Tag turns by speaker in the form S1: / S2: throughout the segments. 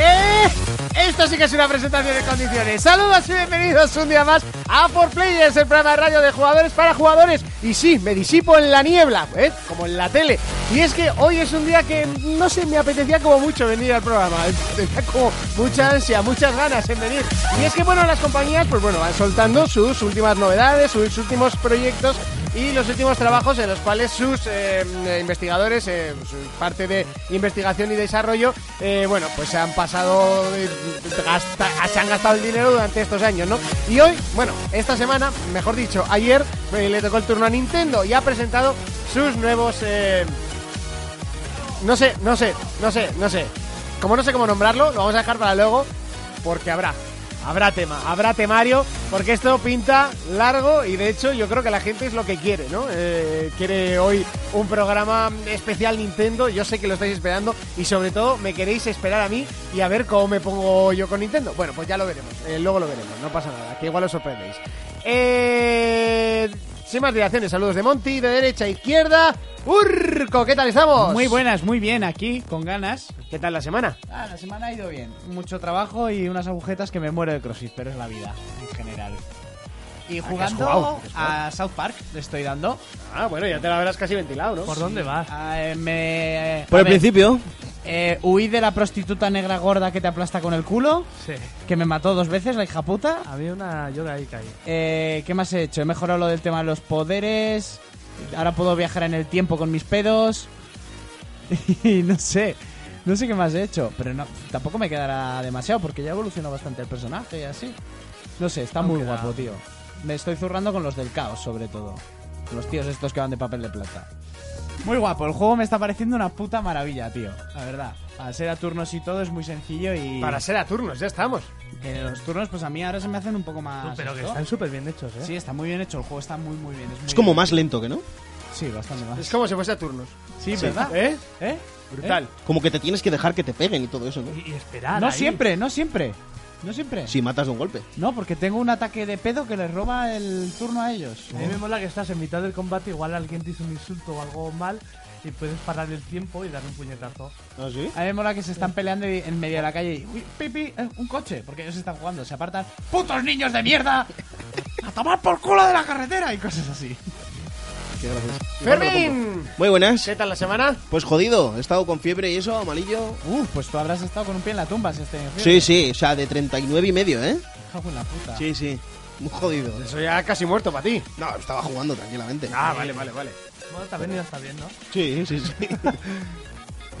S1: Eh, Esto sí que es una presentación de condiciones. Saludos y bienvenidos un día más a For Players, el programa de radio de jugadores para jugadores. Y sí, me disipo en la niebla, ¿eh? como en la tele. Y es que hoy es un día que no sé, me apetecía como mucho venir al programa. Tenía como mucha ansia, muchas ganas en venir. Y es que bueno, las compañías, pues bueno, van soltando sus últimas novedades, sus últimos proyectos y los últimos trabajos en los cuales sus eh, investigadores, eh, su parte de investigación y desarrollo, eh, bueno, pues se han pasado, eh, gasta- se han gastado el dinero durante estos años, ¿no? Y hoy, bueno, esta semana, mejor dicho, ayer eh, le tocó el turno a Nintendo y ha presentado sus nuevos... eh, no sé, no sé, no sé, no sé. Como no sé cómo nombrarlo, lo vamos a dejar para luego, porque habrá. Habrá tema, habrá temario, porque esto pinta largo y de hecho yo creo que la gente es lo que quiere, ¿no? Eh, quiere hoy un programa especial Nintendo, yo sé que lo estáis esperando y sobre todo me queréis esperar a mí y a ver cómo me pongo yo con Nintendo. Bueno, pues ya lo veremos, eh, luego lo veremos, no pasa nada, que igual os sorprendéis. Eh, sin más dilaciones, saludos de Monty, de derecha a izquierda. Urco, ¿qué tal estamos?
S2: Muy buenas, muy bien, aquí, con ganas.
S1: ¿Qué tal la semana?
S2: Ah, la semana ha ido bien. Mucho trabajo y unas agujetas que me muero de crossfit, pero es la vida, en general. Y
S1: Ah, has
S2: jugando
S1: jugado? ¿Qué has jugado?
S2: a South Park, le estoy dando.
S1: Ah, bueno, ya te la verás casi ventilado, ¿no?
S3: ¿Por dónde vas?
S2: Ah, eh, me,
S4: Por
S2: a
S4: el
S2: ver,
S4: principio,
S2: eh, huí de la prostituta negra gorda que te aplasta con el culo,
S3: Sí.
S2: que me mató dos veces, la hija puta.
S3: Había una. Yo de ahí caí.
S2: Eh, ¿Qué más he hecho? He mejorado lo del tema de los poderes. Ahora puedo viajar en el tiempo con mis pedos. Y no sé. No sé qué más he hecho. Pero no, tampoco me quedará demasiado porque ya evolucionó bastante el personaje y así. No sé, está muy
S3: queda.
S2: guapo, tío. Me estoy zurrando con los del caos, sobre todo. Los tíos estos que van de papel de plata. Muy guapo, el juego me está pareciendo una puta maravilla, tío. La verdad. Al ser a turnos y todo es muy sencillo y.
S1: Para ser a turnos, ya estamos.
S2: en los turnos, pues a mí ahora se me hacen un poco más.
S3: pero que
S2: esto.
S3: están súper bien hechos, ¿eh?
S2: Sí, está muy bien hecho, el juego está muy muy bien. Es, muy
S4: es como
S2: bien.
S4: más lento que no.
S2: Sí, bastante más.
S1: Es como si fuese a turnos.
S2: Sí, ¿verdad?
S1: ¿Eh?
S2: ¿Eh?
S1: Brutal.
S4: Como que te tienes que dejar que te peguen y todo eso, ¿no?
S3: Y, y esperar.
S2: No
S3: ahí.
S2: siempre, no siempre. No siempre.
S4: Si matas de un golpe.
S2: No, porque tengo un ataque de pedo que les roba el turno a ellos.
S3: A mí me mola que estás en mitad del combate, igual alguien te hizo un insulto o algo mal, y puedes parar el tiempo y dar un puñetazo.
S4: ¿Ah, sí?
S2: A mí me mola que se están peleando y- en medio de la calle y... Uy, pipi, eh, un coche, porque ellos están jugando, se apartan. ¡Putos niños de mierda! ¡A tomar por culo de la carretera! Y cosas así.
S4: Ah, Qué gracias.
S1: ¡Fermín!
S4: Muy buenas.
S1: ¿Qué tal la semana?
S4: Pues jodido, he estado con fiebre y eso, amarillo.
S2: Uf, pues tú habrás estado con un pie en la tumba si has tenido
S4: Sí,
S2: fiebre.
S4: sí, o sea, de 39 y medio, ¿eh?
S2: Cago en la puta.
S4: Sí, sí. Muy jodido.
S1: Eso ya casi muerto para ti.
S4: No, estaba jugando tranquilamente.
S1: Ah, vale, vale, vale.
S3: Bueno, te ha venido hasta bien, ¿no?
S4: Sí, sí, sí.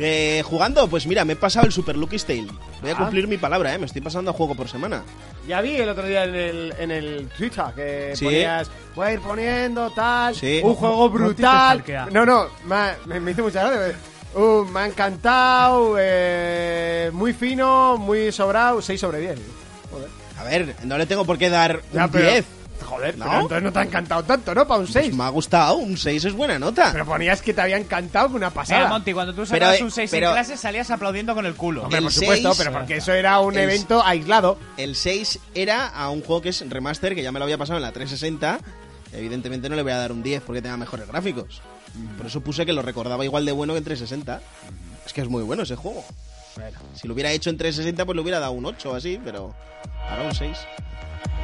S4: Eh, jugando, pues mira, me he pasado el Super Lucky's Tale. Voy a
S1: Ah.
S4: cumplir mi palabra, ¿eh? Me estoy pasando a juego por semana.
S1: Ya vi el otro día en el, en el Twitter que
S4: Sí.
S1: ponías, voy a ir poniendo tal,
S4: Sí.
S1: un juego
S3: No te
S1: brutal.
S3: salquea.
S1: No, no, me, ha- me- me hizo mucha gracia. Uh, me ha encantado, eh, muy fino, muy sobrado, 6 sobre 10. Joder.
S4: A ver, no le tengo por qué dar
S1: Ya,
S4: un
S1: pero-
S4: 10.
S1: Joder,
S4: ¿No?
S1: pero entonces no te ha encantado tanto, ¿no? Para un 6.
S4: Pues me ha gustado, un 6 es buena nota.
S1: pero ponías que te había encantado una pasada.
S2: Mira, Eh, Monty, cuando tú
S4: Pero,
S2: sacabas
S4: eh,
S2: un 6
S4: pero-
S2: en clase salías aplaudiendo con el culo.
S1: Hombre,
S4: El
S1: por supuesto,
S4: seis-
S1: pero porque eso era un
S4: El-
S1: evento aislado.
S4: El 6 era a un juego que es remaster, que ya me lo había pasado en la 360. Evidentemente no le voy a dar un 10 porque tenga mejores gráficos. Por eso puse que lo recordaba igual de bueno que en 360. Es que es muy bueno ese juego. Si lo hubiera hecho en 360, pues le hubiera dado un 8 o así, pero ahora un 6.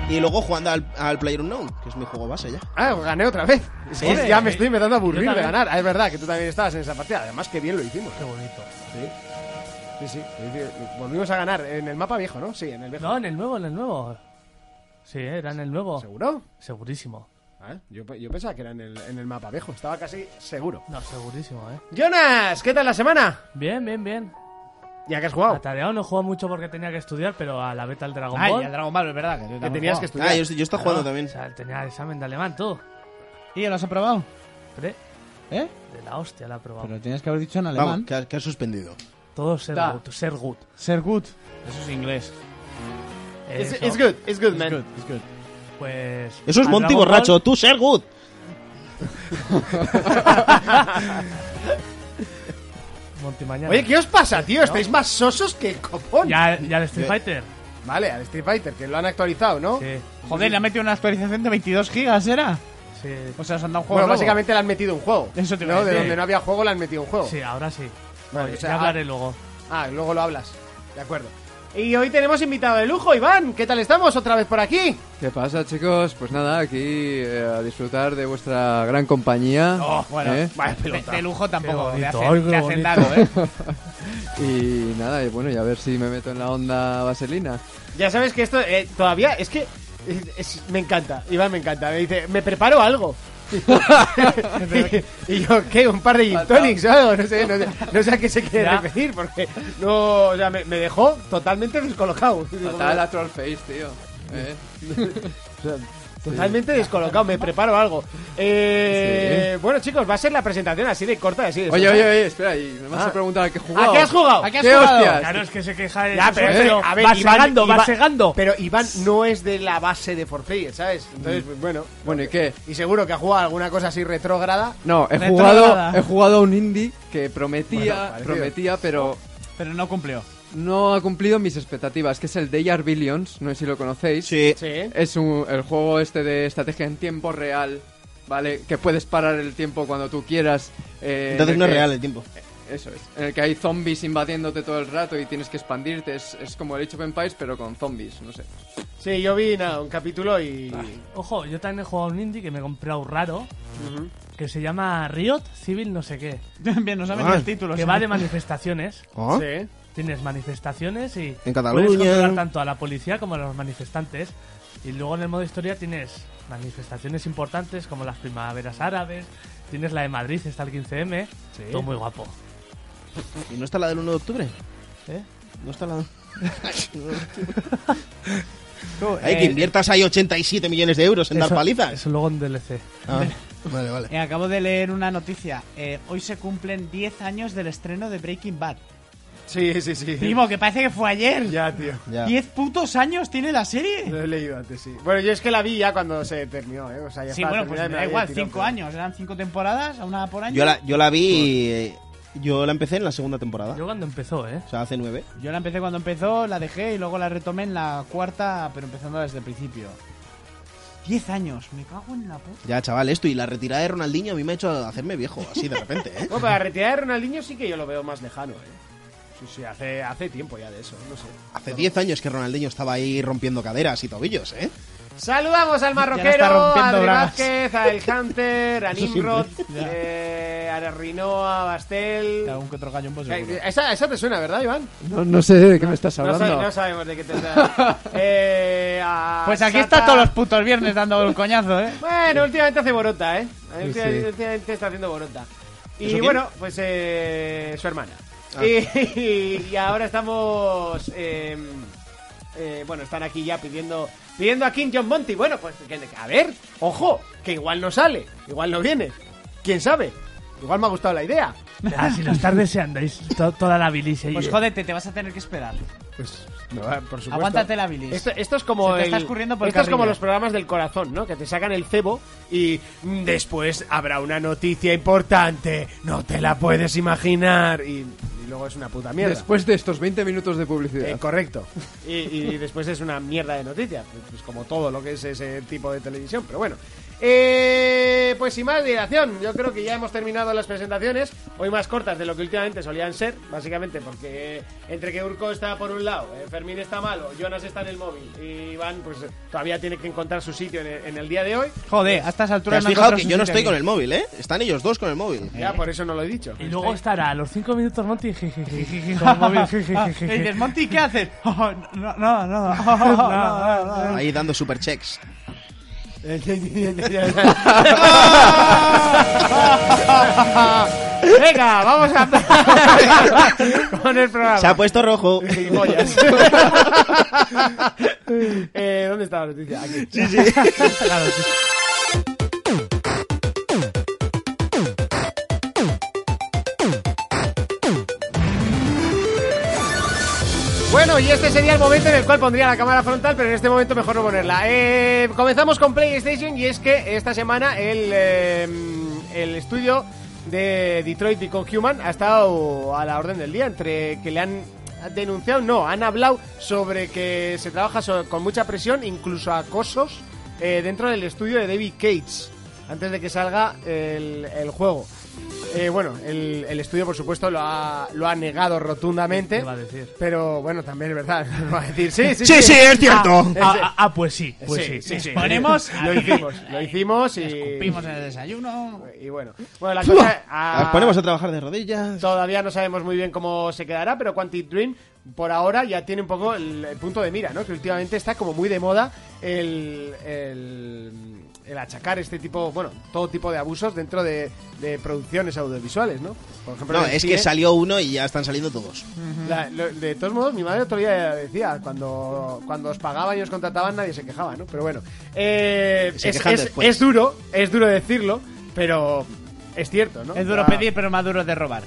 S4: Y luego jugando al, al Player que es mi juego base ya.
S1: Ah, gané otra vez.
S3: Sí.
S1: Joder, ya me estoy empezando a aburrir
S3: Yo
S1: de
S3: también.
S1: ganar. Ah, Es verdad que tú también estabas en esa partida. Además, que bien lo hicimos.
S3: Qué bonito.
S1: Sí, sí, sí. Volvimos a ganar en el mapa viejo, ¿no? Sí, en el viejo.
S3: No, en el nuevo, en el nuevo. Sí, era en el nuevo.
S1: ¿Seguro?
S3: Segurísimo.
S1: Ah, yo, pe- yo pensaba que era en el, en el mapa viejo. Estaba casi seguro.
S3: No, segurísimo, ¿eh?
S1: Jonas, ¿qué tal la semana?
S3: Bien, bien, bien.
S1: Ya que has jugado.
S3: Atareado no juega mucho porque tenía que estudiar, pero a la beta al Dragon
S2: Ay,
S3: Ball.
S2: el Dragon Ball, es verdad. Que,
S1: Que tenías que estudiar.
S4: Ah, yo, estoy- yo estoy jugando
S3: Ah,
S4: también.
S3: O sea, tenía examen de alemán, tú.
S2: que... ¿Y lo has aprobado?
S3: Pre-
S2: ¿Eh?
S3: De la hostia la he probado.
S2: Pero tienes que haber dicho en alemán.
S4: Vamos, que has, que has suspendido.
S3: Todo ser
S2: Da.
S3: good, ser good.
S2: Ser good. Eso es inglés.
S1: It's,
S3: Eso.
S1: it's good, it's good, man.
S2: it's good.
S3: Pues.
S4: Eso es
S3: al
S4: Monty
S3: Dragon Ball-
S4: borracho, tú ser good.
S3: Monty mañana.
S1: Oye, ¿qué os pasa, tío? Estáis más sosos que el copón.
S3: Ya, ya el Street Fighter.
S1: Vale, al Street Fighter, que lo han actualizado, ¿no?
S3: Sí,
S2: Joder, le ha metido una actualización de 22 gigas, ¿era?
S3: sí.
S2: O sea, os han dado un juego
S1: Bueno,
S2: nuevo.
S1: básicamente le han metido un juego.
S2: Eso te iba a
S1: ¿no? De
S2: decir.
S1: donde no había juego, le han metido un juego.
S3: Sí, ahora sí.
S1: Vale,
S3: Oye,
S1: o sea,
S3: ya hablaré luego.
S1: Ah, luego lo hablas. De acuerdo. Y hoy tenemos invitado de lujo, Iván. ¿Qué tal estamos otra vez por aquí?
S5: ¿Qué pasa, chicos? Pues nada, aquí eh, a disfrutar de vuestra gran compañía.
S2: Oh, bueno,
S5: ¿eh?
S2: vaya pelota. de, de lujo tampoco,
S3: Qué
S2: de,
S3: bonito,
S2: hacen-
S3: ay, qué
S2: de
S3: bonito.
S2: hacendado, ¿eh?
S5: Y nada, y bueno, y a ver si me meto en la onda vaselina.
S1: Ya sabes que esto eh, todavía es que eh, es- me encanta, Iván me encanta. Me dice, me preparo algo. y, y yo, ¿qué? ¿Un par de gin tonics o algo? No sé, no sé, no sé a qué se quiere
S3: Ya.
S1: referir porque no, o sea, me, me dejó totalmente descolocado.
S5: Total, la troll face, tío. ¿eh?
S1: Totalmente descolocado, me preparo algo. Eh, Bueno, chicos, va a ser la presentación así de corta, así de
S5: Oye,
S1: sosa.
S5: oye, oye, espera, y me vas a preguntar a qué jugado.
S1: ¿A qué has jugado?
S2: ¿A qué has
S5: ¿Qué
S2: jugado?
S5: hostias?
S3: Claro, es que se queja de
S1: ah, Ya,
S3: su
S1: pero,
S3: sueldo.
S1: pero, a ver,
S3: va
S1: Iván-
S3: segando, va
S1: Iván-
S3: segando.
S1: Pero Iván no es de la base de 4Player, ¿sabes? Entonces,
S2: Mm.
S1: pues, bueno.
S5: Bueno, ¿y qué?
S1: Y seguro que ha jugado alguna cosa así retrógrada.
S5: No, he
S2: Retrógrada.
S5: jugado, he jugado a un indie que prometía, prometía, pero
S2: Pero no cumplió.
S5: no ha cumplido mis expectativas, que es el Day Are Billions, no sé si lo conocéis.
S4: Sí.
S1: Sí.
S5: Es un- el juego este de estrategia en tiempo real, ¿vale? Que puedes parar el tiempo cuando tú quieras. eh,
S4: Entonces
S5: en
S4: no
S5: el
S4: es
S5: que-
S4: real el tiempo.
S5: Eso es. En el que hay zombies invadiéndote todo el rato y tienes que expandirte. Es, es como el Age of Empires, pero con zombies, no sé.
S1: Sí, yo vi nada, un capítulo y.
S2: Ah.
S3: Ojo, yo también he jugado a un indie que me he comprado raro. Que se llama Riot Civil no sé qué.
S2: Bien, nos ha venido el
S4: Ay.
S2: título.
S3: Que
S2: sí.
S3: va de manifestaciones.
S4: ¿Ah?
S1: Sí.
S3: Tienes manifestaciones y
S4: En
S3: puedes
S4: Cataluña.
S3: controlar tanto a la policía como a los manifestantes. Y luego en el modo historia tienes manifestaciones importantes como las primaveras árabes, tienes la de Madrid, está el 15M, todo muy guapo.
S4: ¿Y no está la del 1 de octubre?
S3: ¿Eh?
S4: No está la...
S2: Eh,
S4: Hay que inviertas ahí 87 millones de euros en dar
S3: Eh, Eso-
S4: palizas.
S3: Eso luego en DLC.
S4: Ah, vale, vale.
S2: Eh, acabo de leer una noticia. Eh, hoy se cumplen 10 años del estreno de Breaking Bad.
S1: Sí, sí, sí.
S2: Primo, que parece que fue ayer.
S1: Ya, tío.
S4: Ya.
S2: 10 putos años tiene la serie.
S1: Lo he leído antes, sí. Bueno, yo es que la vi ya cuando se terminó, ¿eh? O sea, ya
S2: Sí,
S1: estaba
S2: bueno, pues
S1: terminada y
S2: me
S1: me
S2: da
S1: la vi
S2: igual,
S1: de tirón,
S2: 5
S1: pero-
S2: años. Eran 5 temporadas, a una por año.
S4: Yo la, yo la vi y... eh, Yo la empecé en la segunda temporada.
S3: Yo cuando empezó, ¿eh?
S4: O sea, hace nueve.
S2: Yo la empecé cuando empezó, la dejé y luego la retomé en la cuarta, pero empezando desde el principio. 10 años, me cago en la puta.
S4: Ya, chaval, esto y la retirada de Ronaldinho a mí me ha hecho hacerme viejo, así de repente, ¿eh?
S1: No, para retirar a Ronaldinho sí que yo lo veo más lejano, ¿eh? Sí, sí, hace, hace tiempo ya de eso, no sé.
S4: Hace 10 años que Ronaldinho estaba ahí rompiendo caderas y tobillos, ¿eh?
S1: Saludamos al
S2: está
S1: marroquero, a
S2: rompiendo
S1: Adri
S2: bragas.
S1: Vázquez, a El Hunter, a
S4: Eso
S1: Nimrod,
S2: Ya.
S1: eh, a Rinoa, a
S2: Y
S1: Bastel.
S2: Algún que otro gallón, pues seguro.
S1: Eh, Esa, esa te suena, ¿verdad, Iván?
S5: No, no sé de qué me estás
S1: No,
S5: hablando.
S1: sabe- no sabemos de qué te suena. Eh, a
S2: Pues aquí
S1: Sata-
S2: está todos los putos viernes dando el coñazo, ¿eh?
S1: Bueno, últimamente hace borota, ¿eh?
S5: Sí,
S1: Últimamente,
S5: sí.
S1: últimamente está haciendo borota. Y
S4: quién?
S1: bueno, pues eh, su hermana.
S4: Ah.
S1: Y, y ahora estamos... eh, eh, bueno, están aquí ya pidiendo pidiendo a King John Monty. Bueno, pues que- a ver, ojo, que igual no sale, igual no viene. ¿Quién sabe? Igual me ha gustado la idea.
S3: Ah, si lo estás deseando, es to- toda la bilis. ahí.
S2: Pues jódete, te vas a tener que esperar.
S1: Pues, por supuesto. Este-
S2: Aguántate la bilis.
S1: Esto, esto es como
S2: Se te
S1: el-
S2: está escurriendo por el
S1: esto es como
S2: carrillo.
S1: los programas del corazón, ¿no? Que te sacan el cebo y mm, después habrá una noticia importante. No te la puedes imaginar y, y luego es una puta mierda.
S5: Después de estos 20 minutos de
S1: Eh,
S5: publicidad.
S1: correcto. Y, y después es una mierda de noticia, pues, pues como todo lo que es ese tipo de televisión. Pero bueno, Eh, pues sin más dilación, yo creo que ya hemos terminado las presentaciones, hoy más cortas de lo que últimamente solían ser, básicamente porque entre que Urco está por un lado, eh, Fermín está malo, Jonas está en el móvil y Iván pues eh, todavía tiene que encontrar su sitio en el, en el día de hoy.
S2: Joder, a estas
S4: ¿Te
S2: alturas
S4: has
S2: no
S4: fijado
S2: encuentro
S4: que
S2: su
S4: yo no
S2: sitio
S4: estoy con
S2: aquí.
S4: el móvil, eh? Están ellos dos con el móvil.
S1: Ya, por eso no lo he dicho.
S3: Eh. Y luego estará a los 5 minutos Monty. jijijiji, con
S2: Ah,
S3: el
S2: ah,
S3: móvil,
S2: ah, Y
S3: jijijiji.
S2: dices, Monty, ¿qué haces? Oh, no, no, no. oh, no, no, no.
S4: Ahí dando super checks.
S1: Venga, vamos a empezar con el programa.
S4: Se ha puesto rojo.
S1: Gilipollas. eh, ¿Dónde está la noticia? Aquí.
S3: Claro, sí.
S1: Bueno, y este sería el momento en el cual pondría la cámara frontal, pero en este momento mejor no ponerla. Eh, comenzamos con PlayStation y es que esta semana el, eh, el estudio de Detroit Become Human ha estado a la orden del día, entre que le han denunciado, no, han hablado sobre que se trabaja so- con mucha presión, incluso acosos, eh, dentro del estudio de David Cage, antes de que salga el, el juego. Eh, bueno, el, el estudio, por supuesto, lo ha, lo ha negado rotundamente.
S3: ¿Qué va a decir?
S1: Pero bueno, también es verdad. Nos va a decir, sí, sí,
S4: Sí, sí, es cierto.
S3: Ah, ah, ah, pues sí, pues sí.
S1: sí, sí.
S2: Ponemos-
S1: Lo hicimos, lo hicimos y.
S2: Vimos en el desayuno.
S1: Y bueno. Bueno, la cosa. ah,
S4: Las ponemos a trabajar de rodillas.
S1: Todavía no sabemos muy bien cómo se quedará, pero Quantic Dream por ahora ya tiene un poco el, el punto de mira, ¿no? Que últimamente está como muy de moda el, el, el achacar este tipo, bueno, todo tipo de abusos dentro de, de producciones audiovisuales, ¿no? Por ejemplo,
S4: No,
S1: en el
S4: es
S1: cine,
S4: que salió uno y ya están saliendo todos.
S1: la- lo- de todos modos, mi madre otro día decía, cuando, cuando os pagaban y os contrataban nadie se quejaba, ¿no? Pero bueno, eh,
S4: Se
S1: es,
S4: quejan
S1: es-
S4: después.
S1: es duro, es duro decirlo, pero es cierto, ¿no?
S2: Es duro
S1: O sea,
S2: pedir, pero más duro es de robar.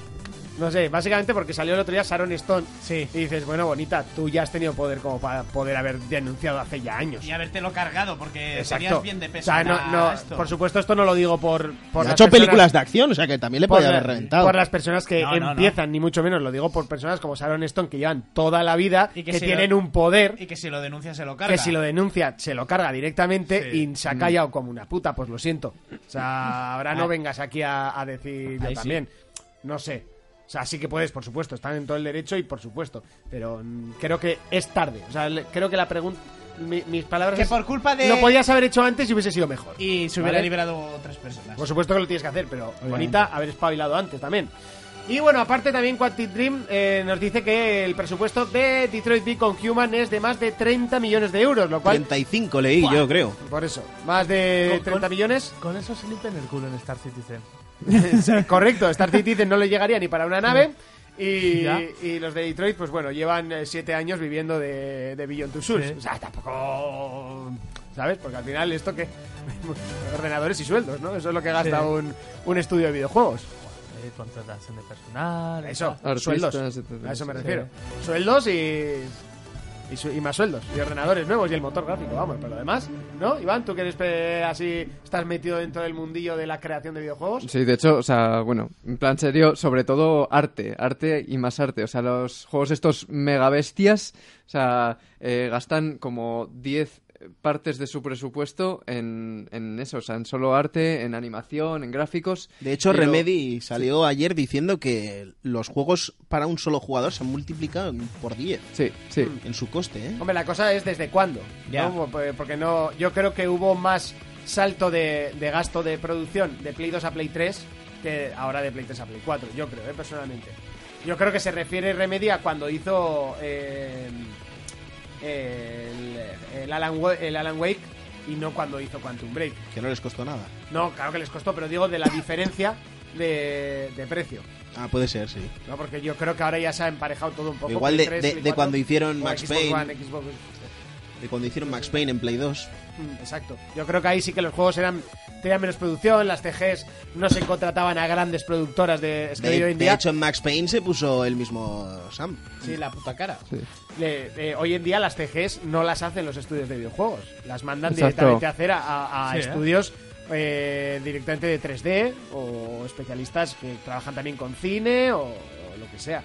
S1: no sé, básicamente porque salió el otro día Sharon Stone.
S2: Sí.
S1: Y dices, bueno, bonita, tú ya has tenido poder como para poder haber denunciado hace ya años.
S2: Y habértelo cargado, porque
S1: Exacto.
S2: serías bien de
S1: O
S2: peso.
S1: sea, no- no, por supuesto, esto no lo digo por. por
S4: Ha
S1: las
S4: hecho
S1: personas-
S4: películas de acción, o sea que también le
S1: por,
S4: podía haber
S1: la-
S4: reventado.
S1: por las personas que
S2: No, no, no.
S1: empiezan, ni mucho menos. Lo digo por personas como Sharon Stone que llevan toda la vida,
S2: Y
S1: que,
S2: que se
S1: tienen
S2: lo-
S1: un poder.
S2: Y que si lo denuncia se lo carga.
S1: Que si lo denuncia, se lo carga directamente
S3: Sí.
S1: y se ha
S4: Mm.
S1: callado como una puta, pues lo siento. O sea, ahora no
S4: Ah.
S2: Ahí-
S1: vengas aquí a, a decir yo
S2: ahí sí.
S1: también. No sé. O sea, sí que puedes, por supuesto, están en todo el derecho y por supuesto. Pero mm, creo que es tarde. O sea, le- creo que la pregunta. mi- mis palabras.
S2: Que
S1: es-
S2: por culpa de-
S1: Lo podías haber hecho antes y hubiese sido mejor.
S2: Y se
S1: ¿Vale?
S2: hubiera
S1: Pues
S2: liberado tres personas.
S1: Por supuesto que lo tienes que hacer, pero bonita haber espabilado antes también. Y bueno, aparte también Quantic Dream eh, nos dice que el presupuesto de Detroit Beacon Human es de más de 30 millones de euros, lo cual
S4: 35 leí yo, creo.
S1: por eso, más de
S2: Eh,
S3: Con-
S1: 30
S3: con-
S1: millones.
S3: Con eso se limpian el culo en Star Citizen.
S1: Correcto, Star Citizen no le llegaría ni para una nave. Y,
S3: Ya.
S1: y los de Detroit, pues bueno, llevan eh, siete años viviendo de, de Beyond Two Souls.
S3: Sí.
S1: O sea, tampoco. ¿Sabes? Porque al final esto que. ordenadores y sueldos, ¿no? Eso es lo que gasta
S3: Sí.
S1: un, un estudio de videojuegos.
S3: Eh, contratación de personal.
S1: Eso,
S5: Artistas,
S1: sueldos.
S5: etcétera.
S1: A eso me
S5: Sí.
S1: refiero. Sueldos y. Y, su- y más sueldos, y ordenadores nuevos y el motor gráfico, vamos, pero además, ¿no? Iván, tú que eres eh, así, estás metido dentro del mundillo de la creación de videojuegos.
S5: Sí, de hecho, o sea, bueno, en plan serio, sobre todo arte, arte y más arte. O sea, los juegos estos mega bestias, o sea, eh, gastan como 10 partes de su presupuesto en, en eso, o sea, en solo arte, en animación, en gráficos.
S4: De hecho,
S5: Y lo-
S4: Remedy salió ayer diciendo que los juegos para un solo jugador se han multiplicado en- por 10
S5: Sí, sí.
S4: en su coste, ¿eh?
S1: Hombre, la cosa es desde cuándo.
S2: Ya.
S1: ¿no? Por- Porque no, yo creo que hubo más salto de, de gasto de producción de Play 2 a Play 3 que ahora de Play 3 a Play 4, yo creo, ¿eh? personalmente. Yo creo que se refiere Remedy a cuando hizo eh, el, el Alan, Wa- el Alan Wake y no cuando hizo Quantum Break.
S4: Que no les costó nada.
S1: No, claro que les costó, pero digo de la diferencia de, de precio.
S4: Ah, puede ser, sí.
S1: ¿no? Porque yo creo que ahora ya se ha emparejado todo un poco.
S4: Igual
S1: Play
S4: de-
S1: 3,
S4: de-
S1: Play
S4: de
S1: 4,
S4: cuando hicieron
S1: o
S4: Max
S1: Xbox
S4: Payne.
S1: One, Xbox-
S4: De cuando hicieron Max Payne en Play 2.
S1: Mm, Exacto. Yo creo que ahí sí que los juegos eran tenían menos producción, las TGs no se contrataban a grandes productoras de es que
S4: De,
S1: hoy en
S4: de
S1: día
S4: hecho, en Max Payne se puso el mismo Sam.
S2: Sí, la puta cara.
S1: le- eh, hoy en día las TGs no las hacen los estudios de videojuegos, las mandan
S5: Exacto.
S1: directamente a hacer a, a- a
S3: Sí, ¿eh?
S1: estudios eh, directamente de 3D o especialistas que trabajan también con cine o, o lo que sea.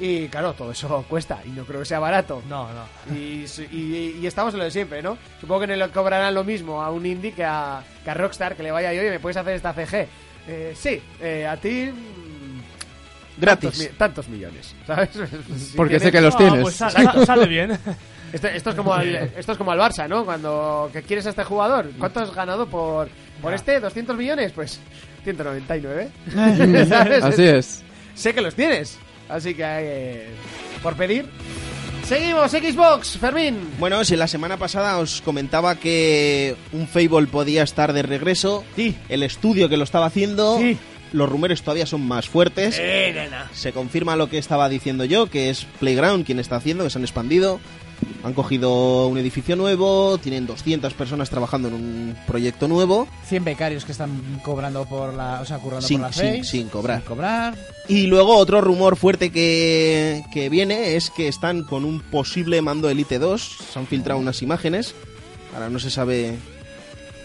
S1: Y claro, todo eso cuesta y no creo que sea barato.
S3: No, no.
S1: Y, su- y- y estamos en lo de siempre, ¿no? Supongo que no le cobrarán lo mismo a un indie que a, que a Rockstar, que le vaya yo, oye, ¿me puedes hacer esta CG? Eh, sí, eh, a ti... mm, Tantos,
S4: Gratis.
S1: mi- tantos millones, ¿sabes? Si
S5: Porque
S1: tienes- Ah,
S5: sé que los
S3: No,
S5: tienes.
S3: Pues sa- sa- sale bien.
S1: Esto, esto es como al, esto es como al Barça, ¿no? Cuando que quieres a este jugador, ¿cuánto has ganado por, por este? ¿200 millones? Pues 199. ¿Sabes?
S5: Así es.
S1: Sé que los tienes, así que eh, por pedir... Seguimos, Xbox, Fermín.
S4: Bueno, si la semana pasada os comentaba que un Fable podía estar de regreso,
S1: Sí.
S4: el estudio que lo estaba haciendo,
S1: Sí.
S4: los rumores todavía son más fuertes.
S1: Eh, nena.
S4: Se confirma lo que estaba diciendo yo, que es Playground quien está haciendo, que se han expandido. Han cogido un edificio nuevo, tienen 200 personas trabajando en un proyecto nuevo
S2: 100 becarios que están cobrando por la. O sea, currando
S4: Sin-
S2: por la
S4: sin-
S2: face.
S4: sin cobrar.
S2: Sin cobrar.
S4: Y luego otro rumor fuerte que, que viene es que están con un posible mando Elite 2. Se han filtrado unas imágenes. Ahora no se sabe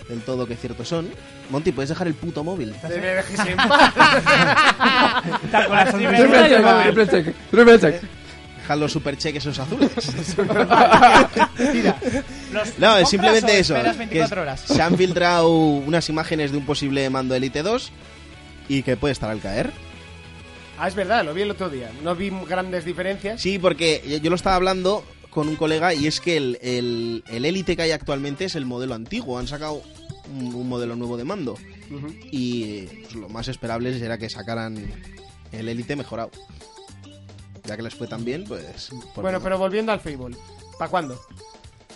S4: del todo qué ciertos son. Monty, ¿puedes dejar el puto móvil?
S1: Te me dejéis en paz.
S3: Está con la sonrisa.
S5: Triple check, triple check, triple check.
S4: Dejar los supercheques esos azules.
S1: Tira.
S2: Los-
S4: No,
S2: ¿compras
S4: es
S2: o
S4: simplemente eso.
S2: esperas
S4: que
S2: 24 horas.
S4: Se han filtrado unas imágenes de un posible mando Elite 2. y que puede estar al caer.
S1: Ah, es verdad, lo vi el otro día. No vi grandes diferencias.
S4: Sí, porque yo- yo lo estaba hablando con un colega y es que el, el, el Elite que hay actualmente es el modelo antiguo. Han sacado un, un modelo nuevo de mando.
S1: Ujú.
S4: Y pues, lo más esperable era que sacaran el Elite mejorado. Ya que les fue tan bien, pues. ¿por qué
S1: Bueno,
S4: no?
S1: pero volviendo al Fable. ¿Para cuándo?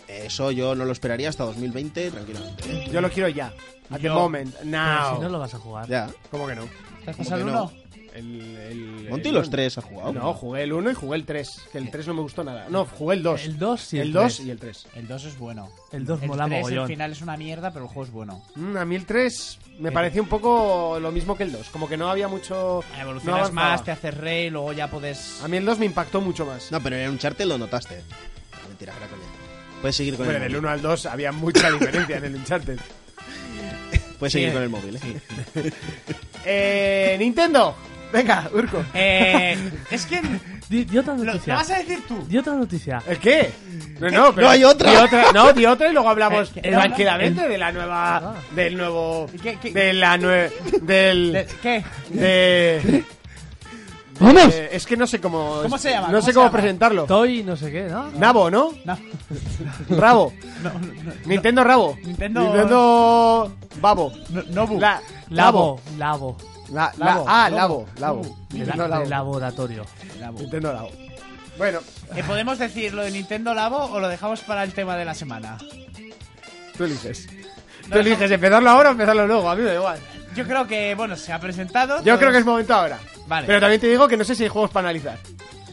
S4: Eso yo no lo esperaría hasta 2020, tranquilamente. ¿eh?
S1: Yo lo quiero ya. At the
S3: Yo.
S1: moment.
S3: Pero
S1: Now.
S3: si no lo vas a jugar.
S4: Ya.
S1: ¿Cómo que no?
S2: ¿Te has
S4: ¿Cómo
S2: pasado
S4: que
S2: el
S4: no?
S2: uno?
S1: El, el,
S4: Monty
S1: el
S4: los
S1: uno.
S4: tres ha jugado.
S1: No, jugué el 1 y jugué el 3. Que el 3 no me gustó nada. No, jugué el 2.
S3: El 2 y el
S1: El 2
S3: tres.
S1: y el 3.
S2: El 2 es bueno.
S3: El 2
S2: El
S3: mola
S2: 3 el
S3: mogollón.
S2: final es una mierda, pero el juego es bueno.
S1: Mm, a mí el 3 me pareció un poco lo mismo que el 2. Como que no había mucho. no
S2: Evolucionas
S1: avanzaba. Ah,
S2: más, te haces rey, luego ya puedes...
S1: A mí el 2 me impactó mucho más.
S4: No, pero en un charter lo notaste. No, mentira, era coña. Puedes seguir con
S1: Hombre, del
S4: el móvil.
S1: 1 al 2 había mucha diferencia en el Uncharted.
S4: Puedes seguir con el móvil, ¿eh?
S1: Eh, Nintendo. Venga, Urco.
S2: Eh, es que...
S3: Di, di otra
S2: Lo, lo
S3: noticia.
S2: vas a Eh, decir tú.
S3: Di otra noticia.
S1: ¿El qué? No, no, pero
S4: No hay otra.
S1: di no, di otra y luego hablamos
S2: Eh, eh,
S1: tranquilamente de la nueva. Del nuevo.
S2: ¿Qué, qué?
S1: De la nue. Del.
S2: De- ¿Qué?
S1: De.
S5: ¡Vamos!
S1: eh, es que no sé cómo.
S2: ¿Cómo se llama?
S1: No
S2: ¿Cómo
S1: sé
S2: se
S1: cómo
S2: llama?
S1: presentarlo.
S3: Toy no sé qué, ¿no?
S1: Nabo, ¿no?
S2: No.
S1: Rabo. Nintendo Rabo.
S2: Nintendo-
S1: Nintendo Babo.
S2: No, Nobu.
S1: La,
S3: Labo. Labo.
S1: La- la-
S2: Labo.
S1: ah, Labo. Labo.
S3: De, la-
S1: Nintendo
S3: de
S1: Labo.
S3: laboratorio.
S2: Labo.
S1: Nintendo Labo. Bueno,
S2: Eh, ¿Podemos decir lo de Nintendo Labo o lo dejamos para el tema de la semana?
S1: tú eliges.
S2: No,
S1: Tú eliges empezarlo ahora o empezarlo luego. A mí me da igual.
S2: Yo creo que, bueno, se ha presentado.
S1: Yo
S2: todos-
S1: creo que es momento ahora.
S2: Vale.
S1: Pero también te digo que no sé si hay juegos para analizar.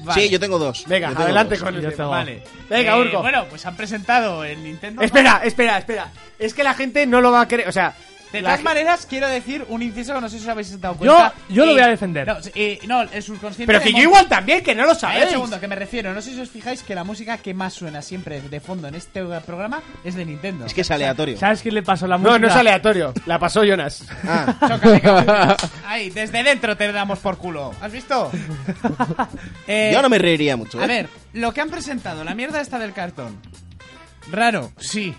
S2: Vale.
S4: Sí, yo tengo dos.
S1: Venga,
S4: Yo tengo
S1: adelante
S4: dos.
S1: con el
S3: Yo
S1: tema.
S3: tengo-
S2: Vale.
S1: Venga,
S2: Eh,
S1: Urco.
S2: Bueno, pues han presentado el Nintendo.
S1: Espera, espera, espera. Es que la gente no lo va a querer. O sea,
S2: De
S1: la
S2: todas
S1: ge-
S2: maneras, quiero decir un inciso que no sé si os habéis dado cuenta.
S3: yo lo
S2: Y-
S3: voy a defender.
S2: No, y- no, el subconsciente.
S1: pero
S2: de
S1: que yo
S2: Monty-
S1: igual también, que no lo
S2: Ahí,
S1: sabéis.
S2: un segundo, que me refiero. No sé si os fijáis que la música que más suena siempre de fondo en este programa es de Nintendo.
S4: Es que es aleatorio.
S3: ¿Sabes quién le pasó la música?
S1: No, no es aleatorio. La pasó Jonas.
S4: Ah,
S2: Chócale, cabrón. Ahí, desde dentro te damos por culo. ¿Has visto? Eh,
S4: yo no me reiría mucho. ¿eh?
S2: A ver, lo que han presentado, la mierda esta del cartón. Raro, sí.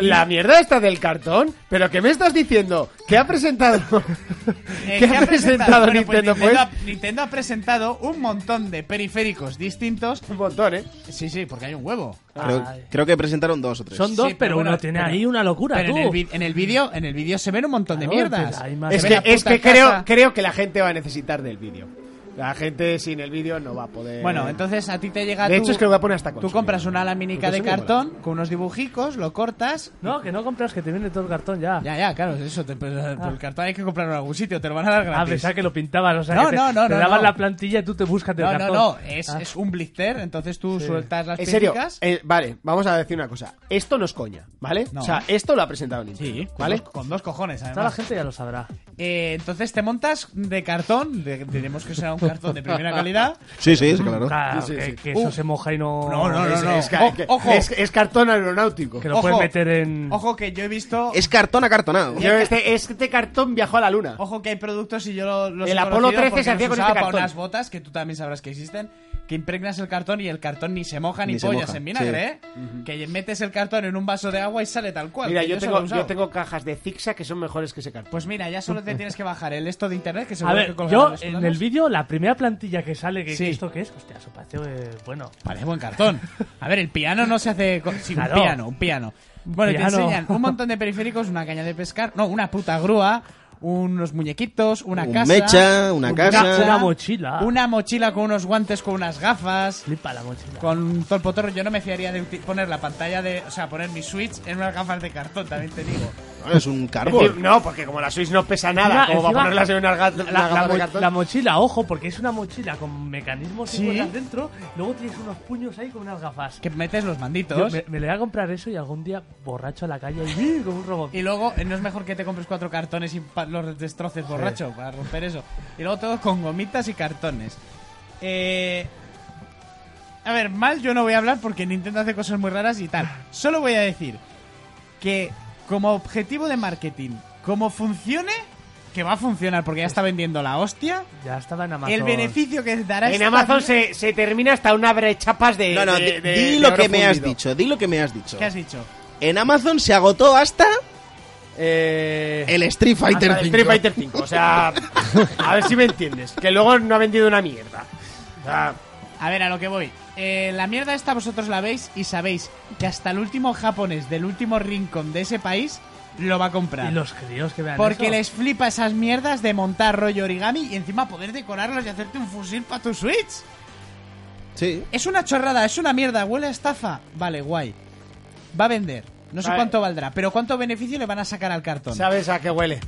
S1: La mierda esta del cartón. ¿Pero qué me estás diciendo? ¿Qué ha presentado?
S2: Eh,
S1: ¿Qué ha presentado
S2: Bueno, pues
S1: Nintendo, pues?
S2: Nintendo ha- Nintendo ha presentado un montón de periféricos distintos.
S1: Un montón, ¿eh?
S2: Sí, sí, porque hay un huevo.
S3: Ay.
S4: Creo, creo que presentaron dos o tres.
S3: Son dos,
S2: Sí,
S3: pero,
S2: pero
S3: uno
S2: bueno,
S3: tiene
S2: pero-
S3: ahí una locura,
S2: Pero
S3: tú.
S2: en el, vi- en el vídeo, en el vídeo se ven un montón de
S3: Claro,
S2: mierdas.
S3: pero hay más-
S2: Se
S1: Es
S2: ve
S1: que,
S2: la
S1: es
S2: puta
S1: que creo,
S2: casa.
S1: creo que la gente va a necesitar del vídeo. La gente sin el vídeo no va a poder.
S2: Bueno, entonces a ti te llega
S1: De
S2: tu-
S1: hecho, es que lo voy a poner hasta
S2: Tú
S1: consola.
S2: compras una laminica
S4: Porque
S2: de
S4: eso me
S2: cartón con unos dibujicos, lo cortas.
S3: No, que no compras, que te viene todo el cartón ya.
S2: Ya, ya, claro, eso. te- pues, por el cartón hay que comprarlo en algún sitio, te lo van a dar
S3: Ah,
S2: gratis.
S3: pensaba que lo pintaban, o sea,
S2: No,
S3: que te,
S2: no, no,
S3: te
S2: no,
S3: daban
S2: no.
S3: la plantilla y tú te buscas el
S2: no, no,
S3: cartón.
S2: no, es,
S3: Ah.
S2: es un blister, entonces tú
S3: Sí.
S2: sueltas las
S1: En serio,
S2: pizzicas.
S1: eh, vale, vamos a decir una cosa. Esto no es coña, ¿vale?
S2: No.
S1: O sea, esto lo ha presentado Nintendo.
S2: Sí, con
S1: ¿Vale?
S2: dos- con dos cojones,
S3: Toda la
S2: además.
S3: gente ya lo sabrá.
S2: Eh, entonces te montas de cartón, de- diremos que será un cartón de primera calidad.
S4: Sí, sí, sí, claro.
S3: Claro,
S1: Sí, sí,
S3: que,
S1: sí.
S3: que eso
S2: Uh.
S3: se moja y no...
S2: No, no, no,
S1: Es,
S2: no.
S1: es ca-
S2: O-
S1: que-
S2: ojo.
S1: es- es cartón aeronáutico.
S3: Que lo puedes meter en...
S2: Ojo que yo he visto.
S4: Es cartón acartonado.
S1: Yo, este, este cartón viajó a la luna.
S2: Ojo que hay productos y yo lo- los
S1: El
S2: he
S1: Apolo
S2: conocido
S1: 13
S2: porque
S1: se hacía
S2: los
S1: con este
S2: usaba para
S1: cartón.
S2: unas botas que tú también sabrás que existen. Que impregnas el cartón y el cartón ni se moja ni,
S4: Ni se
S2: pollas
S4: moja,
S2: en vinagre, ¿eh? Que metes el cartón en un vaso de agua y sale tal cual.
S1: Mira,
S2: que
S1: yo
S2: eso
S1: tengo,
S2: lo he usado.
S1: yo tengo cajas de zigzag que son mejores que ese cartón.
S2: Pues mira, ya solo te tienes que bajar el esto de internet que se
S3: A ver, yo en el vídeo, la primera plantilla que sale, que
S2: Sí.
S3: esto que es, hostia, eso parece eh, bueno.
S2: Parece buen cartón. A ver, el piano no se hace. co- Sí,
S3: Claro.
S2: un piano, un piano. Bueno, y
S3: Piano.
S2: te enseñan un montón de periféricos, una caña de pescar, no, una puta grúa, unos muñequitos, una
S4: Un
S2: casa.
S4: mecha, una casa.
S3: Una mochila.
S2: Una mochila con unos guantes, con unas gafas.
S3: Flipa la mochila.
S2: Con un torpotorro yo no me fiaría de uti- poner la pantalla de. O sea, poner mi Switch en unas gafas de cartón, también te digo.
S4: No, Ah, es un
S1: Es decir,
S4: carbón.
S1: No, porque como la Switch no pesa nada,
S3: Encima-
S1: como va a
S3: encima-
S1: ponerlas en una, ga- una
S3: La,
S1: gafa
S3: la
S1: de
S3: mo-
S1: cartón.
S3: la mochila, ojo, porque es una mochila con mecanismos
S2: Sí.
S3: y cosas dentro. Luego tienes unos puños ahí con unas gafas.
S2: Que metes los manditos.
S3: Yo me, me le voy a comprar eso y algún día borracho a la calle y como un robot.
S2: Y luego, eh, no es mejor que te compres cuatro cartones y pa- los destroces borracho para romper eso. Y luego todo con gomitas y cartones. Eh, a ver, mal yo no voy a hablar porque Nintendo hace cosas muy raras y tal. Solo voy a decir que como objetivo de marketing, como funcione, que va a funcionar porque ya está vendiendo la hostia,
S3: Ya estaba en Amazon.
S2: el beneficio que dará
S1: En
S2: esta-
S1: Amazon se, se termina hasta una abre chapas de.
S4: No, no,
S1: de-
S4: di,
S1: de-
S4: di
S1: de
S4: lo
S1: oro
S4: que me has
S1: fundido.
S4: dicho, di lo que me has dicho.
S2: ¿Qué has dicho?
S4: En Amazon se agotó hasta
S1: Eh,
S4: El Street
S1: hasta
S4: Fighter
S1: el
S4: 5.
S1: Street Fighter 5. O sea, a ver si me entiendes. Que luego no ha vendido una mierda. O sea,
S2: A ver, a lo que voy. Eh, la mierda esta vosotros la veis y sabéis que hasta el último japonés del último rincón de ese país lo va a comprar.
S3: Y los críos que vean
S2: Porque
S3: eso.
S2: les flipa esas mierdas de montar rollo origami y encima poder decorarlos y hacerte un fusil para tu Switch.
S4: Sí.
S2: Es una chorrada, es una mierda, huele a estafa. Vale, guay. Va a vender. No sé
S1: Vale.
S2: cuánto valdrá, pero cuánto beneficio le van a sacar al cartón.
S1: ¿Sabes a qué huele?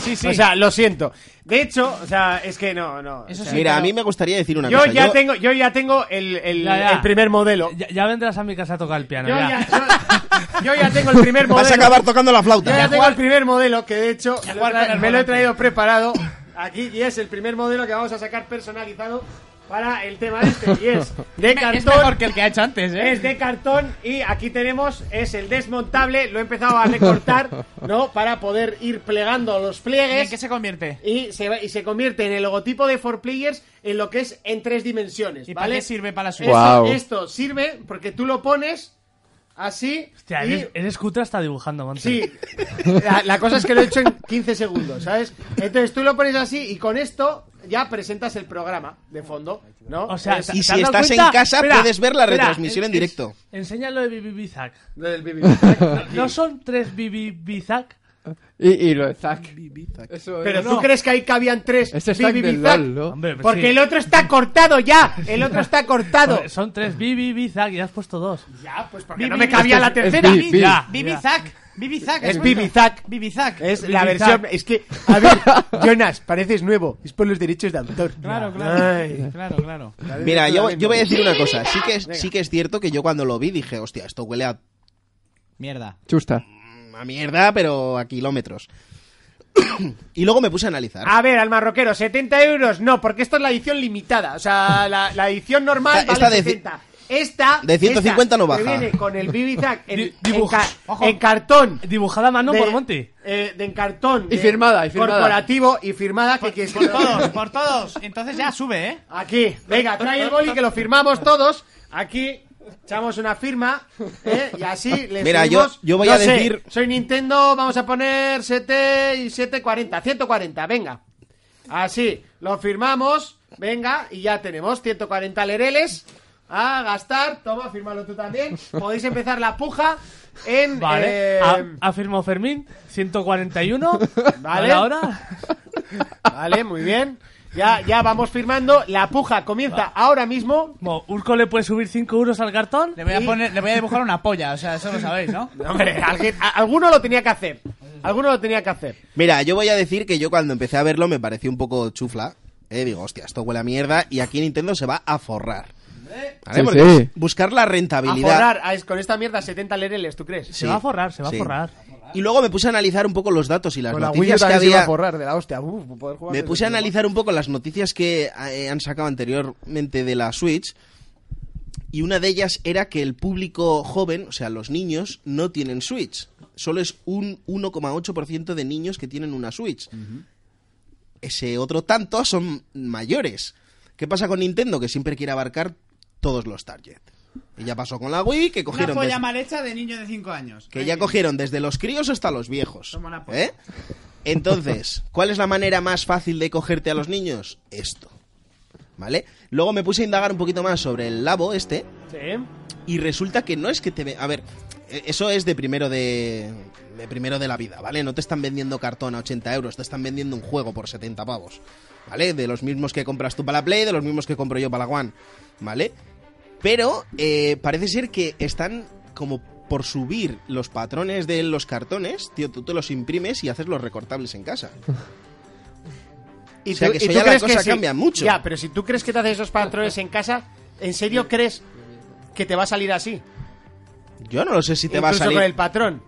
S2: Sí, sí.
S1: O sea, lo siento. De hecho, o sea, es que no, no.
S2: Eso
S1: o sea,
S2: sí,
S4: Mira, a
S2: pero-
S4: mí me gustaría decir una
S1: yo
S4: cosa.
S1: ya tengo, yo ya tengo el, el-
S3: Ya, ya.
S1: el primer modelo.
S3: Ya, ya vendrás a mi casa a tocar el piano.
S1: Yo
S3: ya.
S1: ya, yo- yo ya tengo el primer modelo.
S4: Vas a acabar tocando la
S1: Yo
S4: flauta.
S1: ya tengo el primer modelo que de hecho
S2: Ya
S1: lo
S2: jugar con
S1: tra- me
S2: el
S1: lo he
S2: volante.
S1: traído preparado aquí y es el primer modelo que vamos a sacar personalizado para el tema este y es de
S2: es mejor
S1: cartón.
S2: que el que ha hecho antes, ¿eh?
S1: Es de cartón y aquí tenemos es el desmontable, lo he empezado a recortar, ¿no? Para poder ir plegando los
S2: ¿Y en qué
S1: pliegues
S2: se convierte?
S1: y se, va- y se convierte en el logotipo de 4Players en lo que es en tres dimensiones,
S2: ¿Y para
S1: ¿vale?
S2: qué sirve para la Switch?
S1: Eso-
S5: Guau.
S1: Esto sirve porque tú lo pones así
S3: Hostia,
S1: y
S3: eres, eres cutre hasta dibujando, Monty.
S1: Sí, la, la cosa es que lo he hecho en 15 segundos, ¿sabes? Entonces tú lo pones así y con esto ya presentas el programa de fondo, ¿no?
S3: O sea,
S1: Es-
S3: ¿te-
S4: Y
S3: te
S4: si
S3: has dado
S4: estás en casa, puedes ver la retransmisión en
S3: ens-
S4: directo.
S3: ens- Enséñalo de Bibi Bizak.
S1: lo del BBB.
S3: ¿No son tres Bibi Bizak?
S5: Y, y lo de Zack. Eso
S1: Pero
S5: es-
S1: tú crees que ahí cabían tres
S5: Ese es Zack
S1: BBB
S5: del
S1: Zack?
S5: LOL, ¿no?
S3: Hombre, pues
S1: Porque
S3: sí.
S1: el otro está cortado ya, el otro está cortado.
S3: Joder, Son tres Bibi Bizak y has puesto dos.
S1: Ya, pues porque no
S2: BBB
S1: me cabía la
S5: Este es- es
S1: tercera.
S5: BBB.
S1: Ya.
S2: Bibizac, Bibizac.
S1: Es Bibizac.
S2: Bibizac.
S1: Es la
S3: BBB.
S1: versión, es que, a ver, Jonas, pareces nuevo, es por los derechos de autor.
S2: Claro, claro.
S1: Ay.
S2: Claro, claro.
S4: Mira, yo, yo voy a decir una cosa. Sí que, es, sí que es cierto que yo cuando lo vi dije, hostia, esto huele a,
S2: Mierda.
S5: Chusta.
S4: a mierda, pero a kilómetros. y luego me puse a analizar.
S1: A ver, al marroquero, 70 euros. No, porque esto es la edición limitada. O sea, la, la edición normal
S4: Esta-
S1: vale
S4: esta de ci-
S1: 70. Esta.
S4: de 150
S1: esta,
S4: no baja.
S1: Que viene con el Bibizac en,
S3: Di-
S1: en,
S3: dibuj-
S1: ca-
S3: ojo.
S1: en cartón.
S3: Dibujada a mano
S1: de-
S3: por Monty.
S1: eh, de en cartón.
S5: Y
S1: de
S5: firmada, y firmada.
S1: Corporativo y firmada. Que, que-
S2: Por todos, por todos. Entonces ya sube, ¿eh?
S1: Aquí, venga, trae el boli que lo firmamos todos. Aquí. Echamos una firma ¿eh? y así le
S4: Mira, yo-
S1: subimos-
S4: yo voy a
S1: sé,
S4: decir-
S1: soy Nintendo, vamos a poner 7 y 740, 140, venga. Así, lo firmamos, venga, y ya tenemos 140 lereles a gastar. Toma, firmalo tú también. Podéis empezar la puja en...
S3: Vale. Ah.
S1: eh,
S3: Ha, ha firmado Fermín. 141.
S1: Vale.
S3: Ahora.
S1: Vale, muy bien. Ya, ya vamos firmando. La puja comienza ahora mismo.
S3: Mo, Urco le puede subir 5 euros al cartón.
S2: Le voy a poner, le voy a dibujar una polla, o sea, eso lo sabéis, ¿no?
S1: Hombre, alguien- a- alguno lo tenía que hacer. Alguno lo tenía que hacer.
S4: Mira, yo voy a decir que yo cuando empecé a verlo me pareció un poco chufla. Eh, digo, hostia, esto huele a mierda y aquí Nintendo se va a forrar. ¿Vale?
S5: Sí,
S4: Porque
S5: sí.
S4: Buscar la
S1: A
S4: rentabilidad.
S1: forrar a- con esta mierda 70 lereles, ¿tú crees?
S3: Se va a forrar, se va
S4: Sí.
S3: a forrar.
S4: Y luego me puse a analizar un poco los datos y las
S1: Con la Wii U
S4: noticias que
S1: también se iba a
S4: había.
S1: forrar de la hostia. Uf, poder jugar
S4: Me
S1: desde
S4: puse a
S1: el móvil.
S4: analizar un poco las noticias que eh, han sacado anteriormente de la Switch. Y una de ellas era que el público joven, o sea, los niños, no tienen Switch. Solo es un 1,8% de niños que tienen una Switch. Ese otro tanto son mayores. ¿Qué pasa con Nintendo? Que siempre quiere abarcar todos los targets. Y ya pasó con la Wii, que
S2: Una
S4: cogieron...
S2: polla
S4: desde-
S2: mal hecha de niño de 5 años.
S4: que ya cogieron desde los críos hasta los viejos.
S2: Toma una polla.
S4: ¿eh? Entonces, ¿cuál es la manera más fácil de cogerte a los niños? Esto. ¿Vale? Luego me puse a indagar un poquito más sobre el labo este
S1: Sí.
S4: y resulta que no es que te... ve- A ver, eh, eso es de primero de... de primero de la vida, ¿vale? No te están vendiendo cartón a 80 euros, te están vendiendo un juego por 70 pavos. ¿Vale? De los mismos que compras tú para la Play, de los mismos que compro yo para la One. ¿Vale? Pero eh, parece ser que están como por subir los patrones de los cartones, tío, tú te los imprimes y haces los recortables en casa.
S1: ¿Y
S4: O sea,
S1: tú-
S4: que
S1: y
S4: eso
S1: tú
S4: ya la
S1: crees que
S4: cosa
S1: sí?
S4: cambia mucho.
S1: Ya, pero si tú crees que te haces esos patrones en casa, ¿en serio crees que te va a salir así?
S4: Yo no lo sé si te va a
S1: Incluso
S4: salir...
S1: con el patrón.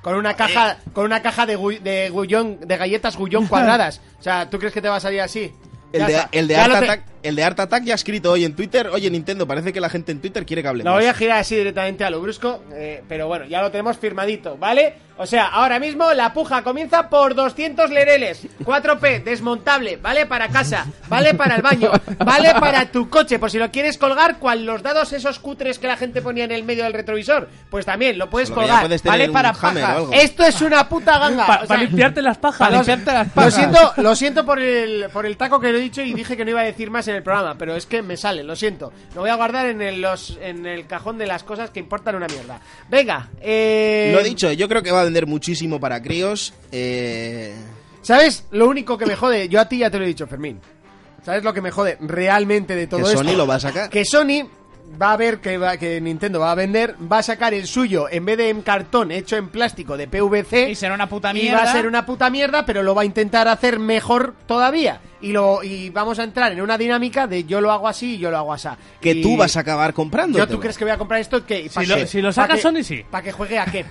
S1: Con una caja, con una caja de, gu- de, gullón- de galletas gullón cuadradas. O sea, ¿tú crees que te va a salir así?
S4: El
S1: Ya
S4: de-
S1: está.
S4: el de
S1: ya
S4: Art
S1: lo te-
S4: Attack- El de Art Attack ya ha escrito hoy en Twitter, oye Nintendo, parece que la gente en Twitter quiere que hablemos.
S1: Lo voy a girar así directamente a lo brusco, eh, pero bueno, ya lo tenemos firmadito, ¿vale? O sea, ahora mismo la puja comienza por 200 lereles, 4P, desmontable, ¿vale? Para casa, ¿vale? Para el baño, ¿vale? Para tu coche, por si lo quieres colgar, cual los dados esos cutres que la gente ponía en el medio del retrovisor, pues también lo puedes
S4: Solo que ya
S1: colgar,
S4: puedes tener
S1: ¿vale?
S4: un
S1: Para
S4: hammer o
S1: pajas.
S4: algo.
S1: Esto es una puta ganga.
S3: Para
S1: Ah, o sea,
S3: limpiarte las pajas.
S1: lo- Lo siento, lo siento por el, por el taco que lo he dicho y dije que no iba a decir más en el programa, pero es que me sale, lo siento. Lo voy a guardar en el, los, en el cajón de las cosas que importan una mierda. Venga, eh...
S4: Lo dicho, yo creo que va a vender muchísimo para críos. Eh,
S1: ¿Sabes lo único que me jode? Yo a ti ya te lo he dicho, Fermín. ¿Sabes lo que me jode realmente de todo
S4: Que
S1: esto?
S4: Sony lo va a sacar.
S1: Que Sony va a ver que, va- que Nintendo va a vender, va a sacar el suyo en vez de en cartón hecho en plástico de PVC.
S2: Y será una puta
S1: Y
S2: mierda.
S1: va a ser una puta mierda, pero lo va a intentar hacer mejor todavía. Y lo y vamos a entrar en una dinámica de yo lo hago así y yo lo hago así.
S4: que
S1: Y
S4: tú vas a acabar comprando.
S1: Yo, ¿tú crees que voy a comprar esto? que
S3: Si lo- si lo saca Sony, sí.
S1: ¿Para que juegue a qué?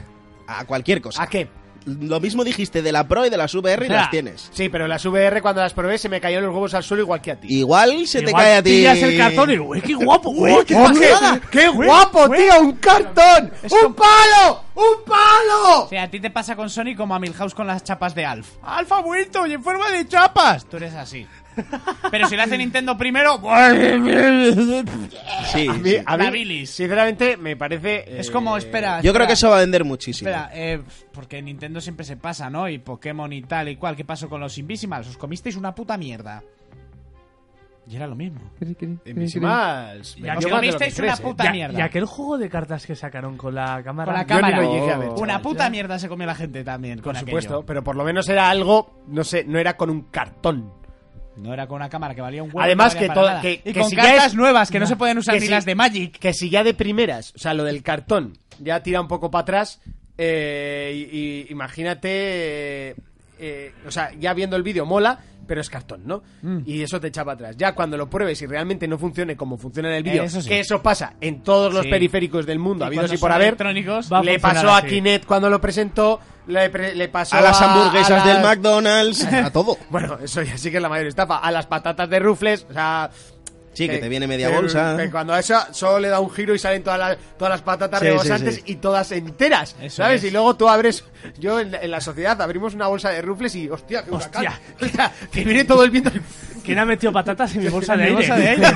S4: A cualquier cosa.
S1: ¿A qué?
S4: Lo mismo dijiste de la Pro y de las VR y
S3: O sea,
S4: las tienes.
S1: Sí, pero las VR cuando las probé se me cayeron los huevos al suelo igual que a ti.
S4: Igual se te
S3: Igual
S4: cae a ti.
S3: Pillas el cartón y, uy, qué guapo, uy, qué
S1: ¡Oh, qué,
S3: pasada.
S1: qué
S3: Uy,
S1: guapo,
S3: uy.
S1: tío! ¡Un cartón! ¡Un palo! ¡Un palo!
S2: O sea, a ti te pasa con Sony como a Milhouse con las chapas de Alf. ¡Alf ha vuelto y en forma de chapas! Tú eres así. Pero si lo hace Nintendo primero...
S4: Sí,
S1: A mí-
S4: sí.
S1: a mí,
S2: La bilis.
S1: sinceramente, me parece...
S2: es
S1: eh,
S2: como, espera...
S4: Yo creo
S2: espera,
S4: que eso va a vender muchísimo.
S2: Espera, eh, porque Nintendo siempre se pasa, ¿no? Y Pokémon y tal y cual. ¿Qué pasó con los Invisimals? Os comisteis una puta mierda. Y era lo mismo.
S1: Invisimals. me
S3: Ya que
S1: más de lo
S2: comisteis
S1: crees,
S2: una
S1: eh.
S2: puta
S3: Ya-
S2: mierda.
S3: Y aquel juego de cartas que sacaron con la cámara.
S2: Con la
S3: Yo ni
S2: cámara.
S5: lo llegué a ver,
S2: una
S1: chaval,
S2: puta
S1: ya.
S2: mierda se comió la gente también.
S1: Por
S2: con
S1: supuesto,
S2: aquello.
S1: pero por lo menos era algo, no sé, no era con un cartón.
S2: No era con una cámara que valía un huevo.
S1: Además
S2: no
S1: que
S2: valía para
S1: toda-
S2: nada.
S1: que-
S2: y
S1: que
S2: con
S1: si ya
S2: cartas
S1: es-
S2: nuevas que no, se pueden usar
S1: que
S2: ni
S1: si-
S2: las de Magic.
S1: Que si ya de primeras, o sea, lo del cartón, ya tira un poco para atrás, eh, y, y imagínate, eh, eh, o sea, ya viendo el vídeo mola, pero es cartón, ¿no?
S2: Mm.
S1: Y eso te echa para atrás. Ya cuando lo pruebes y realmente no funcione como funciona en el vídeo,
S2: Eh, eso sí.
S1: que eso pasa en todos los
S2: Sí.
S1: periféricos del mundo,
S2: Y
S1: habidos
S2: cuando
S1: y por
S2: son
S1: haber,
S2: electrónicos,
S3: va a
S1: le
S3: funcionar
S1: pasó a
S3: así.
S1: Kinect cuando lo presentó, le, pre- le pasó
S4: A las
S1: a
S4: hamburguesas del
S1: las-
S4: McDonald's, a todo.
S1: Bueno, eso ya sí que es la mayor estafa. A las patatas de rufles, o sea.
S4: Sí, que te viene media bolsa.
S1: que Eh, cuando a eso solo le da un giro y salen todas las, todas las patatas
S4: Sí,
S1: rebosantes
S4: sí,
S1: y todas enteras,
S2: Eso
S1: ¿sabes?
S2: es.
S1: Y luego tú abres, yo en la, en la sociedad abrimos una bolsa de rufles y hostia, qué huracán.
S3: Hostia.
S1: O sea, que viene todo el viento.
S3: ¿Quién ha metido patatas en mi bolsa de
S2: Mi
S3: aire?
S2: bolsa de aire.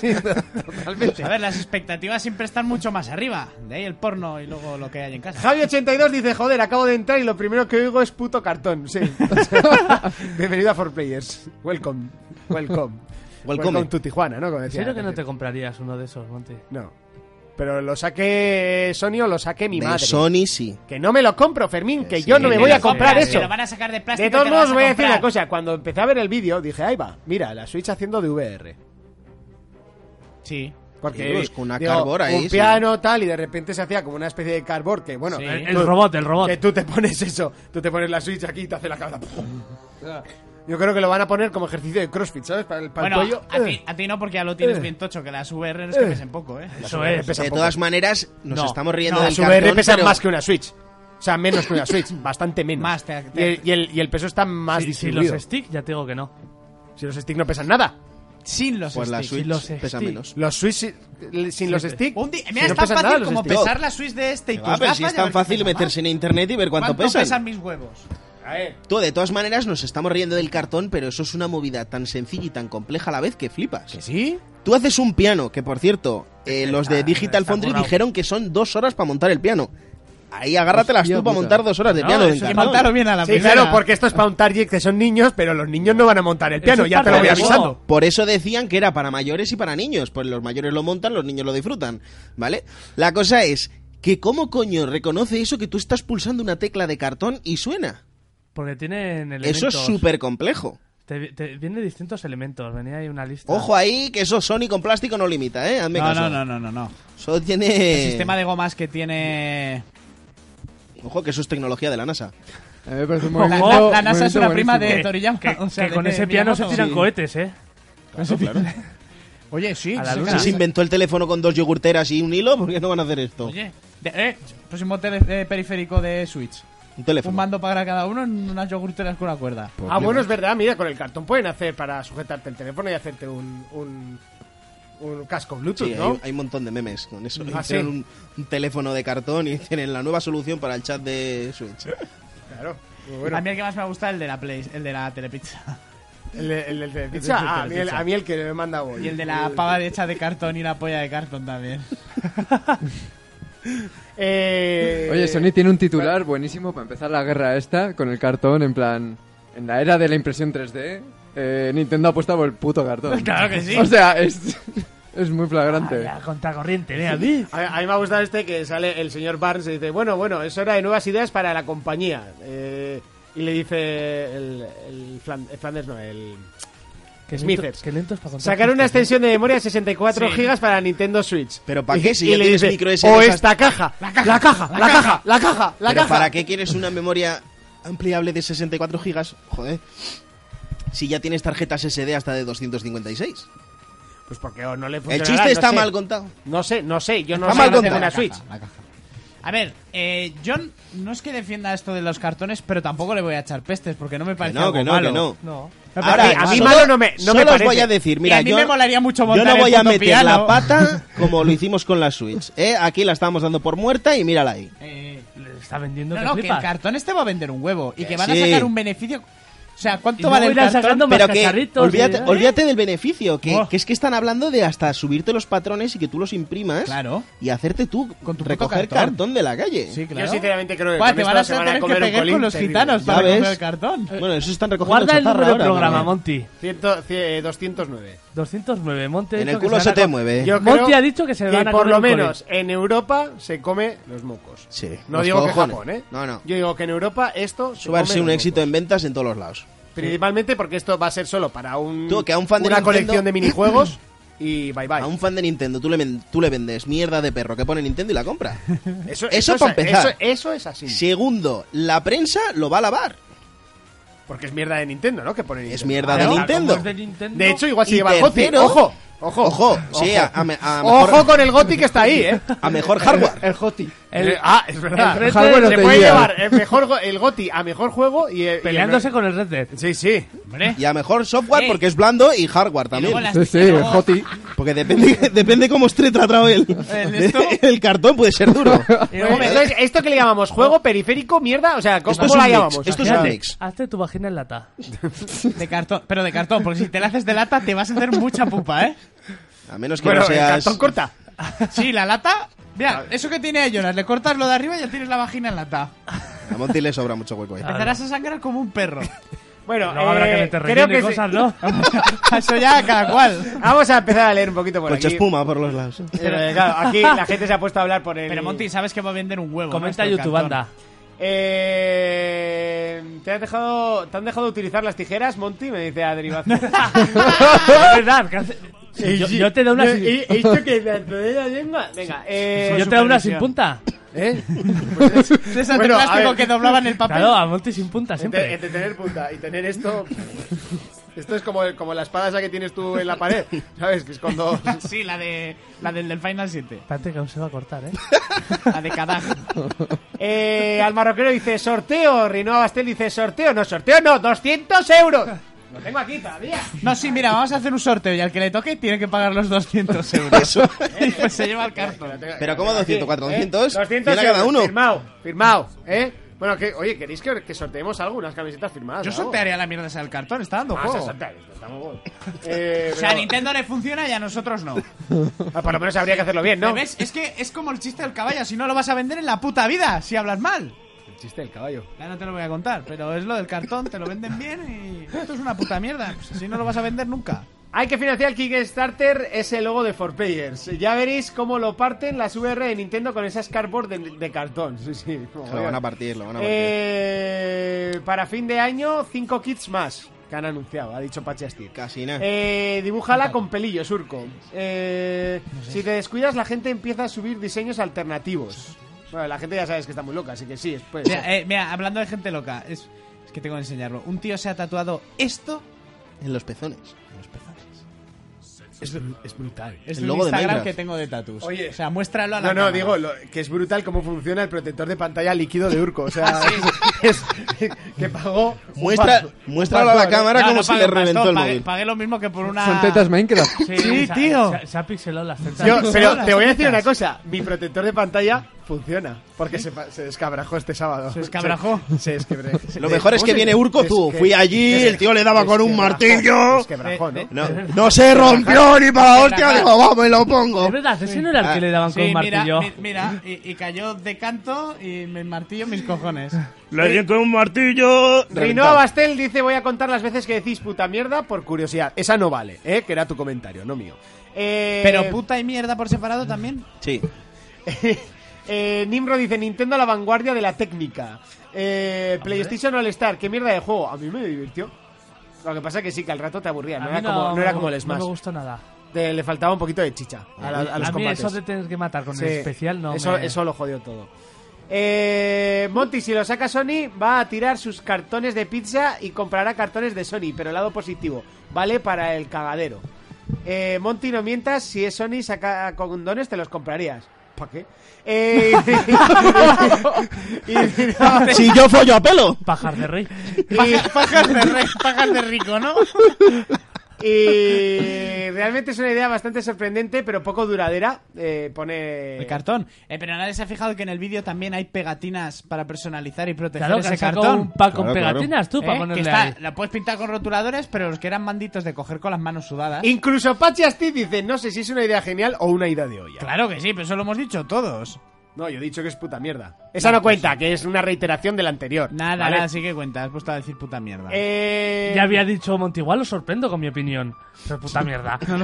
S1: Totalmente.
S2: A ver, las expectativas siempre están mucho más arriba. De ahí el porno y luego lo que hay en casa.
S1: Javi82 dice, joder, acabo de entrar y lo primero que oigo es puto cartón. Sí. Bienvenido a 4Players. Welcome. Welcome.
S4: Welcome.
S1: to Tijuana, ¿no? Como
S3: ¿En
S1: decía
S3: serio que
S1: la
S3: no te
S1: canción.
S3: comprarías uno de esos, Monty?
S1: No. Pero lo saqué Sony o lo saqué mi
S4: De
S1: madre.
S4: Sony sí.
S1: Que no me lo compro, Fermín, que
S4: Sí,
S1: yo no me
S4: que
S1: voy
S4: lo
S1: a comprar
S2: compras,
S1: eso.
S2: te lo van a sacar de plástico
S1: De
S2: y
S1: todos
S2: te lo vas
S1: modos,
S2: a
S1: voy a decir
S2: comprar.
S1: una cosa. Cuando empecé a ver el vídeo, dije, ahí va, mira, la Switch haciendo de VR.
S2: Sí.
S1: Porque
S4: Sí, pues, con una
S1: digo,
S4: cardboard ahí,
S1: un
S4: sí.
S1: piano tal y de repente se hacía como una especie de cardboard que bueno
S2: Sí.
S3: El,
S1: tú-
S3: el robot, el robot.
S1: que tú te pones eso tú te pones la switch aquí y te hace la cabeza yo creo que lo van a poner como ejercicio de CrossFit ¿sabes? para el, para el
S2: Bueno,
S1: cuello eh.
S2: a ti, a ti no porque ya lo tienes bien tocho, que las VR no es que pesen poco, ¿eh?
S3: Eso es.
S1: pesa
S4: de
S1: poco.
S4: todas maneras, nos
S3: No,
S4: estamos riendo
S1: No,
S4: del
S1: las VR
S4: cartón,
S1: pesan
S4: pero
S1: más que una Switch o sea menos que una Switch bastante menos
S2: Más, te-
S1: Y,
S2: te-
S1: el, y el- y el peso está más
S3: si, si
S1: distribuido
S3: los sticks, ya te digo que no.
S1: si los sticks no pesan nada
S2: Sin los
S4: Pues la
S2: sticks.
S4: Switch
S3: los
S4: pesa
S3: sticks.
S4: menos.
S1: los Switch sin los sticks
S2: Un di-
S1: si
S2: Mira,
S1: no
S2: es tan
S1: pesan
S2: fácil
S1: nada los
S2: como
S1: sticks.
S2: pesar la Switch de este y
S4: Ah,
S2: tus
S4: pero
S2: gafas
S4: si
S2: y
S4: es
S2: a
S4: tan
S2: ver qué
S4: fácil
S2: pesa
S4: meterse
S2: más.
S4: en internet y ver cuánto,
S2: ¿Cuánto
S4: pesan.
S2: pesan mis huevos?
S1: A ver,
S4: Tú, de todas maneras, nos estamos riendo del cartón, pero eso es una movida tan sencilla y tan compleja a la vez que flipas.
S1: que sí
S4: Tú haces un piano, que por cierto, eh, los de
S3: está-
S4: Digital
S3: está
S4: Foundry
S3: currado.
S4: dijeron que son dos horas para montar el piano. Ahí agárratelas
S5: Hostia,
S4: tú para
S5: puta.
S4: montar dos horas de
S3: No,
S4: piano. de
S3: eso
S4: un
S3: es
S2: Que
S4: cartón.
S2: montaron bien a la
S1: Sí,
S2: primera.
S1: claro, porque esto es para un target que son niños, pero los niños no van a montar el piano,
S3: Eso es
S1: ya te lo voy
S3: parte del
S1: avisando.
S3: juego.
S4: Por eso decían que era para mayores y para niños. Pues los mayores lo montan, los niños lo disfrutan. ¿Vale? La cosa es que cómo coño reconoce eso que tú estás pulsando una tecla de cartón y suena.
S3: Porque tienen elementos.
S4: Eso es súper complejo.
S3: Te, te viene distintos elementos. Venía ahí una lista.
S4: Ojo ah. ahí, que eso Sony con plástico no limita, ¿eh? Hazme
S2: No,
S4: caso.
S2: no, no, no, no, no.
S4: Eso tiene...
S2: El sistema de gomas que tiene...
S4: Ojo, que eso es tecnología de la NASA.
S2: Ah.
S5: A mí me parece un
S3: La-
S2: La,
S5: movimiento-
S2: la- la
S5: un
S2: NASA es
S5: movimiento
S2: una prima
S5: buenísimo.
S2: de Toriyama.
S3: Que,
S2: o sea,
S3: que
S2: de-
S3: con
S2: de
S3: ese piano se
S2: Miyamoto.
S3: tiran
S4: Sí.
S3: cohetes, ¿eh?
S2: Oye, sí.
S3: A la
S2: sí,
S3: luna.
S2: sí,
S4: Si
S2: sí.
S4: se inventó el teléfono con dos yogurteras y un hilo, ¿por qué no van a hacer esto?
S2: Oye, de- eh, próximo tele- eh, periférico de Switch.
S4: Un teléfono.
S2: Un mando para cada uno en unas yogurteras con una cuerda.
S1: Ah, bueno, es verdad, mira, con el cartón pueden hacer para sujetarte el teléfono y hacerte un, un, un casco Bluetooth,
S4: Sí,
S1: ¿no?
S4: hay, hay un montón de memes con eso.
S1: Ah,
S4: Hicieron
S1: ¿sí?
S4: un, un teléfono de cartón y tienen la nueva solución para el chat de Switch.
S1: Claro. Muy bueno.
S2: A mí el que más me gusta es el de la Play, el de la telepizza.
S1: El, de- el, del de
S2: de
S1: pizza, ah, a, mí el,
S2: telepizza.
S1: a mí el que me manda hoy.
S2: Y el de la pava de hecha de cartón y la polla de cartón también.
S1: Eh,
S5: Oye, Sony tiene un titular buenísimo para empezar la guerra esta con el cartón, en plan, en la era de la impresión 3D, eh, Nintendo apuesta por el puto cartón.
S3: Claro que sí.
S5: O sea, es, es muy flagrante.
S3: La contracorriente, ven a mí.
S1: A, a mí me ha gustado este que sale el señor Barnes y dice, bueno, bueno, es hora de nuevas ideas para la compañía. Eh, y le dice el, el Flan- el Flanders, no, el...
S3: Que
S1: Smithers.
S3: Que lentos para contar.
S1: Sacar una
S3: chistes,
S1: extensión de memoria de 64
S2: Sí.
S1: gigas para Nintendo Switch.
S4: ¿Pero pa' qué? Si
S1: Y- y
S4: ya
S1: le
S4: tienes
S1: dice,
S4: micro SD
S1: O
S4: de esas-
S1: esta caja, la caja, la caja, la caja, la caja, la
S4: ¿Pero
S1: caja.
S4: para qué quieres una memoria ampliable de 64 gigas? Joder. Si ya tienes tarjetas SD hasta de 256.
S1: Pues porque o no le
S4: El
S1: funcionará,
S4: chiste
S1: no
S4: está
S1: sé.
S4: mal contado.
S1: No sé, no sé, yo no
S4: Está
S1: sé
S4: mal
S1: no tengo
S4: contado.
S1: una
S4: La
S1: Switch.
S2: A ver, eh, John, no es que defienda esto de los cartones, pero tampoco le voy a echar pestes porque no me
S4: Que
S2: parece
S4: no,
S2: algo
S4: que no,
S2: malo.
S4: que no.
S3: ¿no? ¿eh? No.
S2: Me
S1: Ahora,
S2: parece
S1: a mí
S2: malo.
S1: malo no me- no
S4: solo
S1: me
S4: os
S1: parece.
S4: voy a decir,
S2: Y
S4: mira,
S2: a mí
S4: yo,
S2: me molaría mucho
S4: yo
S2: montar
S4: no
S2: el
S4: voy a
S2: puto
S4: meter
S2: piano.
S4: la pata como lo hicimos con la Switch. ¿eh? Aquí la estábamos dando por muerta y mírala ahí.
S2: Eh,
S3: Le está vendiendo
S2: no,
S3: que
S2: no, que el
S3: flipas.
S2: cartón este va a vender un huevo y que van
S4: sí.
S2: a sacar un beneficio. O sea,
S3: Y
S2: ¿cuánto
S3: luego
S2: vale el
S3: irán
S2: cartón?
S3: sacando más
S4: Pero que
S3: cacharritos,
S4: olvídate,
S3: ¿eh?
S4: olvídate del beneficio, que,
S3: Oh.
S4: que es que están hablando de hasta subirte los patrones y que tú los imprimas
S2: Claro.
S4: y hacerte tú
S2: Con tu puto
S4: recoger
S2: cartón.
S4: cartón. de la calle.
S2: Sí, claro.
S1: Yo sinceramente creo que
S2: Buah,
S1: con
S2: te
S1: esto
S2: van a
S1: se van a
S2: tener que
S1: comer un
S2: pegar con
S1: colín
S2: los
S1: terrible. Eh,
S2: gitanos
S4: Ya
S2: para
S4: ves.
S2: comer el cartón.
S4: Bueno, eso están recogiendo
S3: Guarda el
S4: chatarra
S3: número del
S4: ahora,
S3: programa,
S4: ¿no?
S3: Monty.
S1: Ciento- cien- eh, 209.
S3: 209. Monty ha
S4: En el
S3: dicho que
S4: culo
S3: van
S4: se
S3: a
S4: te
S3: co-
S4: mueve.
S1: Yo
S3: Monty
S1: creo
S3: ha dicho que se
S1: que
S3: van a
S1: por
S3: comer
S1: lo
S3: un colín.
S1: menos en Europa se come los mocos.
S4: Sí,
S1: No
S4: los
S1: digo
S4: cojones.
S1: que Japón, ¿eh?
S4: No, no.
S1: Yo digo que en Europa esto se
S4: Eso va a ser
S1: come
S4: un
S1: los
S4: éxito
S1: mocos.
S4: en ventas en todos los lados.
S1: Principalmente porque esto va a ser solo para un,
S4: Tú, que a un fan de
S1: una
S4: Nintendo-
S1: colección de minijuegos y bye bye.
S4: A un fan de Nintendo, tú le, ven- tú le vendes mierda de perro que pone Nintendo y la compra.
S1: Eso,
S4: eso
S1: es-
S4: para empezar.
S1: Eso, eso es así.
S4: Segundo, la prensa lo va a lavar.
S1: Porque es mierda de Nintendo, ¿no? Que pone Nintendo.
S4: mierda
S1: Claro.
S4: de
S3: Claro,
S4: Nintendo.
S3: como es de Nintendo.
S1: De hecho, igual se
S4: Y
S1: lleva el GOTI.
S4: tercero-
S1: Ojo, ojo.
S4: Ojo, sí, a, a me- a mejor,
S1: Ojo con el GOTI que está ahí, ¿eh?
S4: a mejor hardware.
S1: El GOTI.
S3: El-
S1: ah, es verdad.
S3: el Red
S1: Se
S3: Dead
S5: Hardware no te
S1: puede
S5: guía.
S1: llevar el, mejor, go- el GOTI a mejor juego y. y-
S3: peleándose con el Red Dead.
S1: Sí, sí.
S4: Y a mejor software
S2: Sí.
S4: porque es blando y hardware
S2: Y luego las-
S4: también.
S5: Sí, sí, el
S2: luego-
S5: Joti.
S4: Porque depende, depende cómo esté tratado el,
S2: ¿El esto?
S4: el cartón, puede ser duro.
S1: Bueno, entonces, ¿esto que le llamamos? ¿Juego periférico? ¿Mierda? O sea, ¿cómo,
S4: Esto es
S1: cómo
S4: un
S1: la
S4: mix,
S1: llamamos?
S4: esto es un
S3: Fíjate,
S4: mix.
S3: Hazte tu vagina en lata.
S2: De cartón, pero de cartón, porque si te la haces de lata te vas a hacer mucha pupa, ¿eh?
S4: A menos que
S1: Bueno,
S4: no
S1: el
S4: seas.
S1: cartón corta.
S2: Sí, la lata. Mira, eso que tiene a Jonas, le cortas lo de arriba y ya tienes la vagina en lata.
S4: A Monty le sobra mucho hueco ahí.
S1: Ah,
S2: Empezarás a sangrar como un perro.
S1: Bueno,
S3: Luego habrá
S1: eh,
S3: que meter
S1: creo
S3: relleno
S1: que
S3: y
S1: sí.
S3: cosas, ¿no?
S2: Eso ya cada cual.
S1: Vamos a empezar a leer un poquito por
S4: Mucha
S1: aquí.
S4: Pues espuma por los lados.
S1: Pero, eh, claro, aquí la gente se ha puesto a hablar por el.
S2: Pero Monty, sabes que va a vender un huevo.
S3: Comenta
S2: ¿no? Esto, el
S3: YouTube,
S2: cartón.
S3: anda.
S1: Eh, ¿te, has dejado, ¿Te han dejado utilizar las tijeras, Monty? Me dice a derivación.
S3: Es verdad. que hace- Si yo, yo te doy una sin,
S1: He, he dicho que dentro de la lengua. Venga, eh.
S3: si yo te doy una sin
S1: supervisión.
S3: punta.
S1: ¿Eh?
S2: De esas
S1: Bueno, a
S2: de plástico
S1: ver.
S2: que doblaban el papel.
S3: Claro, a Monty sin punta
S1: Entre,
S3: siempre.
S1: entre tener punta y tener esto. pues, Esto es como, como la espada esa que tienes tú en la pared. ¿Sabes? Que es cuando.
S2: Sí, la de la del, del Final 7.
S3: Espérate que aún se va a cortar, ¿eh?
S2: La de Kadaj.
S1: Eh, al marroquero dice sorteo. Rinoa Bastel dice sorteo. No, sorteo no, 200 euros. Lo tengo aquí todavía.
S2: No, sí, mira, vamos a hacer un sorteo y al que le toque tiene que pagar los 200 euros.
S4: Eso.
S2: y pues se lleva el cartón.
S4: Pero ¿cómo 200, 400?
S1: 200
S4: Mira cada
S1: eh, euros,
S4: uno.
S1: Firmado, firmado, ¿eh? Bueno, que, oye, ¿queréis que, que sorteemos algo? Unas camisetas firmadas.
S2: Yo
S1: o algo?
S2: sortearía la mierda esa del cartón, está dando
S1: Ah, se
S2: juego.
S1: sortea, estamos bueno. Eh,
S2: O sea, a
S1: pero-
S2: Nintendo le funciona y a nosotros no.
S1: ah, por lo menos habría que hacerlo bien, ¿no?
S2: ¿Ves? Es que es como el chiste del caballo, si no lo vas a vender en la puta vida, si hablas mal.
S1: El chiste del caballo.
S2: Ya no te lo voy a contar, pero es lo del cartón, te lo venden bien y esto es una puta mierda. Pues así no lo vas a vender nunca.
S1: Hay que financiar el Kickstarter, ese logo de 4Players. Ya veréis cómo lo parten las VR de Nintendo con esas cardboard de, de cartón. Sí, sí.
S4: Se Lo van a partir, lo van a partir.
S1: Eh, para fin de año, 5 kits más que han anunciado, ha dicho Pachi Astir.
S4: Casi nada.
S1: Eh, dibújala con pelillo, surco. Eh, Si te descuidas, la gente empieza a subir diseños alternativos. Bueno, la gente ya sabes que está muy loca, así que sí, es- puede ser.
S2: Mira, eh, mira, hablando de gente loca, es, es que tengo que enseñarlo. Un tío se ha tatuado esto
S4: En los pezones.
S6: Es, es brutal.
S2: Es
S4: El
S2: el
S4: logo de
S2: Instagram
S4: Minecraft.
S2: que tengo de tatus.
S1: Oye.
S2: O sea, muéstralo a la
S1: No, no,
S2: cámara.
S1: digo lo- que es brutal cómo funciona el protector de pantalla líquido de Urco. O sea, es, es- que pagó. un
S4: Muestra,
S1: pastón.
S4: muéstralo a la
S1: pastón, ¿eh?
S4: cámara
S2: No,
S4: como
S2: no
S4: si
S2: pagué
S4: le
S2: un bastón,
S4: reventó el
S2: pagué-
S4: móvil.
S2: Pagué lo mismo que por una...
S5: Son tetas Minecraft.
S2: Ah. Sí,
S3: se ha-
S2: tío.
S3: Se, ha- se ha pixelado las tetas.
S1: Yo, pero
S2: Hola,
S1: te voy a
S2: chicas.
S1: decir una cosa, mi protector de pantalla funciona, porque se, pa- se descabrajó este sábado.
S2: ¿Se descabrajó?
S1: Se, se desquebre- se-
S4: Lo mejor es
S1: ¿cómo
S4: que
S1: se-
S4: viene Urco,
S1: des-
S4: tú.
S1: que-
S4: Fui allí,
S1: des-
S4: el tío le daba con un
S1: desquebrajó,
S4: martillo.
S1: Desquebrajó, ¿no?
S4: No, no se rompió ni para la hostia, digo, vamos y lo pongo.
S3: Es verdad, ese no era
S1: Ah.
S3: el que le daban
S2: Sí,
S3: con un
S2: mira,
S3: martillo.
S2: mi- mira, y, y cayó de canto y me martillo mis cojones.
S6: Le di con un martillo.
S1: Rinoa Bastel dice, voy a contar las veces que decís puta mierda por curiosidad. Esa no vale, ¿eh? que era tu comentario, no mío. Eh,
S2: Pero puta y mierda por separado también.
S4: Sí.
S1: Eh, Nimro dice Nintendo a la vanguardia de la técnica. Eh, PlayStation All Star, qué mierda de juego. A mí me divirtió. Lo que pasa que sí, que al rato te aburría.
S3: A
S1: No,
S3: mí
S1: era, como, no era como el
S3: No
S1: Smash.
S3: me gustó nada.
S1: Te- le faltaba un poquito de chicha a, la- a los
S3: a mí
S1: combates.
S3: eso de tener que matar con el
S1: Sí,
S3: especial no
S1: eso,
S3: me-
S1: eso lo jodió todo. Eh, Monty, si lo saca Sony, va a tirar sus cartones de pizza y comprará cartones de Sony, pero el lado positivo, ¿vale? Para el cagadero. Eh, Monty, no mientas, si es Sony, saca condones, te los comprarías. ¿Para qué? Eh, y- y-
S4: Si yo follo a pelo.
S3: Pajar de rey.
S2: Paja- Pajas de, re- pajas de rico, ¿no?
S1: y realmente es una idea bastante sorprendente, pero poco duradera. Eh, pone...
S2: El cartón. Eh, pero nadie se ha fijado que en el vídeo también hay pegatinas para personalizar y proteger
S3: Claro, que
S2: ese
S3: has sacado
S2: cartón.
S3: un pack con
S4: Claro, claro.
S3: pegatinas tú
S2: ¿Eh?
S3: para
S2: Que
S3: ponerle
S2: está-
S3: ahí.
S2: la puedes pintar con rotuladores, pero los que eran manditos de coger con las manos sudadas.
S1: Incluso Pachi Asti dice, no sé si es una idea genial o una idea de olla.
S2: Claro que sí, pero eso lo hemos dicho todos.
S1: No, yo he dicho que es puta mierda. Esa no cuenta, que es una reiteración de la anterior.
S2: Nada,
S1: ¿vale?
S2: nada, sí que cuenta. Has puesto a decir puta mierda.
S1: Eh,
S3: Ya había dicho Montigual, lo sorprendo con mi opinión. Pero puta mierda. No,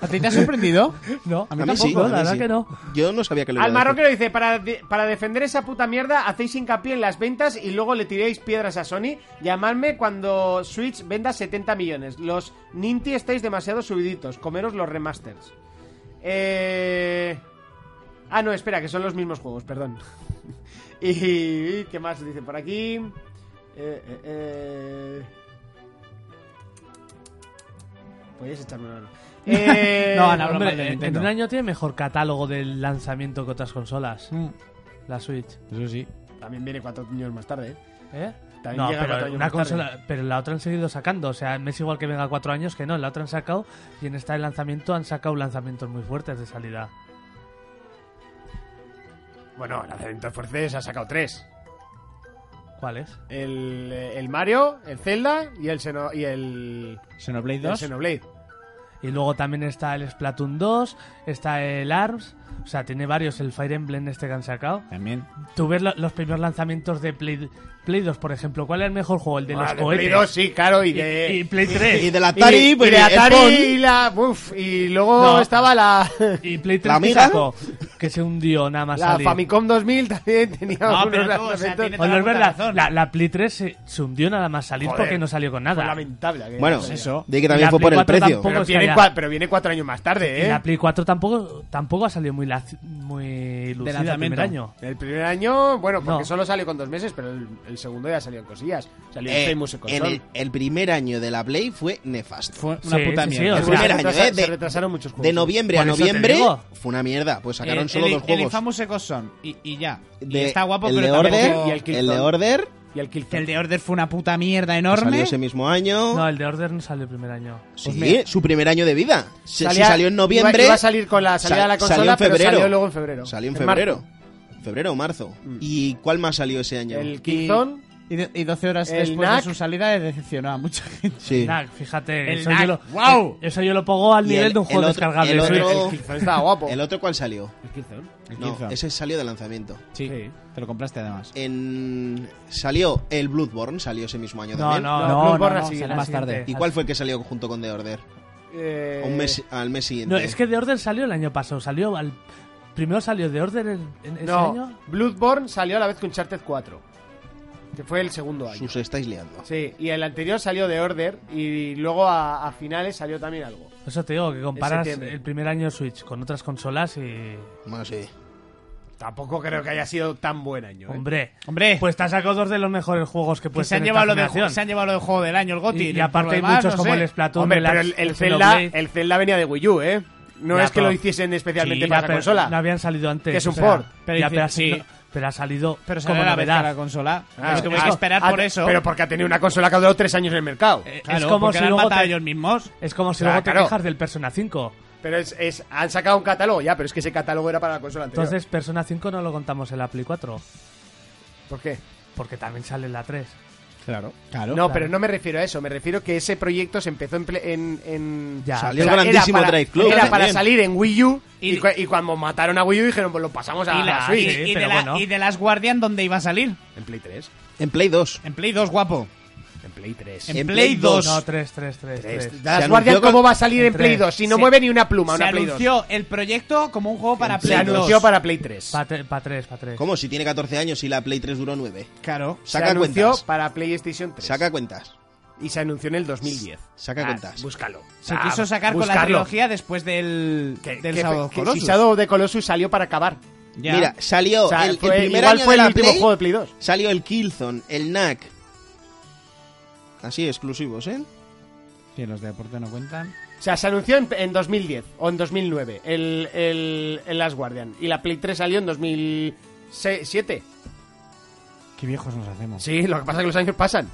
S2: ¿A ti te ha sorprendido?
S3: no.
S2: A mí
S4: A mí sí,
S2: tampoco,
S4: a mí
S3: la verdad
S4: sí.
S3: que no.
S4: Yo no sabía que lo iba a
S1: Al
S4: decir.
S1: marroquero dice, para, de- para defender esa puta mierda hacéis hincapié en las ventas y luego le tiréis piedras a Sony. Llamadme cuando Switch venda 70 millones. Los Ninty estáis demasiado subiditos. Comeros los remasters. Eh... Ah, no, espera, que son los mismos juegos, perdón. y... ¿Qué más dice por aquí? Eh, eh, eh... Podéis echarme una mano. Eh,
S2: No, Ana, habla
S3: Hombre,
S2: mal de
S3: en- en
S2: Nintendo.
S3: un año tiene mejor catálogo del lanzamiento que otras consolas. La Switch.
S2: Eso sí.
S1: También viene cuatro años más tarde, ¿eh?
S3: ¿Eh?
S1: También
S3: No,
S1: llega cuatro
S3: pero,
S1: años
S3: una
S1: más tarde.
S3: consola, pero la otra han seguido sacando. O sea, me es igual que venga cuatro años que no. La otra han sacado y en esta de lanzamiento han sacado lanzamientos muy fuertes de salida.
S1: Bueno, el lanzamiento de Forces ha sacado tres.
S3: ¿Cuáles?
S1: El, eh, el Mario, el Zelda y el, Xeno- y el,
S2: Xenoblade
S1: el
S2: 2.
S1: Xenoblade.
S3: Y luego también está el Splatoon 2, está el ARMS. O sea, tiene varios. El Fire Emblem este que han sacado.
S2: También.
S3: Tú ves lo- los primeros lanzamientos de Play, Play 2, por ejemplo. ¿Cuál es el mejor juego? El de
S1: Ah,
S3: los
S1: de
S3: cohetes.
S1: Play 2, sí, claro, y
S3: y,
S1: de...
S3: y Play 3.
S4: Y de la Atari,
S1: y de-
S4: pues,
S1: y de
S4: el
S1: Atari
S4: Pong.
S1: y la... uf, y luego
S3: No.
S1: estaba la,
S3: Y Play 3
S4: ¿La
S3: que
S4: amiga?
S3: sacó, que se hundió nada más
S1: la
S3: salir.
S1: Famicom 2000 también tenía
S2: No,
S1: unos
S2: pero tú, o sea,
S1: lanzamientos
S2: tiene-
S3: O no
S2: Toda
S3: es
S2: la
S3: verdad,
S2: puta razón.
S3: la, la Play 3 se, se hundió nada más salir
S1: Joder,
S3: porque no salió con
S1: fue
S3: nada.
S1: Pues
S3: Pues
S1: lamentable. aquella
S4: Bueno,
S1: cosa.
S2: Eso.
S4: de que también
S3: La
S4: fue por
S3: Play
S4: el
S3: cuatro
S4: precio.
S3: tampoco-
S1: Pero,
S3: es que
S1: viene
S3: ya-
S1: cua- pero viene cuatro años más tarde,
S3: Y
S1: ¿eh?
S3: la Play 4 tampoco, tampoco ha salido muy, laci- muy lucida el primer
S2: lanzamiento.
S3: año.
S1: El primer año, bueno, porque
S3: No.
S1: solo salió con dos meses, pero el, el segundo ya salió en cosillas. Salió
S4: Eh,
S1: en Famous y
S4: en
S1: Console.
S4: el, el primer año de la Play fue nefasto.
S2: Fue una
S3: Sí,
S2: puta
S3: sí, sí,
S2: mierda.
S3: o
S1: El
S3: sea,
S1: primer
S4: se
S1: año,
S4: retrasa-
S1: ¿eh? De-
S4: se
S1: retrasaron muchos juegos.
S4: De noviembre a
S3: Por eso te
S4: noviembre
S3: digo.
S4: fue una mierda, pues sacaron
S2: el,
S4: solo
S2: el-
S4: dos
S2: el
S4: juegos.
S2: infamous Echo Son y, y ya. Y
S4: De-
S2: está guapo,
S4: el
S2: pero
S4: de
S2: tampoco-
S4: Order,
S1: y el Killzone.
S4: el de Order
S1: Y el Killzone.
S2: El de Order fue una puta mierda
S4: que salió
S2: enorme.
S4: ese mismo año.
S1: pues
S3: No, el de Order no salió el primer año.
S4: sí,
S2: mira.
S4: su primer año de vida. Se,
S1: Salía-
S4: si salió en noviembre.
S1: Iba, iba a salir con la salida
S4: sal-
S1: de la
S4: salió
S1: consola,
S4: en febrero.
S1: pero salió luego en febrero.
S4: Salió en
S1: marzo. Mm.
S4: febrero. Febrero o marzo. ¿Y cuál más salió ese año?
S1: El
S2: Y-
S1: Killzone.
S2: Y, de- y 12 horas
S1: El
S2: después
S1: NAC.
S2: de su salida le decepcionó a mucha gente.
S4: sí.
S3: Knack, fíjate,
S2: El
S3: eso,
S2: Knack,
S3: yo lo, eh,
S2: guau.
S3: eso yo lo pongo al
S4: Y
S3: nivel
S4: el-
S3: de un juego
S4: el otro-
S3: descargable.
S4: el
S3: de Switch.
S4: otro-
S1: El Killzone estaba guapo.
S4: Oh. ¿El otro cuál salió?
S1: El Killzone.
S4: No,
S2: Killzone.
S4: ese salió de lanzamiento.
S2: Sí, Te lo compraste además.
S4: En... Salió el Bloodborne, salió ese mismo año
S3: No,
S4: también.
S3: no,
S1: No,
S3: no, no,
S1: Bloodborne
S3: no,
S1: así,
S3: salió
S2: más
S3: el siguiente.
S2: tarde.
S4: ¿Y cuál fue el que salió junto con The Order?
S1: Eh,
S4: A un mes- al mes siguiente.
S3: No, es que The Order salió el año pasado. Salió al, primero salió The Order en, en ese
S1: No,
S3: año.
S1: Bloodborne salió a la vez que Uncharted 4. Que fue el segundo año.
S4: Sus estáis liando.
S1: Sí, y el anterior salió de Order y luego a, a finales salió también algo.
S3: Eso te digo, que comparas
S1: septiembre.
S3: el primer año de Switch con otras consolas y...
S4: Bueno, sí.
S1: Tampoco creo que haya sido tan buen año. ¿eh?
S3: Hombre,
S2: Hombre,
S3: pues te has sacado dos de los mejores juegos que
S2: que
S3: puedes
S2: se han,
S3: tener
S2: llevado
S3: esta
S2: lo del, ju-
S3: generación.
S2: se han llevado lo del juego del año, el GOTY.
S3: Y- y
S2: por lo
S3: aparte hay muchos como el Splatoon,
S2: Hombre,
S1: Hombre,
S3: el
S1: pero
S3: Axe,
S1: el, el
S3: el
S1: Zelda,
S3: Xenoblade.
S1: el Zelda venía de Wii U, ¿eh? No
S3: Ya,
S1: es que
S3: pero-
S1: lo hiciesen especialmente
S3: Sí,
S1: para esa
S3: ya, pero
S1: consola.
S3: No habían salido antes.
S1: Que es un
S3: o sea,
S1: Ford.
S2: Pero
S3: ya,
S2: dice-
S3: pero, ha
S2: sí.
S3: sido- pero ha salido
S2: Pero será
S3: como
S2: la vez que la
S3: novedad.
S2: consola.
S1: Claro,
S2: es que
S1: claro.
S2: hubo que esperar
S1: Ah,
S2: por eso.
S1: Pero porque ha tenido una consola que ha durado tres años en el mercado.
S2: Eh,
S3: Claro,
S2: es como
S3: porque
S2: si
S3: la han
S2: luego
S3: matado
S2: te...
S3: ellos
S2: ellos mismos.
S3: Es como
S1: Ah,
S3: si luego te
S1: claro.
S3: quejas del Persona 5.
S1: Pero es, es- han sacado un catálogo ya, pero es que ese catálogo era para la consola anterior.
S3: Entonces, Persona 5 no lo contamos en la Play 4.
S1: ¿por qué?
S3: Porque también sale en la 3.
S2: Claro. Claro.
S1: No, pero no me refiero a eso. Me refiero que ese proyecto se empezó en. ple- en, en-
S3: Ya,
S4: Salió
S1: era
S4: grandísimo
S1: para-
S4: Drive Club
S1: Era para
S4: también.
S1: salir en Wii U. Y,
S2: Y-
S1: cu- y cuando mataron a Wii U dijeron, pues lo pasamos a
S2: Y, la-
S1: la
S2: y-
S1: Switch.
S3: sí,
S2: y de
S3: pero
S2: la-
S3: bueno.
S2: y de las Guardian, ¿dónde iba a salir?
S1: En Play 3.
S4: En Play 2.
S2: En Play 2, guapo.
S1: En Play 3.
S2: En,
S4: En
S2: Play
S4: Play
S2: 2.
S3: No, 3, 3,
S1: Pues
S3: 3.
S1: Tres.
S3: 3.
S1: Las
S4: Se
S1: Guardian,
S4: anunció
S1: ¿cómo
S4: con-
S1: va a salir en
S3: en
S1: Play
S3: tres.
S1: 2? Si no
S2: Se-
S1: mueve ni una pluma,
S2: se
S1: una Play 2.
S2: anunció el proyecto como un juego para
S1: Se
S2: Play 2.
S1: anunció para Play 3.
S3: Para 3, para 3.
S4: ¿Cómo? Si tiene 14 años y la Play 3 duró 9.
S2: Claro.
S1: se
S4: Saca
S1: anunció
S4: cuentas.
S1: para PlayStation 3.
S4: Saca cuentas.
S1: Y se anunció en el 2010.
S4: Saca
S1: Ah,
S4: cuentas.
S1: Búscalo.
S2: Se
S1: Ah,
S2: quiso sacar con la
S1: buscarlo.
S2: trilogía después del,
S1: Que,
S2: del
S1: que-
S2: Shadow of
S1: que si
S2: Colossus.
S1: Shadow of the Colossus salió para acabar.
S2: Ya.
S4: Mira, salió
S1: O sea,
S4: Oh, el, el
S1: fue-
S4: primer
S1: igual
S4: año
S1: fue
S4: de
S1: el
S4: la
S1: último
S4: Play,
S1: juego de Play 2.
S4: Salió el Killzone, el Knack. Así, exclusivos, ¿eh?
S2: Sí, los de deporte no cuentan.
S1: O sea, se anunció en, en 2010 o en 2009 el, el, el Last Guardian. Y la Play 3 salió en 2007.
S2: Qué viejos nos hacemos.
S1: Sí, lo que pasa es que los años pasan.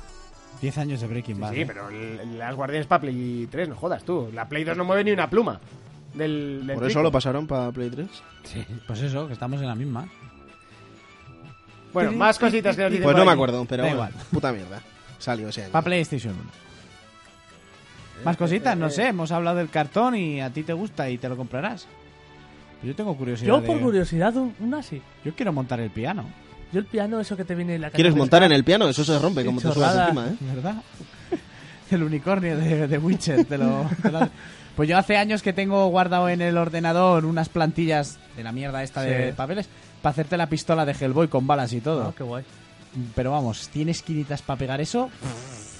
S2: 10 años de Breaking Bad.
S1: Sí,
S2: ¿eh?
S1: pero el, el Last Guardian es para Play 3, no jodas tú. La Play 2 no mueve ni una pluma. Del, del
S4: Por
S1: trico.
S4: eso lo pasaron para Play 3.
S2: Pues eso, que estamos en la misma.
S1: Bueno, más cositas que nos dicen
S4: Pues
S1: por
S4: no me
S1: aquí.
S4: acuerdo, pero
S2: Da
S4: bueno,
S2: igual.
S4: puta mierda. Salió ese año.
S2: Para PlayStation 1. Más cositas, no sé. Hemos hablado del cartón y a ti te gusta y te lo comprarás. Yo tengo curiosidad.
S3: Yo,
S2: de-
S3: por curiosidad, un- una sí.
S2: Yo quiero montar el piano.
S3: Yo el piano, eso que te viene en la
S4: ¿Quieres
S3: caja
S4: montar
S3: de-
S4: en el piano? Eso se rompe como te subas
S3: Chorrada.
S4: encima, ¿eh?
S2: ¿Verdad? El unicornio de, de Witcher. te lo- te lo- Pues yo hace años que tengo guardado en el ordenador unas plantillas de la mierda esta de
S3: Sí.
S2: papeles para hacerte la pistola de Hellboy con balas y
S3: Ah,
S2: todo.
S3: qué guay.
S2: Pero vamos, ¿tienes quinitas para pegar eso?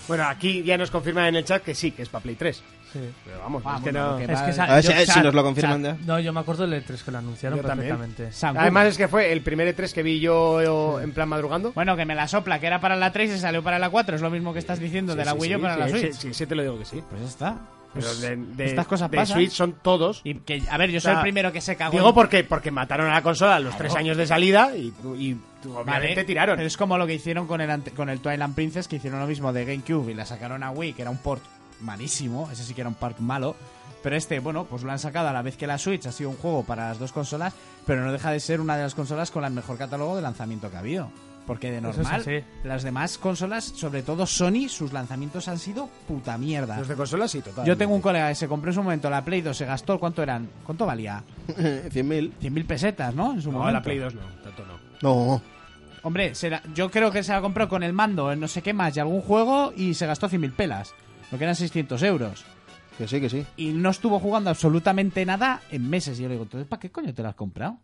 S1: Bueno, aquí ya nos confirman en el chat que sí, que es para Play 3.
S3: Sí.
S1: Pero vamos,
S2: Vamos,
S1: es que
S2: no,
S1: no.
S2: que
S3: Es que
S2: Vale.
S3: esa-
S4: A ver si,
S3: yo-
S4: a ver si
S3: sa-
S4: nos lo confirman ya.
S3: No, yo me acuerdo del E3 que lo anunciaron
S1: Yo también.
S3: perfectamente.
S2: San Cugat.
S1: Además es que fue el primer E3 que vi yo yo en plan madrugando.
S2: Bueno, que me la sopla, que era para la 3 y se salió para la 4. Es lo mismo que estás diciendo de la
S1: Sí,
S2: Wii
S1: sí,
S2: U para
S1: sí,
S2: la
S1: sí,
S2: Switch.
S1: Sí, sí, sí te lo digo que sí.
S2: Pues ya está.
S1: Pero
S2: Pues
S1: de, de-
S2: estas cosas
S1: de
S2: pasan.
S1: Switch son todos.
S2: Y que, a ver, yo
S1: O
S2: soy
S1: sea,
S2: el primero que se cagó.
S1: Digo
S2: en-
S1: porque, porque mataron a la consola a los tres años de salida y, y
S2: Vale,
S1: obviamente tiraron.
S2: Pero es como lo que hicieron con el, ante- con el Twilight Princess, que hicieron lo mismo de GameCube y la sacaron a Wii, que era un port malísimo. Ese sí que era un port malo. Pero este, bueno, pues lo han sacado a la vez que la Switch. Ha sido un juego para las dos consolas, pero no deja de ser una de las consolas con el mejor catálogo de lanzamiento que ha habido. Porque de
S3: Eso es
S2: normal,
S3: así.
S2: las demás consolas, sobre todo Sony, sus lanzamientos han sido puta mierda.
S1: Los de consola sí, total.
S2: Yo tengo un colega que se compró en su momento la Play 2, se gastó, ¿cuánto eran? ¿Cuánto valía?
S4: 100.000.
S2: 100.000 pesetas, ¿no? En su
S1: No,
S2: momento.
S1: la Play 2 no, tanto no.
S4: No.
S2: Hombre, se la- yo creo que se la compró con el mando en no sé qué más y algún juego y se gastó 100.000 pelas, lo que eran 600 euros.
S4: Que sí, que sí.
S2: Y no estuvo jugando absolutamente nada en meses. Y yo le digo, entonces, ¿para qué coño te la has comprado?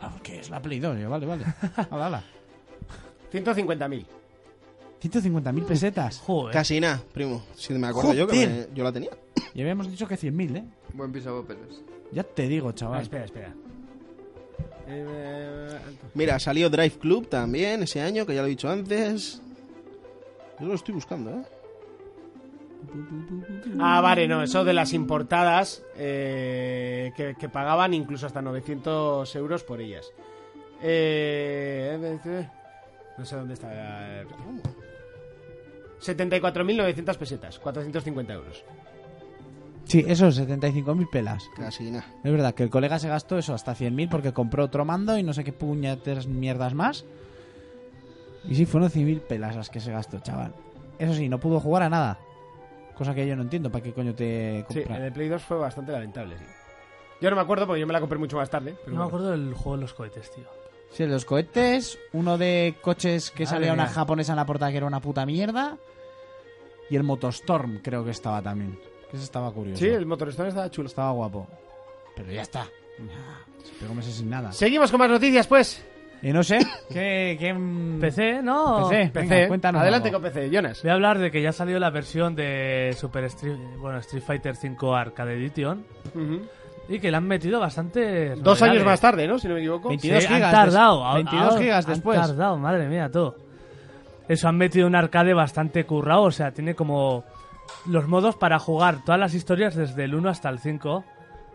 S2: Ah, porque es la Play 2. Y yo, vale, vale. Hala, hala.
S1: 150.000.
S2: 150.000 pesetas.
S3: Joder.
S4: Casi nada, primo. Si me acuerdo yo que
S2: Joder.
S4: me- yo la tenía.
S2: Y habíamos dicho que 100.000, ¿eh?
S5: Buen pisapapeles.
S2: Ya te digo,
S1: Ah,
S2: chaval.
S1: espera, espera. Eh,
S4: Mira, salió Drive Club también ese año, que ya lo he dicho antes. Yo lo estoy buscando, ¿eh?
S1: Ah, vale, no, eso de las importadas eh, que, que pagaban incluso hasta 900 euros por ellas. Eh, eh, no sé dónde está. eh, 74.900 pesetas, 450 euros.
S2: Sí, eso, 75.000 pelas.
S4: Casi nada.
S2: Es verdad que el colega se gastó eso hasta 100.000 porque compró otro mando y no sé qué puñeteras mierdas más. Y sí, fueron 100.000 pelas las que se gastó, chaval. Eso sí, no pudo jugar a nada. Cosa que yo no entiendo, ¿para qué coño te
S1: Sí, eh, en
S2: compras?
S1: el Play 2 fue bastante lamentable, sí. Yo no me acuerdo porque yo me la compré mucho más tarde. Pero
S3: No me
S1: bueno.
S3: acuerdo del juego de los cohetes, tío.
S2: Sí, los cohetes, uno de coches que
S3: Madre
S2: salía una
S3: mía.
S2: japonesa en la portada que era una puta mierda. Y el Motostorm creo que estaba también. Que ese estaba curioso.
S1: Sí, el Motorstone estaba chulo.
S2: Estaba guapo. Pero ya está. Se pegó meses sin nada.
S1: Seguimos con más noticias, pues.
S2: Y no sé, ¿qué... qué mm,
S3: PC, no.
S2: PC.
S1: PC,
S2: Venga, cuéntanos
S1: ¿eh? adelante
S2: algo.
S1: con PC, Jonas.
S3: Voy a hablar de que ya salió la versión de Super Street, bueno, Street Fighter 5 Arcade Edition.
S1: Ujú.
S3: Y que le han metido bastante.
S1: Dos años más tarde, ¿no? Si no me equivoco.
S2: 22
S3: eh, han
S2: gigas
S3: tardado.
S2: des-
S3: ahora-
S2: 22
S3: ahora
S2: gigas
S3: han
S2: después.
S3: tardado, madre mía, todo. Eso, han metido un arcade bastante currado. O sea, tiene como los modos para jugar todas las historias desde el 1 hasta el 5.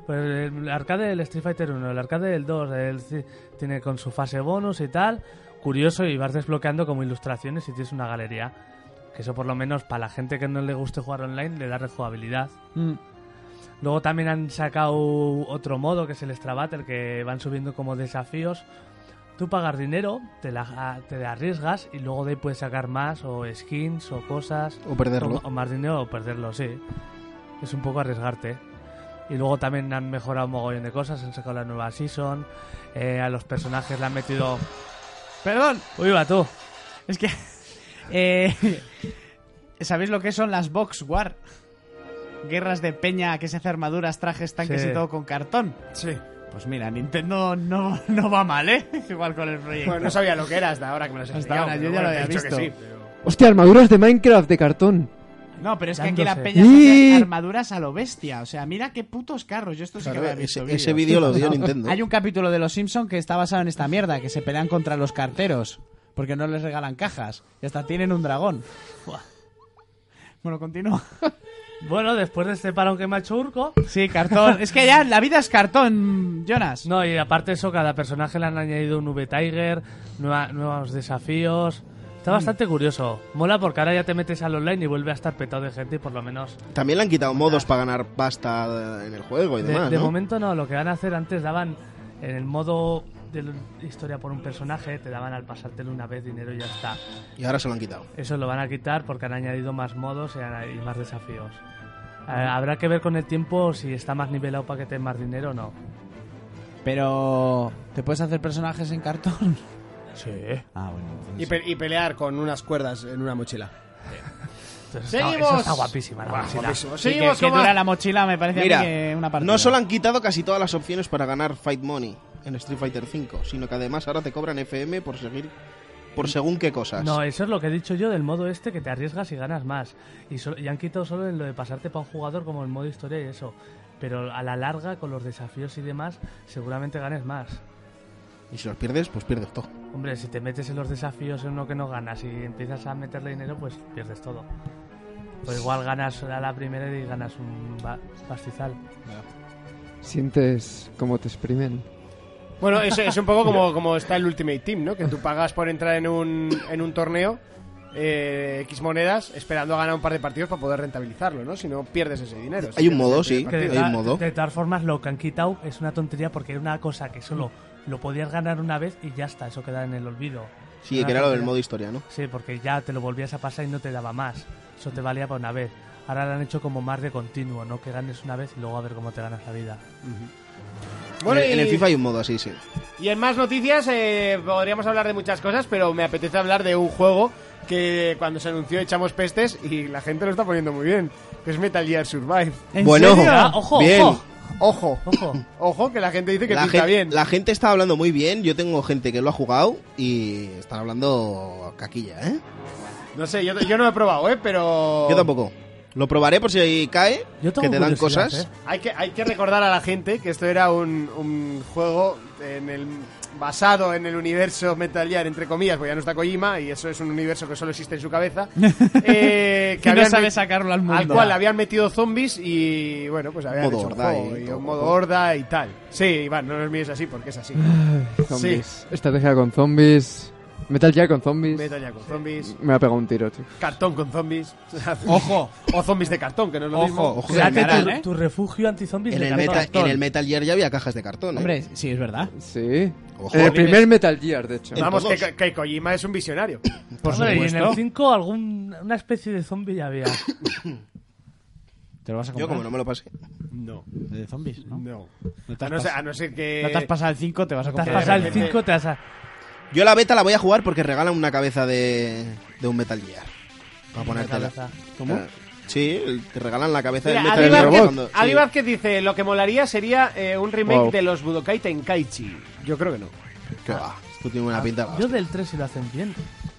S3: Pues el arcade del Street Fighter 1, el arcade del 2, el ci- tiene con su fase bonus y tal. Curioso, y vas desbloqueando como ilustraciones y tienes una galería. Que eso, por lo menos, para la gente que no le guste jugar online, le da rejugabilidad.
S2: Mm.
S3: Luego también han sacado otro modo que es el Extra Battle, que van subiendo como desafíos. Tú pagas dinero, te, la, ah, te arriesgas y luego de ahí puedes sacar más o skins o cosas.
S4: O perderlo.
S3: O, o más dinero o perderlo, sí. Es un poco arriesgarte. Y luego también han mejorado un mogollón de cosas, han sacado la nueva season, eh, a los personajes le han metido...
S2: Perdón,
S3: Uy, va tú.
S2: es que. eh, ¿Sabéis lo que son las Box War? Guerras de peña que se hace armaduras, trajes, tanques
S3: Sí.
S2: y todo con cartón.
S1: Sí.
S2: Pues mira, Nintendo no, no va mal, ¿eh? Igual con el proyecto.
S1: Bueno, no sabía lo que era hasta ahora que me lo has
S2: Hasta
S1: explicado.
S2: ahora, yo
S1: pero
S2: ya
S1: bueno,
S2: lo
S1: te he dicho
S2: había
S1: que
S2: visto.
S1: sí, pero-
S5: Hostia, armaduras de Minecraft de cartón.
S2: No, pero es que aquí la
S3: Dándose.
S2: peña se hace
S5: ¡Y!
S2: armaduras a lo bestia. O sea, mira qué putos carros. Yo esto sí que
S4: Claro,
S2: lo había visto.
S4: ese,
S2: vídeo.
S4: ese vídeo lo dio Nintendo.
S2: Hay un capítulo de Los Simpson que está basado en esta mierda, que se pelean contra los carteros, porque no les regalan cajas. Y hasta tienen un dragón. Buah. Bueno, continúa.
S3: Bueno, después de este parón que me ha hecho Urco...
S2: Sí, cartón. Es que ya la vida es cartón, Jonas.
S3: No, y aparte eso, cada personaje le han añadido un V-Tiger, nueva- nuevos desafíos. Está
S4: Mm.
S3: bastante curioso. Mola porque ahora ya te metes al online y vuelve a estar petado de gente y por lo menos...
S4: También le han quitado modos para ganar pasta en el juego y
S3: De,
S4: demás,
S3: de
S4: ¿no?
S3: momento no, lo que van a hacer antes daban en el modo de la historia por un personaje, te daban al pasártelo una vez dinero y ya está.
S4: Y ahora se lo han quitado.
S3: Eso lo van a quitar porque han añadido más modos y, han- y más desafíos. Eh, Habrá que ver con el tiempo si está más nivelado para que te den más dinero o no.
S2: Pero. ¿Te puedes hacer personajes en cartón?
S3: Sí.
S2: Ah, bueno. entonces
S1: Y,
S2: sí.
S1: pe- y pelear con unas cuerdas en una mochila.
S3: Está, eso
S1: Seguimos.
S3: está guapísima la
S1: Guau,
S3: mochila.
S1: guapísimo.
S2: Sí, que-
S1: Seguimos
S2: que,
S1: con
S2: dura
S1: más.
S2: la mochila, me parece a mí
S4: Mira,
S2: que una partida.
S4: no solo han quitado casi todas las opciones para ganar Fight Money en Street Fighter V, sino que además ahora te cobran FM por seguir por según qué cosas.
S3: No, eso es lo que he dicho yo del modo este que te arriesgas y ganas más. Y, so- y han quitado solo en lo de pasarte para un jugador como el modo historia y eso. Pero a la larga, con los desafíos y demás, seguramente ganes más.
S4: Y si los pierdes, pues pierdes todo.
S3: Hombre, si te metes en los desafíos en uno que no ganas y empiezas a meterle dinero, pues pierdes todo. Pues igual ganas a la primera y ganas un ba- pastizal.
S5: Sientes cómo te exprimen.
S1: Bueno, es, es un poco como, como está el Ultimate Team, ¿no? Que tú pagas por entrar en un, en un torneo eh, X monedas esperando a ganar un par de partidos para poder rentabilizarlo, ¿no? Si no, pierdes ese dinero.
S4: Hay un modo,
S1: pierdes el
S4: sí.
S1: primer
S3: Que de,
S4: Hay un
S3: ta-
S4: modo.
S3: de todas formas, lo que han quitado es una tontería porque era una cosa que solo lo podías ganar una vez y ya está, eso queda en el olvido.
S4: Sí,
S3: Una
S4: que era lo del
S3: tontería.
S4: modo historia, ¿no?
S3: Sí, porque ya te lo volvías a pasar y no te daba más. Eso te valía para una vez. Ahora lo han hecho como más de continuo, no que ganes una vez y luego a ver cómo te ganas la vida.
S1: partido. Bueno,
S4: en, en el
S1: y-
S4: FIFA hay un modo así, sí.
S1: Y en más noticias eh, podríamos hablar de muchas cosas, pero me apetece hablar de un juego que cuando se anunció echamos pestes y la gente lo está poniendo muy bien, que es Metal Gear Survive.
S2: ¿En
S4: Bueno,
S2: serio?
S3: Ah, ojo,
S4: bien.
S3: ojo,
S1: Oh, Ojo,
S3: ojo.
S1: ojo, que la gente dice que
S4: La,
S1: pinta
S4: gen-
S1: bien.
S4: la gente está hablando muy bien. Yo tengo gente que lo ha jugado y están hablando caquilla, ¿eh?
S1: No sé, yo, yo no lo he probado, ¿eh? Pero...
S4: Yo tampoco. Lo probaré por si ahí cae,
S3: Yo tengo
S4: que te dan
S3: curiosidad,
S4: cosas.
S3: ¿eh?
S1: Hay que, hay que recordar a la gente que esto era un, un juego en el, basado en el universo Metal Gear, entre comillas, porque ya no está Kojima y eso es un universo que solo existe en su cabeza. eh,
S2: Que no
S1: habían
S2: sabe
S1: met-
S2: sacarlo al mundo.
S1: Al cual habían metido zombies y bueno, pues habían
S4: Modo
S1: hecho un
S4: horda
S1: juego
S4: y
S1: y
S4: todo.
S1: un modo horda y tal. Sí, Iván, no nos mires así porque es así.
S5: Zombies. Estrategia con zombies. Metal Gear con zombies.
S1: Metal Gear con zombies,
S5: Me ha pegado un tiro, tío.
S1: cartón con zombies.
S2: Ojo.
S1: O zombies de cartón, que no es lo mismo.
S4: Ojo, ojo. que
S3: Créate
S4: en
S2: harán,
S3: tu,
S2: ¿eh?
S3: tu refugio anti-zombies
S4: el
S3: de
S4: Meta-
S3: cartón.
S4: en el Metal Gear ya había cajas de cartón, ¿eh?
S2: Hombre, sí, es verdad.
S5: Sí.
S4: Ojo.
S5: El primer Metal Gear, de hecho.
S4: en
S1: Vamos, que,
S4: todos.
S1: que Kojima es un visionario.
S2: Por
S3: Hombre, y en el
S2: supuesto.
S3: 5 algún, una especie de zombie ya había.
S2: Te lo vas a
S4: Yo
S2: comprar.
S4: como no me lo pasé.
S1: No,
S2: De zombies, ¿no?
S1: no. eh,
S2: No te
S1: A
S2: has
S1: no ser,
S2: pasado-
S1: a no ser que...
S2: no te has pasado el 5, te vas a
S3: Te has
S2: comprar.
S3: pasado el
S1: repente-
S3: 5, te has... a-
S4: Yo la beta la voy a jugar porque regalan una cabeza de, de un Metal Gear. Para ponértela.
S3: cabeza.
S4: ¿Cómo? sí, el- te regalan la cabeza
S1: Mira,
S4: del Metal
S1: Adi
S4: Gear.
S1: Vázquez-
S4: cuando-
S1: Adi
S4: sí.
S1: Vázquez dice, lo que molaría sería eh, un remake
S5: Wow.
S1: de los Budokai Tenkaichi. Yo creo que no.
S4: Que va, esto tiene una pinta.
S3: Yo del 3 si lo hacen bien.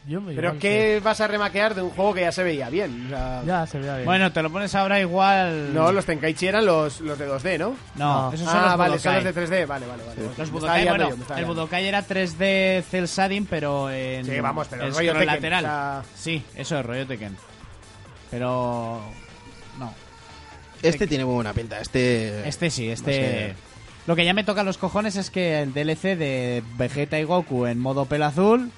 S3: Yo me
S1: Pero
S3: igual
S1: ¿qué vas a remaquear de un juego que ya se veía bien? O sea,
S3: que- Ya, se vea bien.
S2: Bueno, te lo pones ahora igual.
S1: no, los Tenkaichi eran los, los de 2D, ¿no?
S2: No,
S3: no.
S2: esos son
S1: Ah,
S2: los
S1: vale, son
S2: Budokai.
S1: los de 3D, vale, vale, vale.
S2: Los
S1: Me estaba
S2: Budokai,
S1: liando
S2: bueno,
S1: yo, me estaba
S2: el
S1: liando.
S2: Budokai era 3D cel shading, pero en.
S1: Sí, vamos, pero
S2: en
S1: rollo
S2: scroll
S1: Tekken,
S2: lateral.
S1: o sea-
S2: Sí, eso es rollo Tekken. Pero. No.
S4: Este tiene muy buena pinta. Este.
S2: Este sí,
S4: No
S2: este.
S4: sé.
S2: Lo que ya me toca los cojones es que el DLC de Vegeta y Goku en modo pelo azul,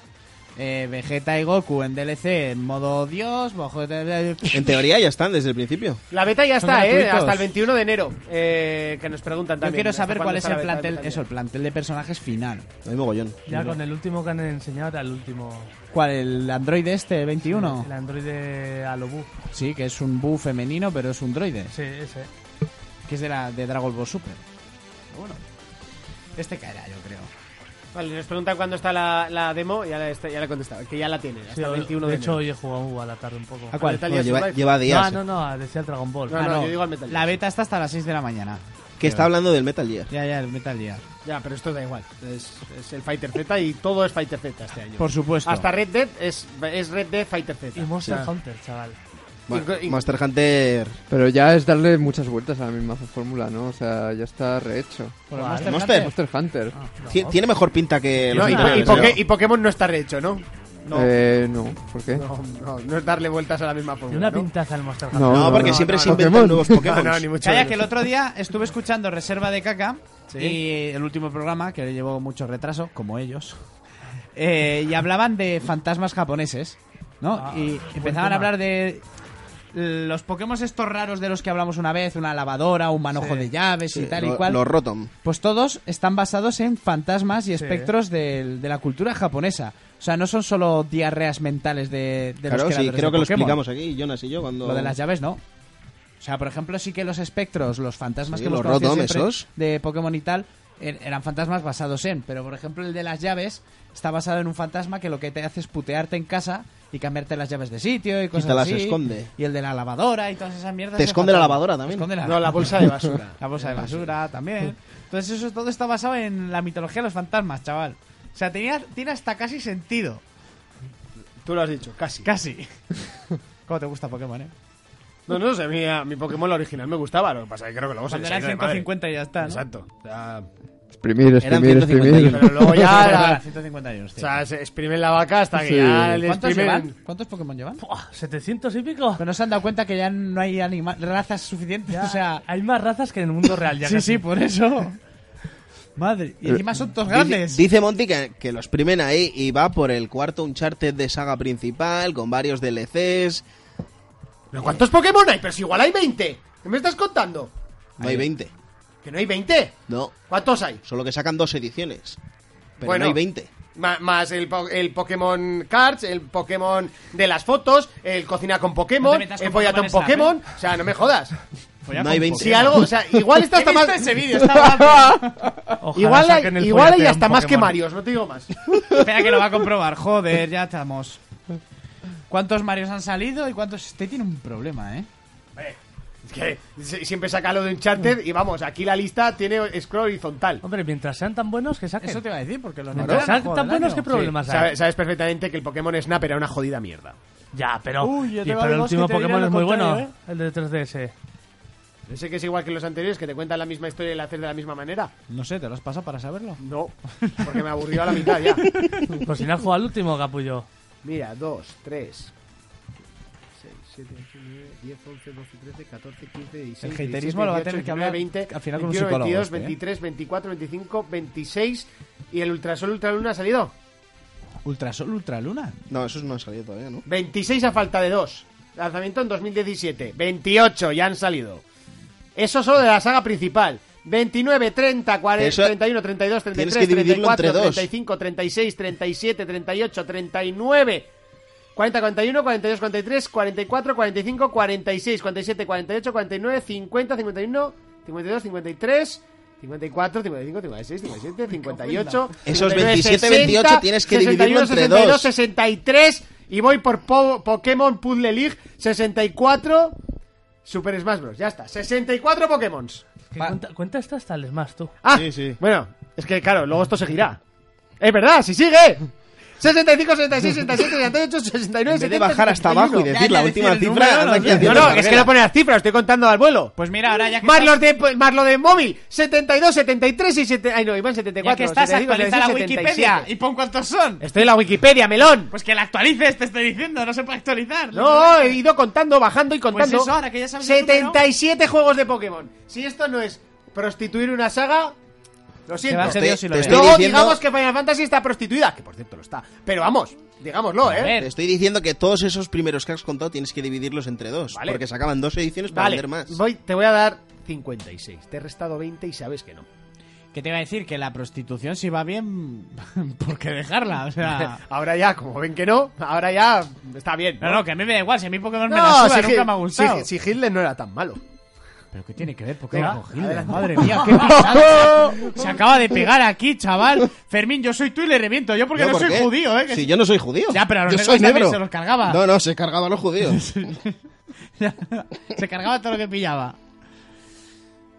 S2: eh, Vegeta y Goku en DLC en modo Dios, bajo.
S4: En teoría ya están desde el principio.
S1: La beta ya
S2: Son
S1: está, ¿eh?
S2: gratuitos.
S1: Hasta el 21 de enero. eh, que nos preguntan
S2: Yo
S1: también.
S2: quiero
S1: ¿hasta
S2: saber cuál
S1: cuándo
S2: es
S1: está
S2: el
S1: la beta
S2: plantel,
S1: del
S2: eso, el plantel de personajes final.
S4: Hay mogollón.
S3: ya con el último que han enseñado era el último.
S2: ¿Cuál? ¿El androide este, 21?
S3: El androide Alobu.
S2: Sí, que es un bu femenino, pero es un droide.
S3: Sí, ese.
S2: Que es de, la, de Dragon Ball Super. Pero bueno. Este caerá, yo creo.
S1: Vale, nos preguntan cuándo está la, la demo. Ya la, está- ya la he contestado. Que ya la tiene. Hasta
S3: Sí,
S1: el 21 de,
S3: de hecho,
S1: enero.
S3: hoy he jugado a la tarde un poco.
S2: ¿A cuál?
S1: Metal
S4: Bueno,
S1: Gear
S4: lleva,
S1: Survive.
S4: lleva
S3: No,
S4: días.
S3: no, no, decía el Dragon Ball.
S1: No,
S3: Ah,
S1: no, yo digo al Metal
S2: La
S1: Gear.
S2: beta está hasta las 6 de la mañana.
S4: Que está hablando del Metal Gear.
S2: Ya, ya, el Metal Gear.
S1: Ya, pero esto da igual. Es, es el Fighter Z y todo es Fighter Z este año.
S2: Por supuesto.
S1: Hasta Red Dead es, es Red Dead Fighter Z.
S3: Y Monster
S1: O sea,
S3: Hunter, chaval.
S4: Bueno,
S1: y-
S4: Monster Hunter.
S5: Pero ya es darle muchas vueltas a la misma fórmula, ¿no? O sea, ya está rehecho.
S2: Por el
S3: ¿Cuál?
S2: Monster
S4: Monster.
S2: Hunter.
S5: Monster Hunter.
S4: Ti- Tiene mejor pinta que los
S1: no, y,
S4: anteriores,
S1: y Poké-
S4: creo.
S1: y Pokémon no está rehecho, ¿no? No.
S5: Eh, no. ¿Por qué?
S1: No, no, no es darle vueltas a la misma
S3: Tiene
S1: fórmula.
S3: una
S1: ¿no?
S3: pintaza el Monster Hunter.
S5: No,
S4: No, porque siempre se inventan
S5: Pokémon.
S4: nuevos Pokémon.
S1: No, no, ni mucho
S2: Calla,
S1: menos.
S2: que el otro día estuve escuchando Reserva de Caca
S1: Sí.
S2: y el último programa, que llevó mucho retraso, como ellos, eh, y hablaban de fantasmas japoneses, ¿no?
S3: Ah,
S2: y
S3: buen
S2: empezaban
S3: tema.
S2: a hablar de los Pokémon estos raros de los que hablamos una vez, una lavadora, un manojo
S3: Sí.
S2: de llaves y
S4: Sí,
S2: tal y
S4: lo-
S2: cual.
S4: Los Rotom.
S2: Pues todos están basados en fantasmas y
S3: Sí.
S2: espectros del- de la cultura japonesa. O sea, no son solo diarreas mentales de, de
S4: Claro,
S2: los
S4: sí,
S2: creadores de
S4: creo que lo
S2: Pokémon.
S4: explicamos aquí, Jonas y yo, cuando...
S2: Lo de las llaves no. O sea, por ejemplo, sí que los espectros, los fantasmas
S4: Sí,
S2: que hemos
S4: los
S2: conocido
S4: Rotom,
S2: siempre
S4: esos.
S2: de Pokémon y tal er- eran fantasmas basados en, pero por ejemplo el de las llaves está basado en un fantasma que lo que te hace es putearte en casa y cambiarte las llaves de sitio y cosas
S4: te las
S2: así.
S4: esconde.
S2: Y el de la lavadora y todas esas mierdas.
S4: Te
S2: es
S4: esconde la
S2: fantasma.
S4: lavadora también.
S2: Esconde la,
S1: No, la bolsa de basura.
S2: la bolsa de basura también. Entonces eso todo está basado en la mitología de los fantasmas, chaval. O sea, tenía, tiene hasta casi sentido.
S1: Tú lo has dicho, casi.
S2: Casi. ¿Cómo te gusta Pokémon, eh?
S1: No, no sé, a mí, a mi Pokémon la original me gustaba, lo que pasa es que creo que luego se les
S2: Cuando eran
S1: ha ido de madre.
S2: 150 y ya está, ¿no?
S1: Exacto. O sea,
S5: Exprimir,
S4: Eran
S5: exprimir, exprimir.
S4: 151.
S1: pero luego ya, la-
S2: 151,
S1: o sea, se exprimen la vaca hasta que
S5: Sí.
S1: ya le
S2: ¿Cuántos, llevan?
S1: exprimen...
S2: ¿Cuántos Pokémon llevan?
S3: Buah, ¿700 y pico?
S2: Pero no se han dado cuenta que ya no hay anima- razas suficientes.
S3: Ya,
S2: O sea,
S3: hay más razas que en el mundo real ya
S2: sí,
S3: casi.
S2: sí, por eso. Madre, y encima son todos grandes.
S4: Dice, dice Monty que, que lo exprimen ahí y va por el cuarto Uncharted de saga principal, con varios DLCs.
S1: ¿Pero cuántos Pokémon hay? Pero si igual hay 20. ¿Qué me estás contando?
S4: No hay 20.
S1: ¿Que no hay 20?
S4: No,
S1: ¿Cuántos hay?
S4: solo que sacan dos ediciones. Pero
S1: Bueno.
S4: no hay 20.
S1: Ma- más el, po- el Pokémon Cards, el Pokémon de las fotos, el Cocina con
S2: No
S1: Pokémon,
S2: te metas
S1: el
S2: con
S1: Follatón
S2: Pokémon ¿eh?
S1: Pokémon. O sea, no me jodas.
S4: No hay 20.
S1: Si algo, o sea, igual está
S2: He
S1: hasta
S2: visto
S1: más.
S2: ese vídeo, está guapo.
S3: Ojalá
S1: Igual
S3: saquen
S1: hay,
S3: el
S1: igual hay
S3: folleteón
S1: hasta más que
S3: Pokémon.
S1: Marios, no te digo más.
S2: Espera que lo va a comprobar, joder, ya estamos. ¿Cuántos Marios han salido y cuántos...? Este tiene un problema, ¿eh?
S1: Es que si- siempre saca lo de Uncharted y vamos, aquí la lista tiene scroll horizontal.
S3: Hombre, mientras sean tan buenos que saquen.
S2: Eso te iba a decir, porque los
S3: mientras
S2: Nintendo
S3: sean
S2: han jugado
S3: tan
S2: el
S3: buenos,
S2: año.
S3: ¿qué problemas hay?
S1: Sabes, sabes perfectamente que el Pokémon Snap era una jodida mierda.
S3: Ya, pero,
S2: Uy, yo te
S3: y pero el
S2: valgo,
S3: último
S2: que te diré
S3: Pokémon
S2: lo
S3: es muy bueno,
S2: contrario,
S3: el de 3DS.
S1: Sé que es igual que los anteriores, que te cuentan la misma historia y la haces de la misma manera.
S2: No sé, ¿te lo has pasado para saberlo?
S1: No, porque me aburrió a la mitad ya.
S3: Pues si no has jugado al último, capullo.
S1: Mira, 2, 3, 6, 7, 8, 9, 10, 11, 12, 13, 14, 15, 16,
S2: El haterismo lo va a tener que hablar
S1: 20,
S2: al final con un
S1: 21,
S2: psicólogo
S1: 22,
S2: este, ¿eh?
S1: 23, 24, 25, 26 y el Ultrasol Ultraluna ha salido.
S2: Ultrasol, Ultraluna.
S4: No, esos no han salido todavía, ¿no?
S1: 26 a falta de 2. Lanzamiento en 2017. 28 ya han salido. Eso solo de la saga principal. 29, 30, 40,
S4: Eso-
S1: 31, 32,
S4: tienes
S1: 33,
S4: que dividirlo
S1: 34,
S4: entre dos.
S1: 35, 36, 37, 38, 39. 40, 41, 42, 43, 44, 45, 46, 47, 48, 49, 50, 51, 52, 53, 54, 55, 56, 57, 58.
S4: Esos
S1: 59,
S4: 27,
S1: 60,
S4: tienes que dividirlo entre
S1: 62,
S4: dos.
S1: 63 y voy por Po- Pokémon Puzzle League 64 Super Smash Bros. Ya está, 64 Pokémon.
S3: Que
S2: Va.
S3: Cuenta, cuenta esto hasta el más tú.
S1: Ah,
S4: Sí, sí.
S1: bueno, es que claro, luego esto seguirá. Es verdad, si sigue. 65, 66, 67, 68, 69,
S4: En vez de bajar hasta abajo y
S2: Ya,
S4: decir
S2: ya
S4: la
S2: decir
S4: última
S2: el número,
S4: cifra, anda aquí
S2: no,
S1: No,
S4: haciendo
S1: no,
S4: carrera.
S1: es que no pone las cifras, estoy contando al vuelo.
S2: Pues mira, ahora ya que
S1: Más los,
S2: estás,
S1: de, pues, más los de móvil, 72, 73 y 7, ay no, iban 74.
S2: ya que estás
S1: 75,
S2: actualiza la
S1: 76,
S2: Wikipedia
S1: 77.
S2: y pon cuántos son.
S1: Estoy en la Wikipedia, melón.
S2: Pues que la actualices, te estoy diciendo, no se puede actualizar.
S1: No, he ido contando, bajando y contando.
S2: Pues eso, ahora que ya sabes el
S1: 77 juegos de Pokémon. Si esto no es prostituir una saga, lo siento.
S2: va a ser Dios y lo
S4: Te
S2: vea.
S4: estoy
S1: Luego
S4: diciendo-
S1: digamos que Final Fantasy está prostituida, que por cierto lo está. Pero vamos, digámoslo, ¿eh?
S2: A ver.
S4: Te estoy diciendo que todos esos primeros que has contado tienes que dividirlos entre dos.
S1: Vale.
S4: Porque sacaban dos ediciones para
S1: Vale,
S4: vender más.
S1: voy, te voy a dar 56. Te he restado 20 y sabes que no.
S2: Que te iba a decir que la prostitución si va bien, ¿por qué dejarla? O sea...
S1: Ahora ya, como ven que no, ahora ya está bien.
S2: No, no, que a mí me da igual, si a mí Pokémon me la suda,
S1: si
S2: nunca
S1: Hit-
S2: me ha gustado.
S1: si- si Hitler no era tan malo.
S2: Pero ¿qué tiene que ver Pokémon
S1: Venga,
S2: con Hitler?
S1: adelante.
S2: Madre mía, qué pasada. Se acaba de pegar aquí, chaval. Fermín, yo soy tú y le reviento. Yo porque
S4: ¿Yo
S2: no
S4: por
S2: soy
S4: qué?
S2: judío, ¿eh? que
S4: Sí, yo no soy judío.
S2: Ya, pero a los
S4: yo
S2: negros
S4: soy
S2: también
S4: negro.
S2: se los cargaba.
S4: No, no, se cargaba a los judíos.
S2: Se cargaba todo lo que pillaba.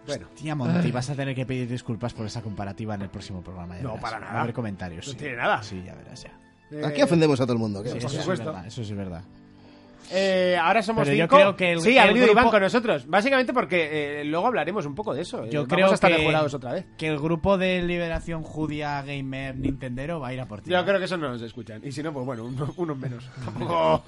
S2: Bueno. Tía Monty, vas a tener que pedir disculpas por esa comparativa en el próximo programa. ya
S1: No,
S2: verás.
S1: para nada.
S2: Va a haber comentarios.
S1: No
S2: sí.
S1: tiene nada.
S2: Sí, ya verás, ya.
S1: Eh,
S4: Aquí ofendemos a todo el mundo. ¿qué?
S2: Sí,
S1: por
S2: eso
S1: supuesto.
S2: Es verdad, eso sí es verdad.
S1: Eh, ahora somos
S2: Pero yo
S1: cinco.
S2: creo que el-
S1: sí, ha
S2: el
S1: venido
S2: grupo-
S1: Iván con nosotros. Básicamente porque eh, luego hablaremos un poco de eso. Eh,
S2: Yo
S1: Vamos
S2: creo
S1: a estar
S2: que-
S1: mejorados otra vez.
S2: Que el grupo de liberación judía gamer nintendero va a ir a por ti.
S1: Yo creo que eso no nos escuchan. Y si no, pues bueno, uno- unos menos. Tampoco.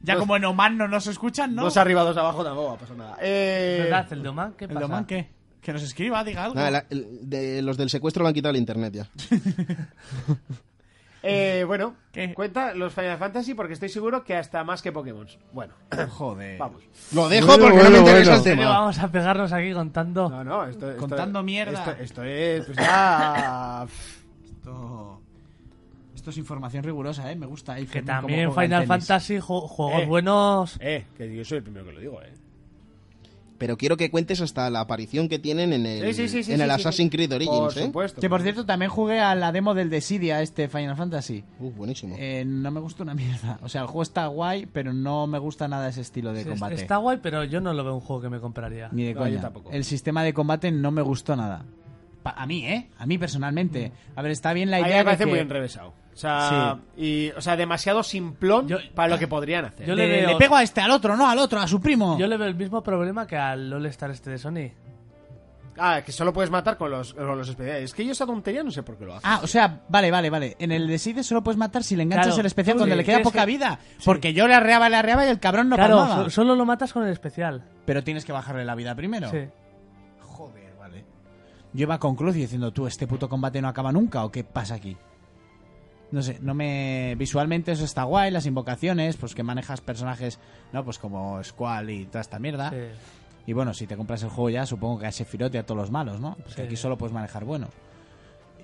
S2: Ya
S1: Dos-
S2: como en Oman no nos escuchan, ¿no?
S1: Dos arriba, dos abajo, tampoco va a pasar nada. Eh,
S3: ¿Verdad? ¿El de Oman? ¿Qué
S2: ¿El
S3: pasa?
S2: de Oman qué? Que nos escriba, diga algo.
S4: Nada, la- el- de- los del secuestro lo han quitado el internet ya.
S1: eh, bueno,
S2: ¿Qué?
S1: cuenta los Final Fantasy porque estoy seguro que hasta más que Pokémon. Bueno,
S2: Eh, Joder.
S1: vamos.
S4: Lo dejo
S5: Bueno,
S4: porque no
S5: bueno,
S4: me interesa
S5: bueno.
S4: el
S3: ¿En serio
S4: tema.
S3: vamos a pegarnos aquí contando?
S1: No, no, esto, esto-
S2: Contando mierda.
S1: Esto, esto es. Pues ya.
S2: Ah, Esto... Esto es información rigurosa, ¿eh? Me gusta. ahí
S3: que
S2: Fermín cómo
S3: también
S2: juega al
S3: Final
S2: tenis.
S3: Fantasy, ju- juegos
S1: Eh.
S3: buenos...
S1: eh, que yo soy el primero que lo digo, eh.
S4: Pero quiero que cuentes hasta la aparición que tienen en el, en el
S1: sí, sí, sí.
S4: Assassin's Creed
S1: Por
S4: Origins, ¿eh?
S1: supuesto.
S2: Que por cierto, también jugué a la demo del Desidia, este Final Fantasy.
S4: Uh, buenísimo.
S2: Eh, no me gusta una mierda. O sea, el juego está guay, pero no me gusta nada ese estilo de
S3: Sí, es-
S2: combate.
S3: Está guay, pero yo no lo veo un juego que me compraría.
S2: Ni de
S1: No,
S2: coña.
S1: yo tampoco.
S2: El sistema de combate no me gustó nada. Pa- a mí, ¿eh? A mí personalmente. A ver, está bien la
S1: A mí
S2: idea.
S1: me
S2: de
S1: parece
S2: que-
S1: muy enrevesado. O sea, y, o sea, demasiado simplón
S3: Yo-
S1: para lo que podrían hacer.
S3: Yo
S2: le,
S3: le veo-
S2: le pego a este, al otro, no, al otro, a su primo.
S3: Yo le veo el mismo problema que al All Star este de Sony.
S1: Ah, que solo puedes matar con los, con los especiales. Es que yo esa tontería no sé por qué lo hacen.
S2: Ah, o sea, vale, vale, vale. En el Deside solo puedes matar si le enganchas
S3: Claro,
S2: el especial
S3: tú
S2: donde
S3: sí,
S2: le queda
S3: tienes
S2: poca
S3: que-
S2: vida. Porque yo le arreaba, le arreaba y el cabrón no
S3: claro,
S2: palmaba.
S3: so- solo lo matas con el especial.
S2: Pero tienes que bajarle la vida primero.
S3: Sí.
S2: Joder, vale. Yo iba con Cruz y diciendo, tú, este puto combate no acaba nunca o qué pasa aquí. No sé, no me. Visualmente eso está guay, las invocaciones, pues que manejas personajes, ¿no? Pues como Squall y toda esta mierda.
S3: sí.
S2: Y bueno, si te compras el juego ya, supongo que a Sephiroth y a todos los malos, ¿no? Porque
S3: Sí.
S2: aquí solo puedes manejar buenos.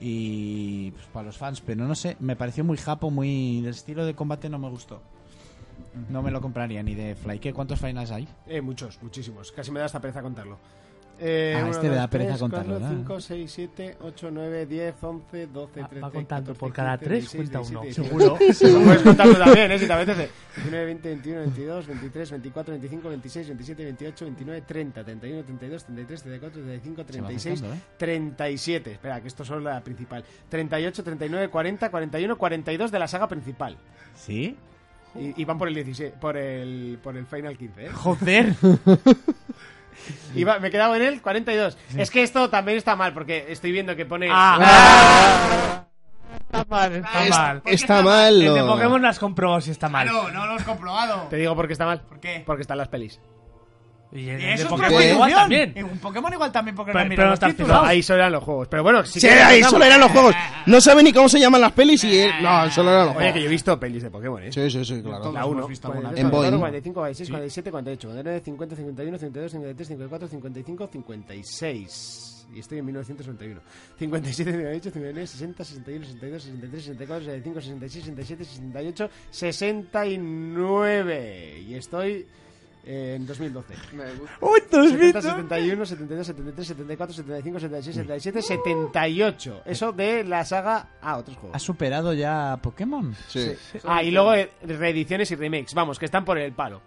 S2: Y pues para los fans, pero no sé, me pareció muy japo, muy... El estilo de combate no me gustó. No me lo compraría ni de Fly. ¿Qué? ¿Cuántos finals hay?
S1: Eh, muchos, muchísimos. Casi me da hasta pereza contarlo. Eh,
S2: Ah,
S1: uno,
S2: este le da
S1: dos,
S2: pereza
S1: tres,
S2: contarlo,
S1: cuatro,
S2: ¿no?
S1: cinco, seis, siete, ocho, nueve, diez, once, doce,
S3: Va- va
S1: trece,
S3: contando,
S1: catorce,
S3: por cada
S1: quince,
S3: tres
S1: dieciséis,
S3: cuenta
S1: diecisiete,
S3: uno.
S1: dieciocho.
S3: Seguro.
S1: Sí, lo puedes contar tú también, ¿eh? Si te apetece. 19, 20, 21, 22, 23, 24, 25, 26, 27, 28, 29, 30, 31, 32, 33, 34, 35,
S2: Se va
S1: 36,
S2: acercando, ¿eh?
S1: 37. Espera, que esto solo es la principal. 38, 39, 40, 41, 42 de la saga principal.
S2: ¿Sí?
S1: Y, y van por el 16, por el, por el final 15, ¿eh?
S2: ¡Joder!
S1: Y va- me he quedado en el 42. Es que esto también está mal, porque estoy viendo que pone...
S3: Ah,
S2: Está mal, está
S4: Es-
S3: mal.
S4: Está mal.
S3: El de
S4: no.
S3: Pokémon no has comprobado si está mal.
S2: no lo has comprobado.
S1: Te digo por qué está mal.
S2: ¿Por qué?
S1: Porque están las pelis.
S3: Y el
S2: Eso
S3: de
S2: es
S3: Pokémon
S4: prostitución.
S3: igual también.
S2: En Pokémon igual también porque
S3: Pero-
S2: no
S3: pero
S2: miran los
S3: no está
S2: títulos.
S1: No,
S3: Vamos.
S1: ahí solo eran los juegos. Pero bueno, sí
S4: Sí,
S1: que
S4: ahí
S1: empezamos.
S4: solo eran los juegos. No sabe ni cómo se llaman las pelis y... eh, No, solo eran los
S1: Oye, que yo
S4: juegos.
S1: he visto pelis de Pokémon, ¿eh?
S4: Sí, sí, sí, claro.
S1: La 1.
S4: vez. En Boeing.
S1: 45, 46, 47, 48, 49, 50, 51, 52, 53, 54, 55, 56. Y estoy en 1991. 57, 58, 59, 60, 61, 62, 63, 64, 65, 66, 67, 68, 69. Y estoy eh, en 2012.
S5: Me gusta.
S1: 70, 71, 72, 73, 74, 75, 76, 77, 78. Eso de la saga a otros
S2: ¿Ha
S1: juegos.
S2: superado ya a Pokémon?
S4: Sí.
S1: Ah, y luego eh, reediciones y remakes. Vamos, que están por el palo.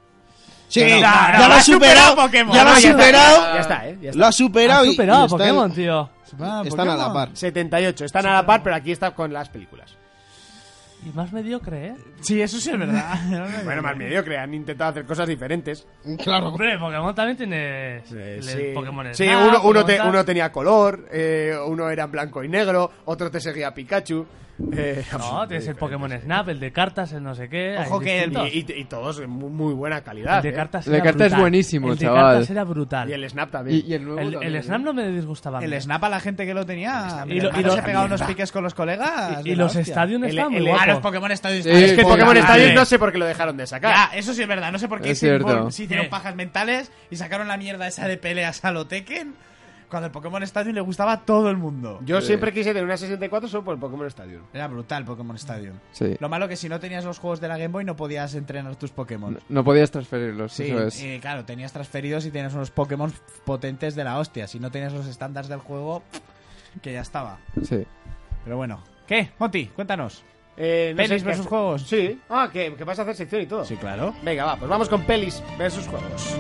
S4: Sí,
S2: No, no, no,
S4: ya
S2: lo
S4: lo
S2: ha
S4: ha superado.
S2: superado Pokémon.
S4: Ya
S2: No,
S4: lo ha
S2: ya está,
S1: Ya
S4: superado.
S1: está, ¿eh? Ya
S4: Lo
S1: está.
S4: ha superado.
S3: Has
S4: y-
S3: superado
S4: y
S3: a
S4: están-
S3: Pokémon, tío.
S2: ¿Superado
S4: Están a la
S2: Pokémon?
S4: par.
S1: 78. Están a la par, pero aquí está con las películas.
S3: Y más mediocre, ¿eh?
S2: Sí, eso sí es verdad.
S1: Bueno, más mediocre, han intentado hacer cosas diferentes.
S4: Claro.
S3: Hombre, Pokémon también tiene el Pokémon
S1: Sí,
S3: Snap,
S1: uno, uno,
S3: Pokémon
S1: te-
S3: tal.
S1: uno tenía color, eh, uno era en blanco y negro, otro te seguía Pikachu. eh,
S3: No, tienes el Pokémon Snap, el de cartas, el no sé qué.
S2: Ojo
S3: hay
S2: que el-
S3: distintos.
S1: Y, y- y todos en muy, muy buena calidad.
S3: El de
S1: eh.
S3: cartas
S5: El de
S3: era
S5: cartas es
S3: brutal.
S5: buenísimo,
S3: el de
S5: chaval.
S3: cartas era brutal.
S1: Y el Snap también.
S5: Y, y el nuevo
S3: El-
S5: también,
S3: el
S5: ¿eh?
S3: Snap no me disgustaba. a mí.
S2: El snap a la gente que lo tenía.
S3: Y
S2: Y,
S3: lo- y lo-
S2: se pegaba unos piques con los colegas.
S3: Y,
S2: de la
S3: los
S2: hostia.
S3: estadios
S1: El-
S3: estaban
S1: el-
S3: muy
S2: Ah, los
S3: guapos.
S2: Pokémon Stadium.
S5: Sí,
S1: Es que el Pokémon
S5: Madre.
S1: Stadium no sé por qué lo dejaron de sacar.
S2: Ya, eso sí es verdad. No sé por qué
S5: Es
S2: se
S5: cierto.
S2: invol- se hicieron
S3: Sí.
S2: pajas mentales y sacaron la mierda esa de peleas a lo Tekken. Cuando el Pokémon Stadium le gustaba a todo el mundo.
S1: Yo siempre quise tener una 64 solo por el Pokémon Stadium.
S2: Era brutal Pokémon Stadium.
S5: Sí.
S2: Lo malo que si no tenías los juegos de la Game Boy no podías entrenar tus Pokémon.
S5: No, no podías transferirlos,
S2: Sí, eh.
S5: eso es.
S2: y claro, tenías transferidos y tenías unos Pokémon potentes de la hostia. Si no tenías los estándares del juego, que ya estaba.
S5: Sí.
S2: Pero bueno. ¿Qué? Monty, cuéntanos.
S1: Eh,
S2: Pelis
S1: qué
S2: versus
S1: hacer.
S2: juegos.
S1: Sí. Ah, que, que vas a hacer sección y todo.
S2: claro.
S1: Venga, va, pues vamos con pelis versus juegos.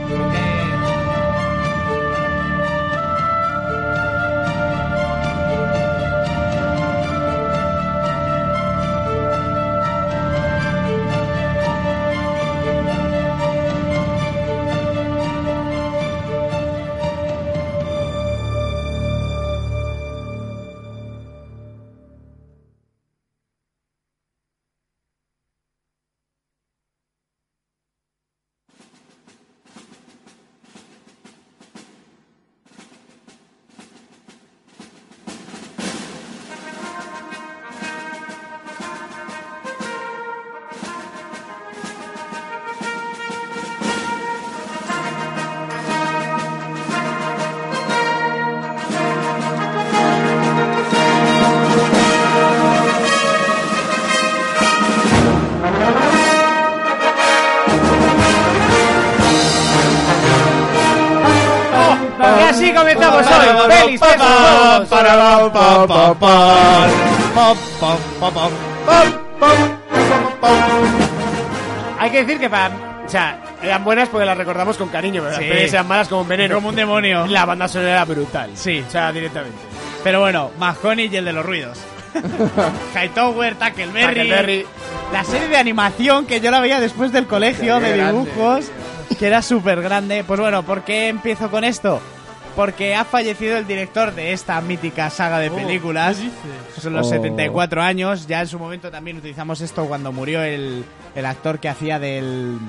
S1: Y así comenzamos hoy. Pelis versus juegos. Hay que decir que para. O sea, eran buenas porque las recordamos con cariño, pero
S2: Sí.
S1: las pelis eran malas como un veneno.
S2: Como un demonio.
S1: La banda sonora era brutal.
S2: Sí.
S1: O sea, directamente.
S2: Pero bueno, Mahoney y el de los ruidos. Hightower, Tackleberry.
S1: Tackleberry.
S2: La serie de animación que yo la veía después del colegio
S5: Qué
S2: de
S5: grande.
S2: dibujos, que era súper grande. Pues bueno, ¿por qué empiezo con esto? Porque ha fallecido el director de esta mítica saga
S1: Oh,
S2: de películas. Son los
S5: Oh.
S2: 74 años. Ya en su momento también utilizamos esto cuando murió el, el actor que hacía del.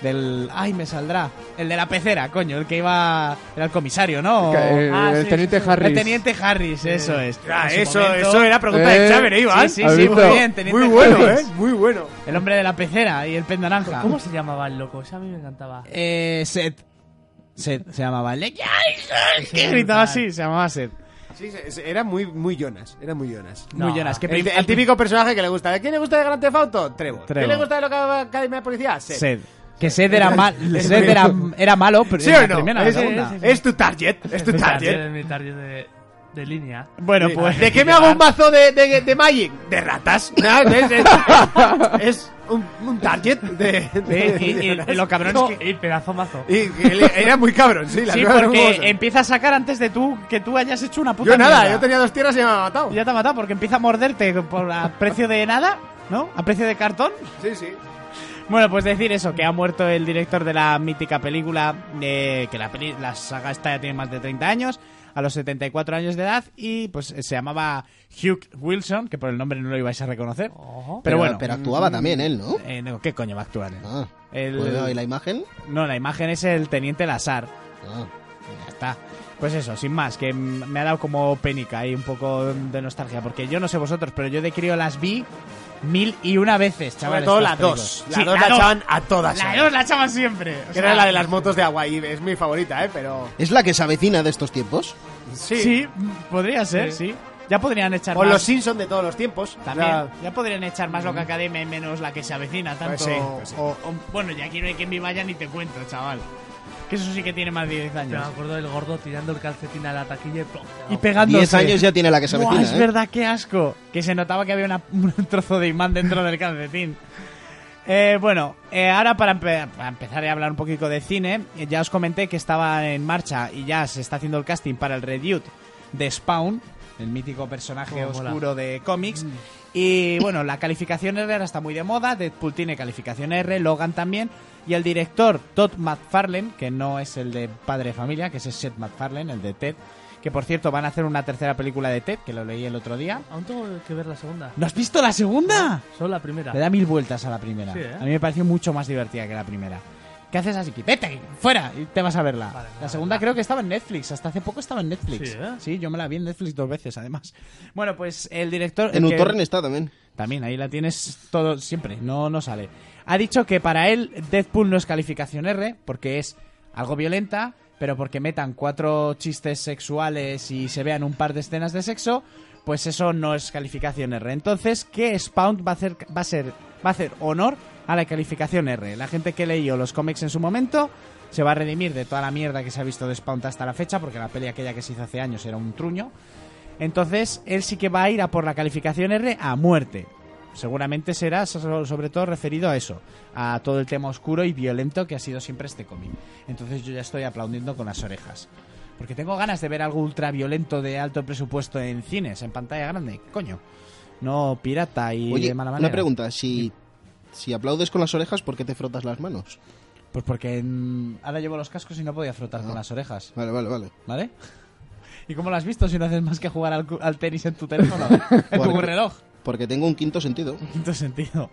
S2: Del. Ay, me saldrá. El de la pecera, coño. El que iba. Era el comisario, ¿no?
S5: Ca- eh,
S3: Ah, sí,
S5: el teniente
S3: sí, sí.
S5: Harris.
S2: El Teniente Harris, eso es.
S1: Ah,
S2: En su
S1: eso,
S2: momento-
S1: eso era pregunta de
S5: Eh,
S1: examen, ¿eh, Iván?
S2: Sí,
S5: ¿Has
S2: sí, sí, muy
S5: visto?
S2: bien. Teniente
S1: Muy bueno,
S2: Harris.
S1: ¿eh? Muy bueno.
S2: El hombre de la pecera y el pez naranja.
S3: ¿Cómo se llamaba el loco? Ese a mí me encantaba.
S2: Eh, Seth. Seth se llamaba. Le- ¡Ay, ay! Que gritaba así, se llamaba Seth.
S1: Sí, se- se- era muy, muy Jonas. Era muy Jonas.
S3: No.
S2: Muy lloras. ¿Qué
S1: El,
S2: peli-
S1: el típico personaje que le gusta. ¿Quién le gusta de Grand Theft Auto? Trevor.
S2: Trevor.
S1: ¿Quién le gusta de la Academia de Policía? Seth.
S2: Seth. Que Seth era, mal, Seth era, era malo, pero
S1: ¿Sí
S2: en
S1: o
S2: la
S1: no?
S2: primera, en la
S1: es,
S2: segunda.
S1: es- es tu target. Es tu
S3: Mi
S1: target.
S3: target, mi target de, de línea.
S2: Bueno,
S1: Sí.
S2: pues.
S1: ¿De qué me hago un mazo de, de, de Magic? De ratas. No, es, es- es un, un target de. de-
S2: Y, y- y lo cabrón
S3: No,
S2: es que.
S3: Y pedazo mazo.
S1: y que él era muy cabrón, sí, la
S2: Sí,
S1: verdad,
S2: porque
S1: hermoso.
S2: empieza a sacar antes de tú que tú hayas hecho una puta
S1: Yo nada,
S2: mierda.
S1: yo tenía dos tierras y me había matado.
S2: Ya te ha matado porque empieza a morderte por, a precio de nada, ¿no? A precio de cartón.
S1: Sí, sí.
S2: Bueno, pues decir eso, que ha muerto el director de la mítica película, eh, que la, peli- la saga esta ya tiene más de 30 años, a los 74 años de edad, y pues eh, se llamaba Hugh Wilson, que por el nombre no lo ibais a reconocer.
S3: Ojo.
S2: Pero bueno,
S4: Pero actuaba también él, ¿no?
S2: eh, no, ¿qué coño va a actuar? él?
S4: Ah.
S2: El-
S4: Bueno, ¿Y la imagen?
S2: No, la imagen es el teniente Lazar.
S4: Ah.
S2: Ya está. Pues eso, sin más, que mm, me ha dado como pénica y un poco de nostalgia, porque yo no sé vosotros, pero yo de crío las vi mil y una veces,
S1: Sobre
S2: chavales.
S1: todo
S2: estas
S1: la
S2: películas.
S1: dos. La
S2: Sí,
S1: dos
S2: la
S1: la
S2: dos.
S1: echaban a todas.
S2: La
S1: ¿sabes?
S2: dos la echaban siempre. O
S1: Que
S2: sea,
S1: era la de las motos de agua y es mi favorita, ¿eh? Pero.
S4: ¿Es la que se avecina de estos tiempos?
S1: Sí.
S2: Sí, podría ser, sí. Ya podrían echar
S1: O
S2: más.
S1: los Simpson de todos los tiempos.
S2: también.
S1: O sea,
S2: Ya podrían echar más Loca Academia y menos la que se avecina, tanto.
S1: Pues sí, pues sí.
S2: o, o- bueno, ya aquí no hay quien viva ya ni te cuento, chaval. Que eso sí que tiene más de 10
S3: Yo me
S2: años.
S3: acuerdo del gordo tirando el calcetín a la taquilla y ¡plop!
S2: Y pegándose.
S4: 10 años ya tiene la que se
S2: Buah,
S4: avecina,
S2: es
S4: ¿eh?
S2: verdad, qué asco. Que se notaba que había una- un trozo de imán dentro del calcetín. Eh, bueno, eh, ahora para, empe- para empezar a hablar un poquito de cine, eh, ya os comenté que estaba en marcha y ya se está haciendo el casting para el reboot de Spawn, el mítico personaje
S1: Oh,
S3: Cómo mola.
S2: oscuro de
S3: Mm.
S2: cómics. Y bueno, la calificación R ahora está muy de moda. Deadpool tiene calificación R, Logan también. Y el director Todd McFarlane, que no es el de Padre de Familia, que es Seth MacFarlane, el de Ted. Que por cierto, van a hacer una tercera película de Ted, que lo leí el otro día.
S3: Aún tengo que ver la segunda.
S2: ¿No has visto la segunda?
S3: Solo la primera.
S2: Le da mil vueltas a la primera.
S3: Sí, ¿eh?
S2: A mí me pareció mucho más divertida que la primera. ¿Qué haces así? que Vete, aquí, fuera, y te vas a verla.
S3: Vale,
S2: la
S3: vale,
S2: segunda
S3: vale.
S2: creo que estaba en Netflix, hasta hace poco estaba en Netflix.
S3: Sí, ¿eh?
S2: yo me la vi en Netflix dos veces además. Bueno, pues el director...
S4: En
S2: el
S4: un
S2: que-
S4: torrent está también.
S2: También, ahí la tienes todo siempre, no, no sale. Ha dicho que para él Deadpool no es calificación R, porque es algo violenta, pero porque metan cuatro chistes sexuales y se vean un par de escenas de sexo, pues eso no es calificación R. Entonces, que Spawn va a hacer, va a ser, va a hacer honor a la calificación R. La gente que leyó los cómics en su momento se va a redimir de toda la mierda que se ha visto de Spawn hasta la fecha, porque la peli aquella que se hizo hace años era un truño. Entonces, él sí que va a ir a por la calificación R a muerte. Seguramente será so- sobre todo referido a eso, a todo el tema oscuro y violento que ha sido siempre este cómic. Entonces yo ya estoy aplaudiendo con las orejas. Porque tengo ganas de ver algo ultraviolento de alto presupuesto en cines, en pantalla grande, coño. No pirata y
S4: Oye,
S2: de mala manera.
S4: una pregunta. Si, si aplaudes con las orejas, ¿por qué te frotas las manos?
S2: Pues porque mm, ahora llevo los cascos y no podía
S4: Ah.
S2: frotar con las orejas,
S4: Vale, vale, vale.
S2: ¿vale? ¿Y cómo lo has visto si no haces más que jugar al, cu- al tenis en tu teléfono? en tu
S4: Porque-
S2: reloj.
S4: Porque tengo un quinto sentido.
S2: Quinto sentido.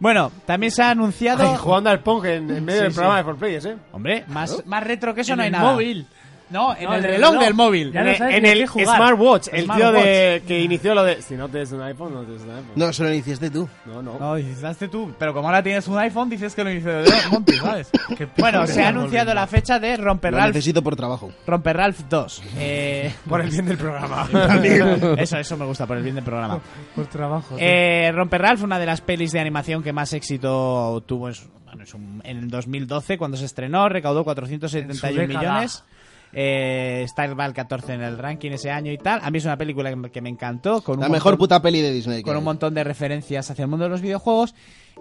S2: Bueno, también se ha anunciado.
S1: Ay, jugando al Pong en, en medio
S2: Sí,
S1: del
S2: sí.
S1: programa de For Players, ¿eh?
S2: Hombre, más, más retro que eso
S3: En
S2: no hay
S3: el
S2: nada.
S3: móvil.
S2: No, en
S3: No,
S2: el
S3: en el
S2: reloj
S3: reloj.
S2: del móvil. Eh,
S3: Ya no sabes
S1: en
S3: ni a
S1: el
S3: qué jugar.
S1: smartwatch, el tío
S2: Smartwatch.
S1: de que inició lo de si no tienes un iPhone, no tienes un iPhone.
S4: No, solo lo iniciaste tú.
S1: No, no.
S2: No, dices, "Hazte tú. Pero como ahora tienes un iPhone, dices que lo inició de Monty, ¿sabes? bueno, se ha anunciado la fecha de Romper
S4: Lo
S2: Ralph,
S4: necesito por trabajo.
S2: Romper Ralph 2. Eh,
S1: Por el bien del programa.
S2: eso, eso me gusta, por el bien del programa.
S3: Por trabajo. tío.
S2: Eh, Romper Ralph, una de las pelis de animación que más éxito tuvo en, su- bueno, en su- en el 2012 cuando se estrenó, recaudó
S3: En
S2: 471
S3: su década.
S2: millones. Eh, está el Val 14 en el ranking ese año y tal. A mí es una película que me- que me encantó. Con
S4: La
S2: un
S4: mejor
S2: montón-
S4: puta peli de Disney. que
S2: con un
S4: hay.
S2: montón de referencias hacia el mundo de los videojuegos.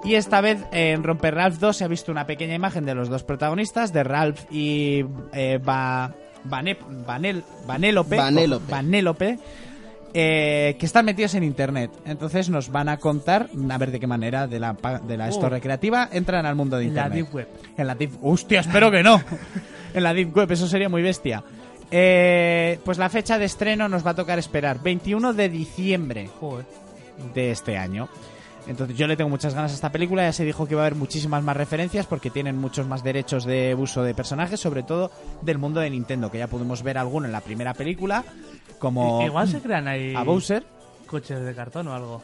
S2: Y esta vez eh, en Romper Ralph 2 se ha visto una pequeña imagen de los dos protagonistas, de Ralph y eh, Va- Vane- Vanel- Vanélope.
S4: Vanélope.
S2: Vanélope, eh, que están metidos en internet. Entonces nos van a contar, a ver de qué manera, de la, pa- de la
S3: Oh.
S2: store recreativa, entran al mundo de
S3: En la
S2: internet.
S3: Deep Web.
S2: En la Deep Hostia, espero que no. en la Deep Web, eso sería muy bestia. Eh, pues la fecha de estreno nos va a tocar esperar. 21 de diciembre
S3: Joder.
S2: de este año. Entonces yo le tengo muchas ganas a esta película, ya se dijo que va a haber muchísimas más referencias porque tienen muchos más derechos de uso de personajes, sobre todo del mundo de Nintendo, que ya pudimos ver alguno en la primera película, como
S3: I- Igual se crean ahí
S2: a Bowser.
S3: coches de cartón o algo.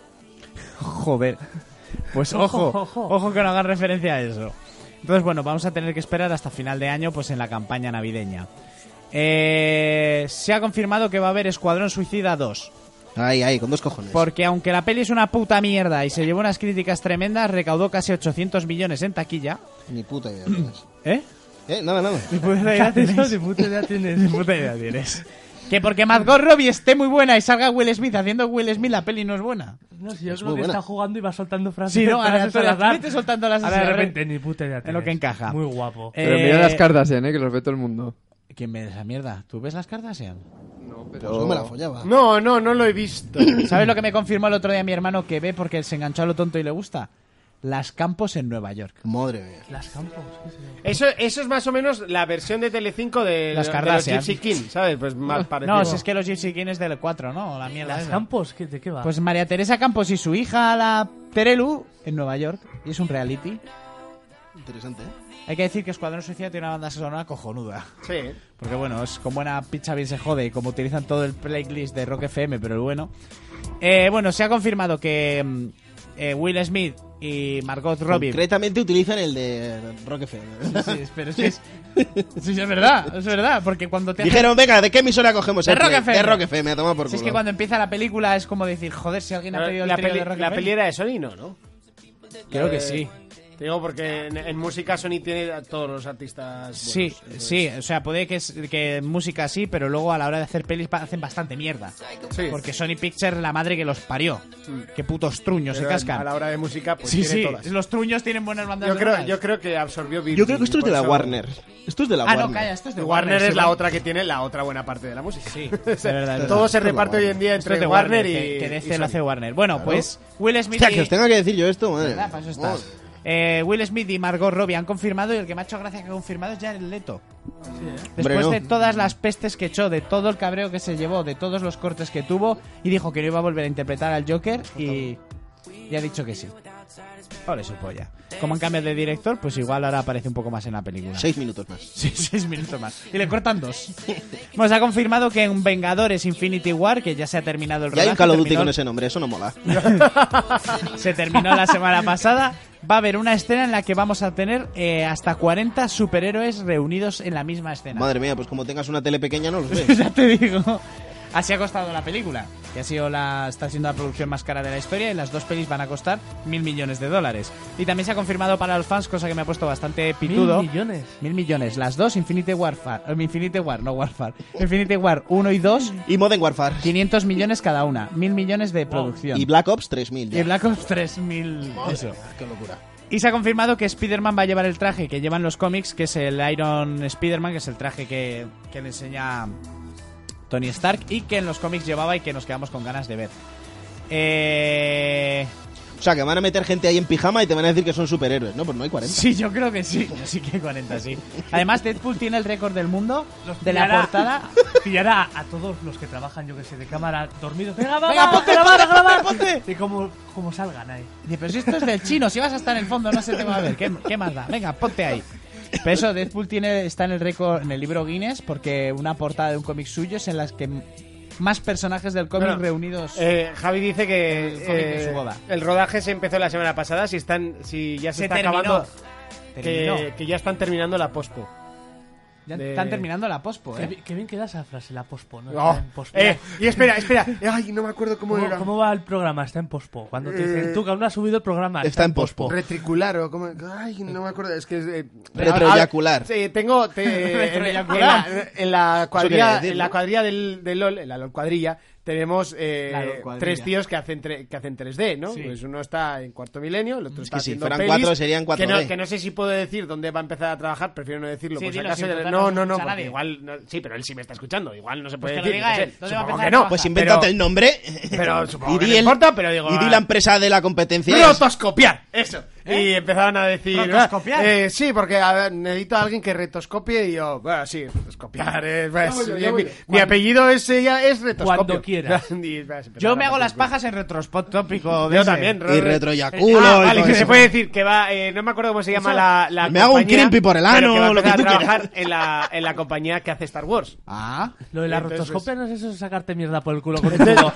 S2: Joder. Pues ojo,
S3: Ojo.
S2: ojo que no hagan referencia a eso. Entonces, bueno, vamos a tener que esperar hasta final de año, pues en la campaña navideña. Eh, se ha confirmado que va a haber Escuadrón Suicida 2.
S4: Ahí, ahí, con dos cojones.
S2: Porque aunque la peli es una puta mierda y se llevó unas críticas tremendas, recaudó casi 800 millones en taquilla.
S4: Ni puta idea. tienes.
S2: ¿Eh?
S4: eh, nada, nada.
S2: Ni puta idea
S3: Eso
S2: tienes.
S3: ni puta idea tienes.
S2: Ni puta idea tienes. Que porque Margot Robbie esté muy buena y salga Will Smith haciendo Will Smith, la peli no es buena.
S3: No, si yo
S4: Es
S3: creo
S4: muy
S3: que
S4: buena.
S3: está jugando y va soltando frases.
S2: Sí, ¿no?
S3: frases
S2: Aleatorias.
S3: al azar.
S2: Vete soltando las
S3: Ahora de
S2: así, a ver.
S3: repente ni puta idea
S2: En lo
S3: tienes.
S2: que encaja.
S3: Muy guapo.
S2: Eh,
S5: Pero mira las Kardashian, eh, que los ve todo el mundo.
S2: ¿Quién ve esa mierda? ¿Tú ves las Kardashian?
S5: No,
S4: Pues yo me la follaba.
S1: No, no, no lo he visto.
S2: ¿Sabes lo que me confirmó el otro día mi hermano que ve porque se enganchó a lo tonto y le gusta? Las Campos en Nueva York.
S4: Madre mía.
S3: Las campos. qué sé yo.
S1: Eso, eso es más o menos la versión de Telecinco de,
S2: Las
S1: de los
S2: Kardashian.
S1: Gypsy King, ¿sabes? Pues más parecido.
S2: No, si es que los Gypsy Kings del 4, ¿no? La mierda
S3: Las
S2: esa.
S3: campos, ¿qué- ¿de qué va?
S2: Pues María Teresa Campos y su hija, la Terelu, en Nueva York. Y es un reality.
S4: Interesante, ¿eh?
S2: Hay que decir que Escuadrón Suicida tiene una banda sonora cojonuda.
S1: Sí.
S2: Porque bueno, es con buena picha bien se jode y como utilizan todo el playlist de Rock FM, pero el bueno. Eh, bueno, se ha confirmado que mm, eh, Will Smith y Margot Robbie...
S4: Concretamente utilizan el de Rockefeller.
S2: Sí, pero es que es... sí, es verdad, es verdad, porque cuando te... hacen-
S4: Dijeron, venga, ¿de qué emisora cogemos?
S2: De
S4: este?
S2: Rock FM.
S4: De Rock FM, a tomar por culo.
S2: Si es que cuando empieza la película es como decir, joder, si alguien ha
S1: La,
S2: pedido el
S1: la
S2: trío
S1: peli,
S2: de Rock
S1: la
S2: FM.
S1: peli era de Sony, ¿no? ¿no?
S2: Creo que sí.
S1: Te digo porque en, en música Sony tiene a todos los artistas.
S2: Sí,
S1: buenos, entonces-
S2: sí, o sea, puede que, es- que música sí, pero luego a la hora de hacer pelis pa- hacen bastante mierda.
S1: Sí. Mm.
S2: Porque Sony Pictures, la madre que los parió. Qué putos truños se
S1: Pero
S2: cascan.
S1: A la hora de música, pues
S2: sí,
S1: tiene
S2: sí,
S1: todas.
S2: los truños tienen buenas bandas
S1: Yo creo,
S2: sonoras.
S1: yo creo que absorbió Virgin.
S4: Yo creo que esto es de
S1: por
S4: la
S1: eso-
S4: Warner. Esto es de la
S2: Ah,
S4: Warner.
S2: no, calla, esto es de
S1: Warner,
S2: Warner.
S1: es
S2: sí,
S1: la
S2: va-
S1: otra que tiene la otra buena parte de la música.
S2: Sí,
S1: O sea,
S2: es verdad, es
S1: todo
S2: verdad.
S1: se
S4: Esto es de
S1: reparte hoy en
S4: Warner.
S1: día
S2: Esto
S1: entre
S2: es de
S1: Warner, y.
S2: Que, que DC
S1: y
S2: lo
S1: Sony.
S2: hace Warner. Bueno, pues Will Smith.
S4: Hostia,
S2: y-
S4: que os tenga que decir yo esto, madre.
S2: Ah, para eso estás. Eh, Will Smith y Margot Robbie han confirmado y el que me ha hecho gracia que ha confirmado es Jared Leto. Después
S4: Hombre,
S2: de
S4: no.
S2: todas las pestes que echó, de todo el cabreo que se llevó, de todos los cortes que tuvo, y dijo que no iba a volver a interpretar al Joker y ya ha dicho que sí. Pobre su polla. Como han cambiado de director, pues igual ahora aparece un poco más en la película.
S4: Seis minutos más.
S2: Sí, seis minutos más. Y le cortan dos. Nos ha confirmado que en Vengadores Infinity War, que ya se ha terminado el
S4: Y hay un
S2: rodaje,
S4: Call of Duty
S2: terminó-
S4: con ese nombre, eso no mola.
S2: se terminó la semana pasada. Va a haber una escena en la que vamos a tener eh, hasta 40 superhéroes reunidos en la misma escena.
S4: Madre mía, pues como tengas una tele pequeña no los ves.
S2: ya te digo. Así ha costado la película. Que ha sido la, está siendo la producción más cara de la historia y las dos pelis van a costar mil millones de dólares. Y también se ha confirmado para los fans, cosa que me ha puesto bastante pitudo.
S3: Mil millones.
S2: Mil millones, las dos, Infinite Warfare, eh, Infinite War, no Warfare, Infinite War 1 y 2,
S4: Y Modern Warfare.
S2: 500 millones cada una, mil millones de producción.
S4: Y Black Ops 3000.
S2: Y
S4: ya.
S2: Black Ops 3000. Eso.
S4: Qué locura.
S2: Y se ha confirmado que Spider-Man va a llevar el traje que llevan los cómics, que es el Iron Spider-Man, que es el traje que, que le enseña Tony Stark y que en los cómics llevaba y que nos quedamos con ganas de ver. Eh...
S4: O sea, que van a meter gente ahí en pijama y te van a decir que son superhéroes, ¿no? Pues no hay 40.
S2: Sí, yo creo que sí. Yo sí que 40, sí. Además, Deadpool tiene el récord del mundo de la
S3: Pillará-
S2: portada.
S3: Pillará a, a todos los que trabajan, yo que sé, de cámara dormidos. Venga, va,
S2: Venga,
S3: va,
S2: ponte,
S3: grabar,
S2: ponte,
S3: grabar.
S2: ponte.
S3: Y como, como salgan ahí.
S2: Dice, pero si esto es del chino, si vas a estar en el fondo, no se te va a ver. ¿Qué, qué más da? Venga, ponte ahí. Pero eso, Deadpool tiene, está en el récord, en el libro Guinness, porque una portada de un cómic suyo es en las que m- más personajes del cómic
S1: Bueno,
S2: reunidos.
S1: Eh, Javi dice que
S2: El cómic de
S1: eh,
S2: su boda.
S1: el rodaje se empezó la semana pasada. Si están, si ya se, está acabando,
S2: Terminó.
S1: que, que ya están terminando la pospo.
S2: Ya
S1: de-
S2: Están terminando la pospo,
S3: Qué,
S2: ¿eh?
S3: bi- qué bien queda esa frase, la pospo, ¿no?
S1: Oh,
S3: Está en pospo.
S1: eh, y espera, espera. Ay, no me acuerdo
S2: Oh.
S1: cómo,
S3: ¿Cómo,
S1: era.
S3: cómo va el programa? Está en pospo. Cuando te
S2: Eh,
S3: dicen, tú que aún no has subido el programa.
S4: Está en pospo.
S1: Retricular o como. Ay, no me acuerdo. Es que. es, eh,
S4: Retroyacular.
S1: ah, Sí, tengo. te- en, en
S2: Retroyacular.
S1: la, en la cuadrilla,
S4: quiere decir,
S1: en la
S4: ¿no?
S1: cuadrilla del, del LOL, en la LOL cuadrilla, tenemos eh,
S2: La LOL cuadrilla.
S1: tres tíos que hacen, tre- que hacen 3D, ¿no? Pues uno está en cuarto milenio, el otro está
S4: que si
S1: haciendo
S4: fueran
S1: pelis,
S4: cuatro, serían
S1: que no,
S4: 4D.
S1: que no sé si puedo decir dónde va a empezar a trabajar, prefiero no decirlo.
S2: Sí,
S1: por si
S2: dilo,
S1: acaso
S2: sin
S1: ya-
S2: total,
S1: no,
S2: no pues
S1: no, no,
S2: escucha
S1: porque
S2: nadie.
S1: igual. no- sí, pero él sí me está escuchando, igual no se puede
S2: Pues que
S1: decir.
S2: lo diga
S1: no sé,
S2: él, ¿dónde va a
S1: supongo
S2: empezar
S1: que
S2: a
S1: no.
S2: trabajar?
S4: Pues invéntate
S1: Pero-
S4: el nombre.
S1: Pero supongo que no
S4: el-
S1: importa, pero digo,
S4: Y di
S1: ah.
S4: la empresa de la competencia.
S1: Rotoscopiar, eso.
S2: ¿Eh?
S1: Y empezaban a decir.
S2: ¿Rotoscopiar?
S1: "Ah, eh, sí, porque a ver, necesito a alguien que retoscopie y yo, bueno, sí, retoscopiar. eh, pues,
S5: yo,
S1: mi-
S5: ya voy
S1: mi,
S5: yo.
S1: apellido es, eh, ya es retoscopio.
S3: Cuando quieras.
S1: Y, pues, empezaron
S2: Yo me
S1: a
S2: hago las
S1: hacer-
S2: pajas en retrospópico.
S1: Yo también. eh,
S4: Y retroyaculo
S1: Ah,
S4: y
S1: vale,
S4: todo
S1: que se
S4: eso.
S1: puede decir que va, eh, no me acuerdo cómo se llama la, la
S4: Me hago un
S1: compañía,
S4: crimpy por el
S1: pero
S4: ano,
S1: que va a
S4: lo que
S1: empezar a
S4: tú quieras.
S1: trabajar en la, en la compañía que hace Star Wars.
S2: Ah,
S3: Lo de la
S1: Entonces- pues,
S3: rotoscopia no es eso de sacarte mierda por el culo con un dedo.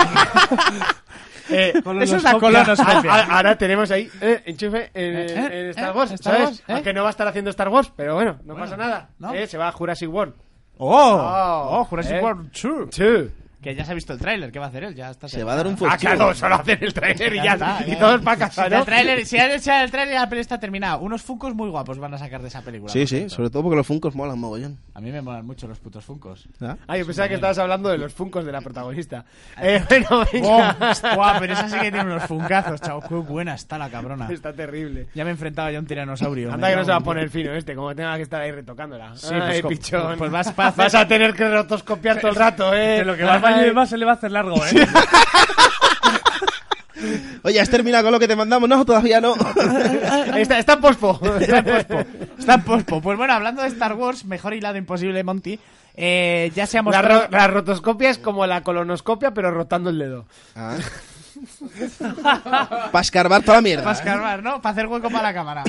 S1: Eh,
S2: eso es la
S3: Colonoscopia.
S1: Ah,
S2: colonoscopia.
S1: ah, ahora tenemos ahí eh, enchufe en,
S2: Eh,
S1: en
S2: eh,
S1: Star
S2: eh,
S1: Wars,
S2: Star
S1: ¿sabes?
S2: Wars, eh.
S1: Aunque no va a estar haciendo Star Wars, pero bueno, no pasa nada.
S2: ¿no?
S1: Eh, se va a Jurassic World.
S2: ¡Oh! ¡Oh, Jurassic
S1: eh.
S2: World 2!
S1: Sí.
S2: Que ya se ha visto el tráiler, ¿qué va a hacer él? Ya está
S4: Se va a dar un
S1: Ah,
S4: fuchillo.
S1: claro, solo hacer el trailer y
S2: Pues Ya
S1: ya.
S2: está,
S1: y
S2: ya.
S1: todos para casa,
S2: Si
S1: ¿no?
S2: el tráiler- si han hecho el tráiler, la peli está terminada. Unos funcos muy guapos van a sacar de esa película.
S4: Sí,
S2: por
S4: sí,
S2: cierto.
S4: sobre todo porque los Funkos molan mogollón.
S2: A mí me molan mucho los putos funcos.
S4: ¿Ah?
S1: Ah, yo pensaba que estabas hablando de los funcos de la protagonista. Eh, bueno, venga.
S2: Guau, pero esa sí que tiene unos funcazos, chao. Qué buena está la cabrona.
S1: Está terrible.
S2: Ya me enfrentaba yo a un tiranosaurio.
S1: Anda que no se va a poner
S2: Sí,
S1: fino este, como tenga que estar ahí retocándola.
S2: Sí,
S1: Ay,
S2: pues co-
S1: pichón.
S2: pues vas pa' hacer-
S1: Vas a tener que rotoscopiar todo el rato, eh.
S3: Que lo que va al baño y demás se le va a hacer largo, ¿eh?
S4: Oye, ¿has terminado con lo que te mandamos? No, todavía no.
S1: Está, está en pospo.
S2: Está en pospo. Pues bueno, hablando de Star Wars, mejor hilado imposible, Monty. eh, ya se ha
S1: La,
S2: mostrado.
S1: ro- la rotoscopia es como la colonoscopia, pero rotando el dedo.
S4: Ah. Para escarbar toda la mierda.
S1: ¿Eh?
S2: Para escarbar, ¿no? Para hacer hueco para la cámara.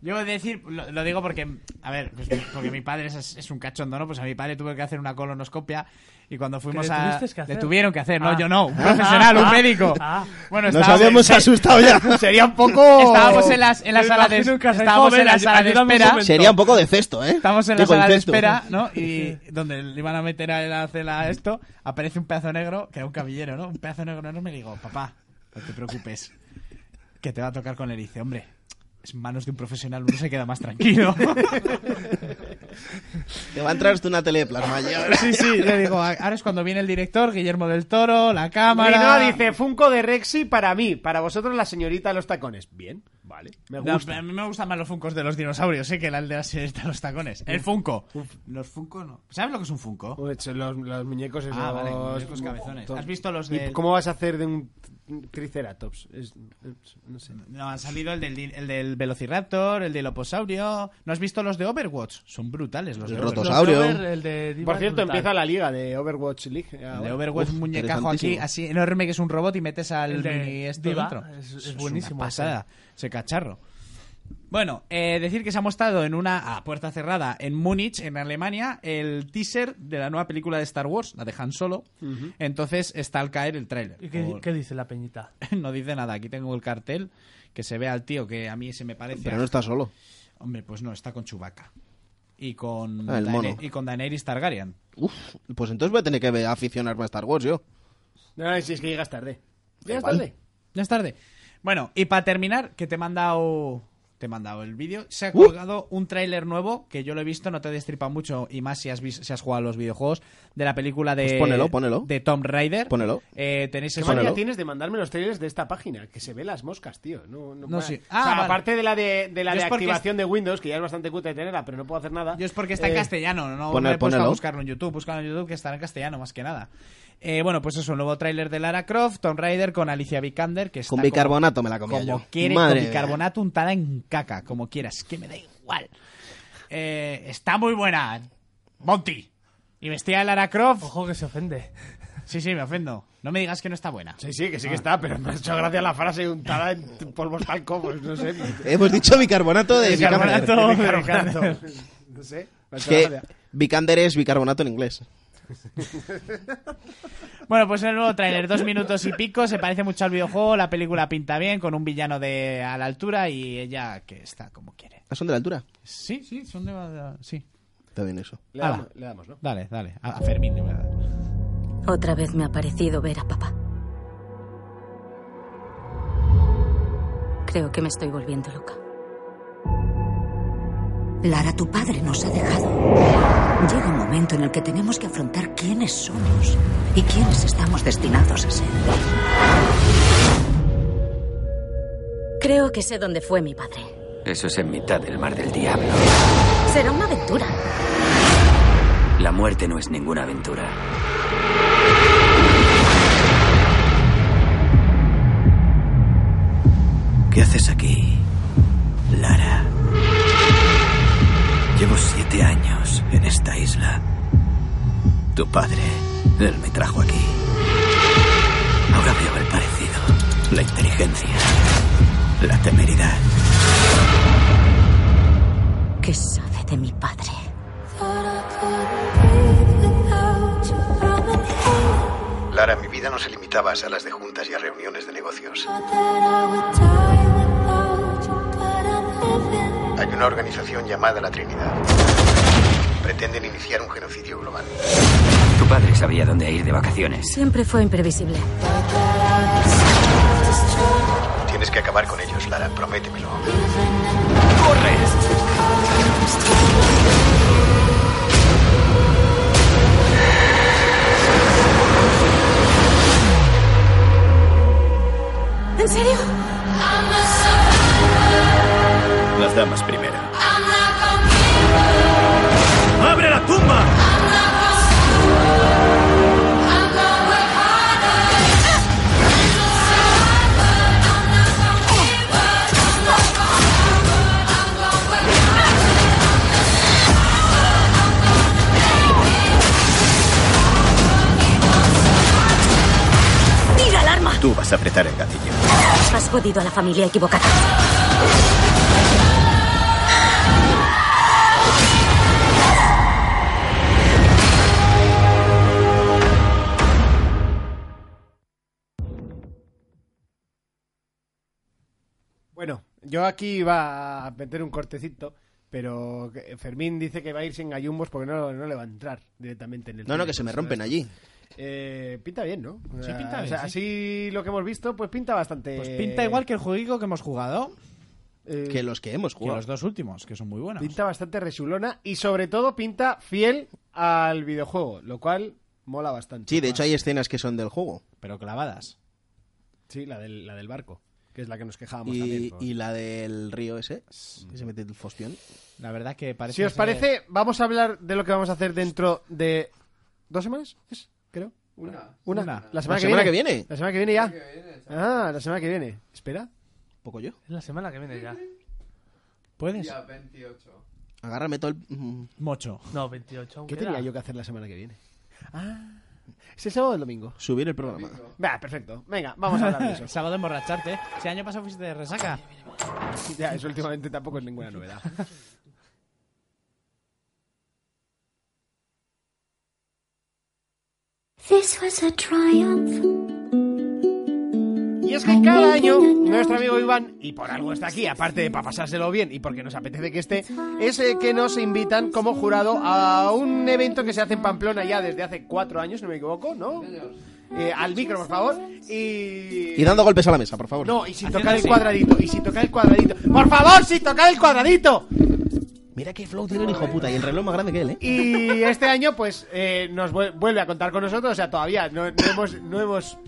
S2: Yo voy a decir, lo, lo digo porque, a ver, pues, porque mi padre es, es un cachondo, ¿no? Pues a mi padre tuvo que hacer una colonoscopia y cuando fuimos
S3: le
S2: a.
S3: tuvisteis que hacer?
S2: Le tuvieron que hacer, no,
S3: Ah.
S2: yo no, un profesional, un
S3: Ah.
S2: médico.
S3: Ah.
S2: Bueno,
S4: Nos
S2: estábamos,
S4: habíamos asustado ya.
S1: Sería un poco.
S2: estábamos en, las, en la
S3: Me
S2: sala de,
S3: imagino en casa,
S2: estábamos en
S3: joven,
S2: la sala de
S3: ayúdame un
S2: espera.
S3: momento.
S4: Sería un poco de cesto, ¿eh?
S2: Estamos en la
S4: Tipo
S2: sala de
S4: incesto.
S2: espera, ¿no? Y donde le iban a meter a la cela a esto, aparece un pedazo negro, que era un caballero, ¿no? Un pedazo negro enorme y digo, papá, no te preocupes, que te va a tocar con el hélice, hombre. es manos de un profesional, uno se queda más tranquilo.
S4: Te va a entrar hasta una tele de plasma ya.
S2: sí, sí, le digo, "A- ahora es cuando viene el director, Guillermo del Toro, la cámara.
S1: Marino dice Funko de Rexy para mí, para vosotros la señorita de los tacones. Bien, vale, me
S2: No,
S1: gusta.
S2: pero a mí me gustan más los funcos de los dinosaurios, ¿eh? que el de la sirenita de los tacones. El Funko. Los Funko no. ¿Sabes lo que es un Funko?
S1: Pues los, los muñecos esos...
S2: Ah, vale, muñecos cabezones. ¿Has visto los
S1: ¿Y
S2: del-
S1: cómo vas a hacer de un triceratops? Es- es- no sé.
S2: No, han salido el del, di- el del Velociraptor, el del Oposaurio. ¿No has visto los de Overwatch? Son brutales los de
S4: El
S2: Overwatch.
S4: Rotosaurio.
S3: Los Dover, el de Diva
S1: Por cierto,
S3: es brutal.
S1: empieza la liga de Overwatch League.
S2: El
S1: ahora.
S2: de Overwatch,
S4: Uf,
S2: un muñecajo aquí,
S4: interesantísimo.
S2: así enorme, que es un robot y metes al
S3: El de
S2: mini esto
S3: Diva,
S2: dentro.
S3: es- es
S2: Eso una
S3: buenísimo,
S2: pasada, ese cacharro. Bueno, eh, decir que se ha mostrado en una a puerta cerrada en Múnich, en Alemania, el teaser de la nueva película de Star Wars, la de Han Solo. Entonces está al caer el tráiler.
S3: ¿Y qué,
S2: Por-
S3: qué dice la peñita?
S2: No dice nada. Aquí tengo el cartel que se ve al tío que a mí se me parece.
S4: Pero
S2: a-
S4: no está solo.
S2: Hombre, pues no, está con Chewbacca. Y con,
S4: Ah, el mono.
S2: y con Daenerys Targaryen.
S4: Uf, pues entonces voy a tener que ve- aficionarme a Star Wars yo.
S1: No, si es que llegas tarde. Llegas
S4: Igual.
S1: tarde.
S2: Ya es tarde. Bueno, y para terminar, que te he mandado. Te he mandado el vídeo. Se ha
S4: ¡Uh!
S2: colgado un tráiler nuevo que yo lo he visto, no te destripa mucho y más si has, vis- si has jugado a los videojuegos de la película de.
S4: Pues pónelo, pónelo.
S2: De Tom Raider.
S4: Pónelo.
S2: Eh, tenéis
S1: ¿Qué
S2: el
S1: manía
S4: Pónelo.
S1: tienes de mandarme los trailers de esta página? Que se ve las moscas, tío. No, no,
S2: No,
S1: para.
S2: sí.
S1: O sea,
S2: Ah, vale.
S1: aparte de la de, de, la
S2: Yo
S1: de
S2: es porque
S1: activación de Windows, que ya es bastante cutre tenerla, pero no puedo hacer nada.
S2: Yo es porque está en
S1: Eh,
S2: castellano, no
S4: Pone-
S2: me he puesto a
S4: ponelo.
S2: buscarlo en YouTube. Búscalo en YouTube que estará en castellano, más que nada. Eh, bueno, pues eso, un nuevo tráiler de Lara Croft, Tomb Raider con Alicia Vikander, que está
S4: Con
S2: como-
S4: bicarbonato me la comía
S2: como,
S4: yo.
S2: quiere,
S4: Madre
S2: con
S4: mía.
S2: bicarbonato untada en caca, como quieras, que me da igual. Eh, está muy buena, Monty. Y vestida de Lara Croft,
S3: Ojo que se ofende.
S2: sí, sí, me ofendo. No me digas que no está buena.
S1: Sí, sí,
S2: Ah.
S1: que sí que está, pero me ha hecho gracia la frase untada en polvos talco, pues no sé.
S4: Hemos dicho bicarbonato de
S2: Bicarbonato.
S4: bicarbonato.
S1: De bicarbonato. No sé. me ha
S4: Es
S1: hecho
S4: que
S1: gracia.
S4: Vikander es bicarbonato en inglés.
S2: Bueno, pues el nuevo tráiler, dos minutos y pico, se parece mucho al videojuego, la película pinta bien, con un villano de a la altura y ella que está como quiere.
S4: Ah, son de la altura.
S2: Sí, sí, son de... Sí.
S4: Está bien eso.
S1: Le
S2: Ala.
S1: damos, le damos, ¿no?
S2: Dale, dale, a, a Fermín, de verdad.
S7: Otra vez me ha parecido ver a papá. Creo que me estoy volviendo loca.
S8: Lara, tu padre nos ha dejado. Llega un momento en el que tenemos que afrontar quiénes somos y quiénes estamos destinados a ser.
S7: Creo que sé dónde fue mi padre.
S9: Eso es en mitad del mar del diablo.
S7: Será una aventura.
S9: La muerte no es ninguna aventura. ¿Qué haces aquí, Lara? Llevo siete años en esta isla. Tu padre, él me trajo aquí. Ahora veo el parecido, la inteligencia, la temeridad.
S8: ¿Qué sabe de mi padre?
S10: Lara, mi vida no se limitaba a salas de juntas y a reuniones de negocios. Hay una organización llamada La Trinidad. Pretenden iniciar un genocidio global.
S9: Tu padre sabía dónde ir de vacaciones.
S7: Siempre fue imprevisible.
S10: Tienes que acabar con ellos, Lara, prométemelo.
S7: ¿En serio?
S10: Las damas primero.
S6: ¡Abre la tumba!
S7: ¡Tira el arma!
S10: Tú vas a apretar el gatillo.
S7: Has jodido a la familia equivocada.
S1: Bueno, yo aquí iba a meter un cortecito, pero que- Fermín dice que va a ir sin gallumbos porque no, no le va a entrar directamente en el.
S4: No, no,
S1: cine,
S4: que se me
S1: entonces,
S4: rompen
S1: ¿no?
S4: allí.
S1: Eh, pinta bien, ¿no? O sea,
S2: pinta bien,
S1: o sea,
S2: sí.
S1: Así lo que hemos visto, pues pinta bastante.
S2: Pues pinta igual que el jueguico que hemos jugado.
S1: eh,
S4: que los que hemos
S2: Que
S4: jugado.
S2: los dos últimos, que son muy buenos.
S1: pinta bastante resulona y sobre todo pinta fiel al videojuego, lo cual mola bastante.
S4: Sí, de hecho hay escenas que son del juego.
S2: Pero clavadas.
S1: Sí, la del, la del barco, que es la que nos quejábamos
S4: Y,
S1: también. pues.
S4: y la del río ese, que se mete el fostión.
S2: La verdad que parece.
S1: Si os
S2: ser-
S1: parece, vamos a hablar de lo que vamos a hacer dentro de dos semanas, ¿Es? creo. Una. Una.
S2: Una.
S1: La semana,
S4: La semana que viene.
S1: La semana que viene ya. Ah, la semana que viene. Espera.
S4: Poco yo.
S3: Es la semana que viene ya.
S2: ¿Puedes?
S5: Día 28.
S4: Agárrame todo el... mm,
S2: Mocho.
S3: No, 28. aún
S1: ¿Qué
S3: queda.
S1: tenía yo que hacer la semana que viene? Ah. ¿Es el sábado o el domingo?
S4: Subir el programa.
S1: Va, perfecto. Venga, vamos a hablar de eso.
S2: Sábado emborracharte. ¿eh? Si año pasado fuiste de resaca.
S1: Ya, eso últimamente tampoco es ninguna novedad.
S11: This was a triumph.
S1: Y es que cada año nuestro amigo Iván, y por algo está aquí, aparte de para pasárselo bien y porque nos apetece que esté, es eh, que nos invitan como jurado a un evento que se hace en Pamplona ya desde hace cuatro años, no me equivoco, ¿no? Eh, al micro, por favor. Y...
S4: Y dando golpes a la mesa, por favor.
S1: No, y sin tocar el cuadradito, y sin tocar el cuadradito. ¡Por favor, sin tocar el cuadradito!
S4: Mira qué flow tiene el hijo puta y el reloj más grande que él, ¿eh?
S1: Y este año, pues, eh, nos vuel- vuelve a contar con nosotros. O sea, todavía no, no hemos, no hemos-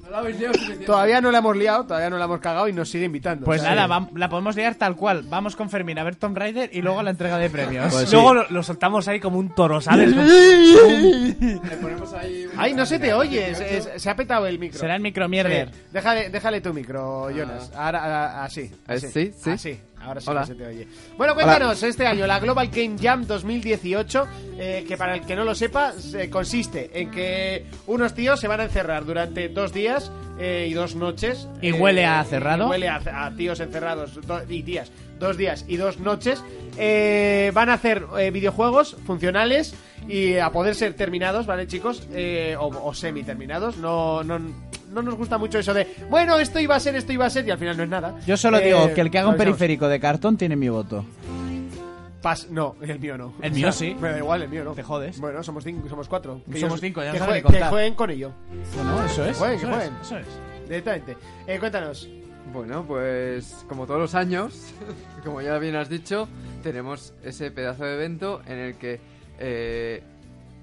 S1: Todavía no la hemos liado, todavía no la hemos cagado y nos sigue invitando.
S2: Pues
S1: O sea,
S2: nada, vam- la podemos liar tal cual. Vamos con Fermín a ver Tomb Raider y luego la entrega de premios.
S4: Pues sí.
S3: Luego lo, lo soltamos ahí como un toro, ¿sabes?
S5: Le ponemos ahí. un-
S1: Ay, no se te oye, es- es- se ha petado el micro.
S2: Será el
S1: Sí,
S2: micromierder.
S1: déjale, déjale tu micro, Jonas. Ahora, a- así.
S5: Ah,
S1: así,
S5: sí, sí.
S1: Así, ahora sí que
S5: Hola.
S1: se te oye. Bueno, cuéntanos, este año la Global Game Jam 2018, eh, que para el que no lo sepa, se- consiste en que unos tíos se van a encerrar durante dos días eh, y dos noches.
S2: ¿Y
S1: eh,
S2: huele a cerrado?
S1: y huele a, a tíos encerrados do- y tías. Dos días y dos noches. eh, van a hacer eh, videojuegos funcionales y a poder ser terminados, ¿vale, chicos? Eh, o, o semi-terminados. No, no, no nos gusta mucho eso de, bueno, esto iba a ser, esto iba a ser, y al final no es nada.
S2: Yo solo
S1: Eh,
S2: digo que el que haga un
S1: avisamos.
S2: periférico de cartón tiene mi voto.
S1: Pas- no, el mío no.
S2: El mío sí.
S1: Me da igual, el mío no.
S2: Te jodes.
S1: Bueno, somos cinco, somos cuatro. Que
S2: Somos
S1: ellos-
S2: cinco, ya no
S1: que,
S2: saben
S1: jue-
S2: contar.
S1: que jueguen con ello,
S2: Bueno, eso es.
S1: Jueguen,
S2: eso
S1: que
S2: es,
S1: jueguen.
S2: eso es.
S1: directamente. Eh, cuéntanos.
S5: Bueno, pues como todos los años, como ya bien has dicho, tenemos ese pedazo de evento en el que eh,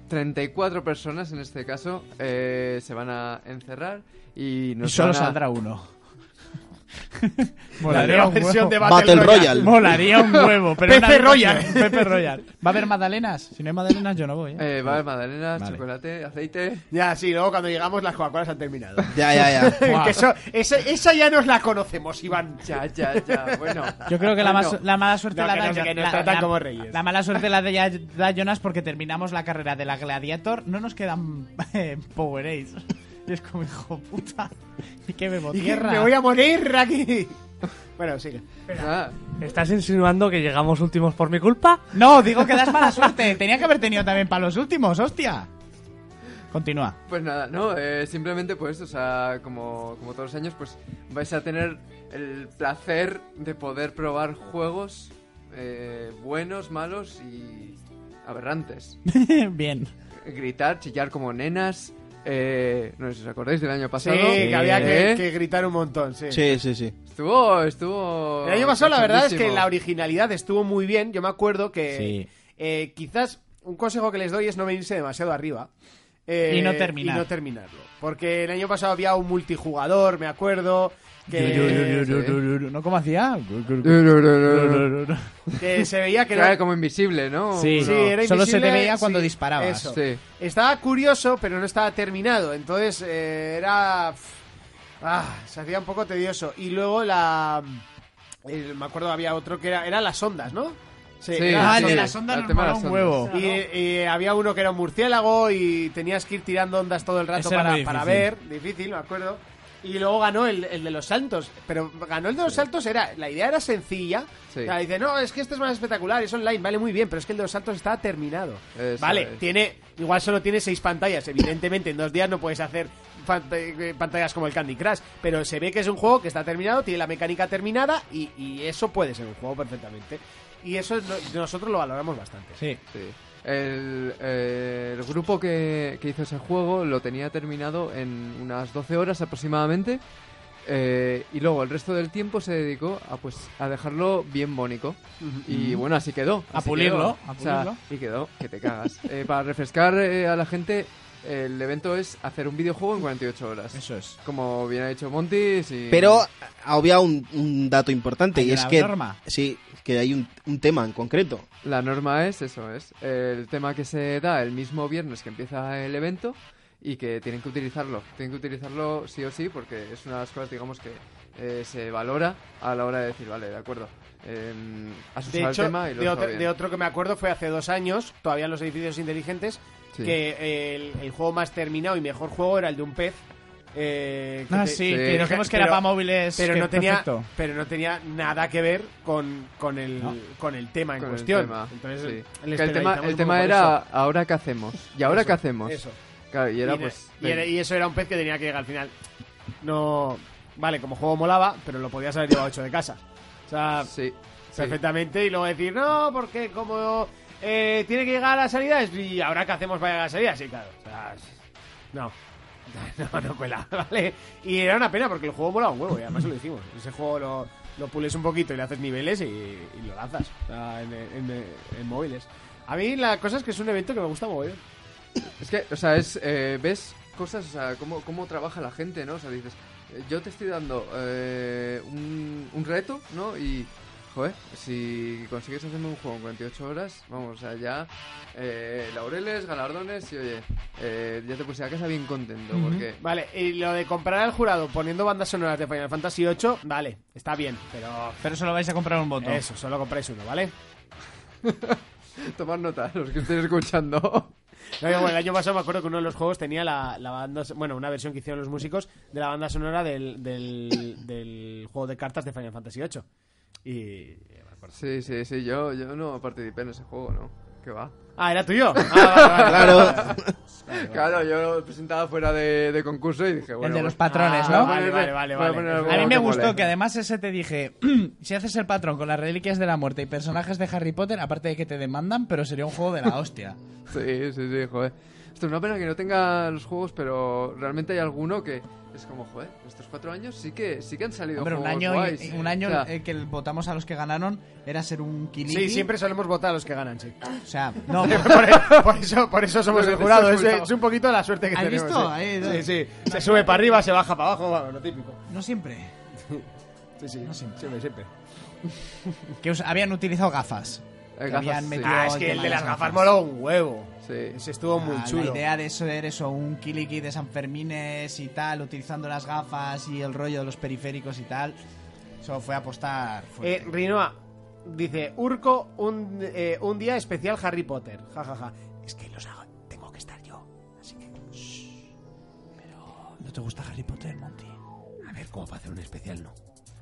S5: 34 personas en este caso eh, se van a encerrar y
S2: Y
S5: nos
S2: solo
S5: van a-
S2: saldrá uno.
S1: La
S2: Molaría
S1: nueva
S2: un
S1: versión
S2: huevo.
S1: de Battle,
S4: Battle Royale.
S2: Molaría un huevo, pero
S1: Pepe
S2: una
S1: Royal.
S2: noche. Pepe Royal. ¿Va a haber magdalenas? Si no hay magdalenas, yo no voy. ¿eh?
S5: Eh, va a haber magdalena,
S2: Vale.
S5: chocolate, aceite.
S1: Ya, sí, luego cuando llegamos las Coca-Colas han terminado.
S4: Ya, ya, ya.
S1: Que eso- esa, esa ya nos la conocemos, Iván.
S5: Ya, ya, ya. Bueno.
S2: Yo creo que la,
S5: Bueno,
S2: mas- la mala suerte
S1: Ah, No,
S2: la
S1: que
S2: da
S1: no, que nos
S2: la-
S1: tratan
S2: la-
S1: como reyes.
S2: la mala suerte la de ya- da Jonas porque terminamos la carrera de la Gladiator, no nos quedan eh, Powerades. Y es como hijo puta. Y que bebo
S1: Y que
S2: tierra.
S1: me voy a morir aquí. Bueno, sigue.
S5: ah,
S3: ¿Estás insinuando que llegamos últimos por mi culpa?
S2: No, digo que das mala suerte. Tenía que haber tenido también para los últimos, hostia. Continúa.
S5: Pues nada, no, eh, simplemente pues, o sea, como, como todos los años, pues vais a tener el placer de poder probar juegos eh, buenos, malos y aberrantes.
S2: Bien.
S5: Gritar, chillar como nenas. eh, no sé si os acordáis del año
S1: Sí,
S5: pasado.
S1: que había que,
S5: Eh,
S1: que gritar un montón, sí.
S4: Sí, sí, sí.
S5: Estuvo, estuvo.
S1: El año pasado la verdad es que
S5: cachondísimo.
S1: la originalidad estuvo muy bien. Yo me acuerdo que
S2: Sí.
S1: eh, quizás un consejo que les doy es no venirse demasiado arriba. eh,
S2: Y no terminar.
S1: y no terminarlo. Porque el año pasado había un multijugador, me acuerdo. Que,
S2: ¿No cómo hacía?
S1: que se veía que
S5: Que era
S1: no,
S5: como invisible, ¿no?
S2: Sí,
S1: Sí, era
S2: solo se te
S1: invisible,
S2: veía cuando
S1: sí,
S2: disparabas.
S1: eso.
S5: Sí.
S1: Estaba curioso, pero no estaba terminado. Entonces eh, era. Ah, se hacía un poco tedioso. Y luego la. eh, me acuerdo había otro que era, era las ondas, ¿no?
S5: Sí,
S1: era-
S2: Ah,
S5: sí.
S2: el de las ondas
S5: El
S2: nos
S5: tema de
S2: mola
S5: las
S2: un
S5: ondas.
S2: huevo.
S1: Y, y había uno que era un murciélago y tenías que ir tirando ondas todo el rato
S2: Ese era
S1: para,
S2: muy
S1: para
S2: difícil.
S1: ver. Difícil, me acuerdo. Y luego ganó el, el de los saltos. Pero ganó el de los saltos, era la idea era sencilla.
S5: Sí.
S1: O sea, dice, no, es que este es más espectacular, es online, vale muy bien, pero es que el de los saltos estaba terminado.
S5: Eso
S1: vale,
S5: es.
S1: tiene igual solo tiene seis pantallas. Evidentemente, en dos días no puedes hacer fan- eh, pantallas como el Candy Crush. Pero se ve que es un juego que está terminado, tiene la mecánica terminada y, y eso puede ser un juego perfectamente. Y eso es lo- nosotros lo valoramos bastante.
S2: Sí.
S5: Sí. El, eh, el grupo que, que hizo ese juego lo tenía terminado en unas 12 horas aproximadamente. Eh, y luego el resto del tiempo se dedicó a pues a dejarlo bien bónico. Y bueno, así quedó.
S2: A
S5: así
S2: pulirlo,
S5: quedó.
S2: a
S5: O sea,
S2: pulirlo.
S5: y quedó, que te cagas. Eh, para refrescar eh, a la gente, el evento es hacer un videojuego en 48 horas. Eso
S2: es.
S5: Como bien ha dicho Monty. sí.
S4: Pero ha obviado un, un dato importante
S5: Hay
S4: y es
S5: una
S4: que.
S5: norma.
S4: Sí, que hay un, un tema en concreto.
S5: La norma es, eso es, el tema que se da el mismo viernes que empieza el evento y que tienen que utilizarlo. Tienen que utilizarlo sí o sí porque es una de las cosas, digamos, que eh, se valora a la hora de decir, vale, de acuerdo, eh, has usado
S1: De
S5: el
S1: hecho,
S5: tema y lo
S1: de,
S5: has
S1: otro,
S5: usado bien.
S1: de otro que me acuerdo fue hace dos años, todavía en los edificios inteligentes,
S5: Sí.
S1: que eh, el, el juego más terminado y mejor juego era el de un pez. eh,
S2: Ah, sí, que nos vimos que era para móviles,
S1: Pero
S2: que
S1: no, tenía,
S2: perfecto.
S1: pero no tenía nada que ver con, con, el, con el tema en
S5: Con el
S1: cuestión.
S5: tema,
S1: Entonces,
S5: sí.
S1: les
S5: Que el tema,
S1: penalizamos
S5: el
S1: un
S5: tema
S1: poco por
S5: era,
S1: eso.
S5: ahora qué hacemos. ¿Y ahora
S1: Eso,
S5: qué hacemos?
S1: eso.
S5: Claro, y era
S1: ne-
S5: pues...
S1: y era-
S5: venga.
S1: y eso era un pez que tenía que llegar al final. No. Vale, como juego molaba, pero lo podías haber llevado hecho de casa. O sea, perfectamente. Y luego decir, no, porque como eh, tiene que llegar a las salidas, y ahora que hacemos para llegar a las salidas, sí, claro. O sea, no. No, no cuela, ¿vale? Y era una pena porque el juego molaba un huevo, y además lo hicimos. Ese juego lo, lo pules un poquito y le haces niveles y, y lo lanzas o sea, en, en- en móviles. A mí la cosa es que es un evento que me gusta mogollón.
S5: Es que, o sea, es, eh, ves cosas, o sea, cómo, cómo trabaja la gente, ¿no? O sea, dices, eh, yo te estoy dando eh, un, un reto, ¿no? Y, joder, si consigues hacerme un juego en 48 horas, vamos, o sea, ya eh, laureles, galardones y, oye, eh, ya te puse a casa bien contento, porque...
S1: Vale, y lo de comprar al jurado poniendo bandas sonoras de Final Fantasy VIII, vale, está bien, pero...
S2: Pero solo vais a comprar un voto.
S1: Eso, solo compráis uno, ¿vale?
S5: Tomad nota, los que estéis escuchando.
S1: No, yo, bueno, el año pasado me acuerdo que uno de los juegos tenía la, la banda... so- Bueno, una versión que hicieron los músicos de la banda sonora del, del, del juego de cartas de Final Fantasy VIII. Y...
S5: Sí, sí, sí, yo, yo no participé en ese juego, ¿no? ¿Qué va?
S1: Ah, ¿era tuyo? Ah, vale, vale, vale, vale, vale.
S5: claro. Claro, yo lo presentaba fuera de, de concurso y dije, bueno...
S2: el de los
S5: pues-
S2: patrones, ¿no?
S5: Voy a ponerle- voy a poner algo
S2: A mí me
S5: que mole.
S2: gustó que además ese te dije, si haces el patrón con las reliquias de la muerte y personajes de Harry Potter, aparte de que te demandan, pero sería un juego de la hostia.
S5: Sí, sí, sí, joder. Esto es una pena que no tenga los juegos, pero realmente hay alguno que es como, joder, estos cuatro años sí que, sí que han salido
S2: Hombre, un
S5: juegos
S2: año,
S5: guays.
S2: un año
S5: O sea,
S2: eh, que votamos a los que ganaron era ser un quilini.
S1: Sí, siempre solemos votar a los que ganan, sí.
S2: O sea, no.
S1: por, por eso, por eso somos el jurado. Es, es un poquito la suerte que
S2: ¿Has
S1: tenemos.
S2: visto?
S1: sí.
S2: Ahí,
S1: Sí,
S2: ahí.
S1: sí. Se sube para arriba, se baja para abajo, bueno, lo típico.
S2: No siempre.
S1: Sí, sí,
S2: No
S1: siempre, siempre.
S2: Que us- habían utilizado gafas.
S1: Eh,
S2: Que
S1: gafas,
S2: habían
S1: sí.
S2: metido
S1: Ah, es que
S2: tema
S1: el de las gafas
S2: mola
S1: moló un huevo. Ese estuvo muy
S2: Ah, La
S1: chulo.
S2: idea de eso era eso, un kiliki de San Fermines y tal, utilizando las gafas y el rollo de los periféricos y tal. Eso fue apostar. fuerte.
S1: Eh, Rinoa dice: Urco, un, eh, un día especial Harry Potter. Ja, ja, ja. Es que los hago, tengo que estar yo. Así que.
S2: ¿No te gusta Harry Potter, Monty?
S1: A ver cómo para hacer un especial, no.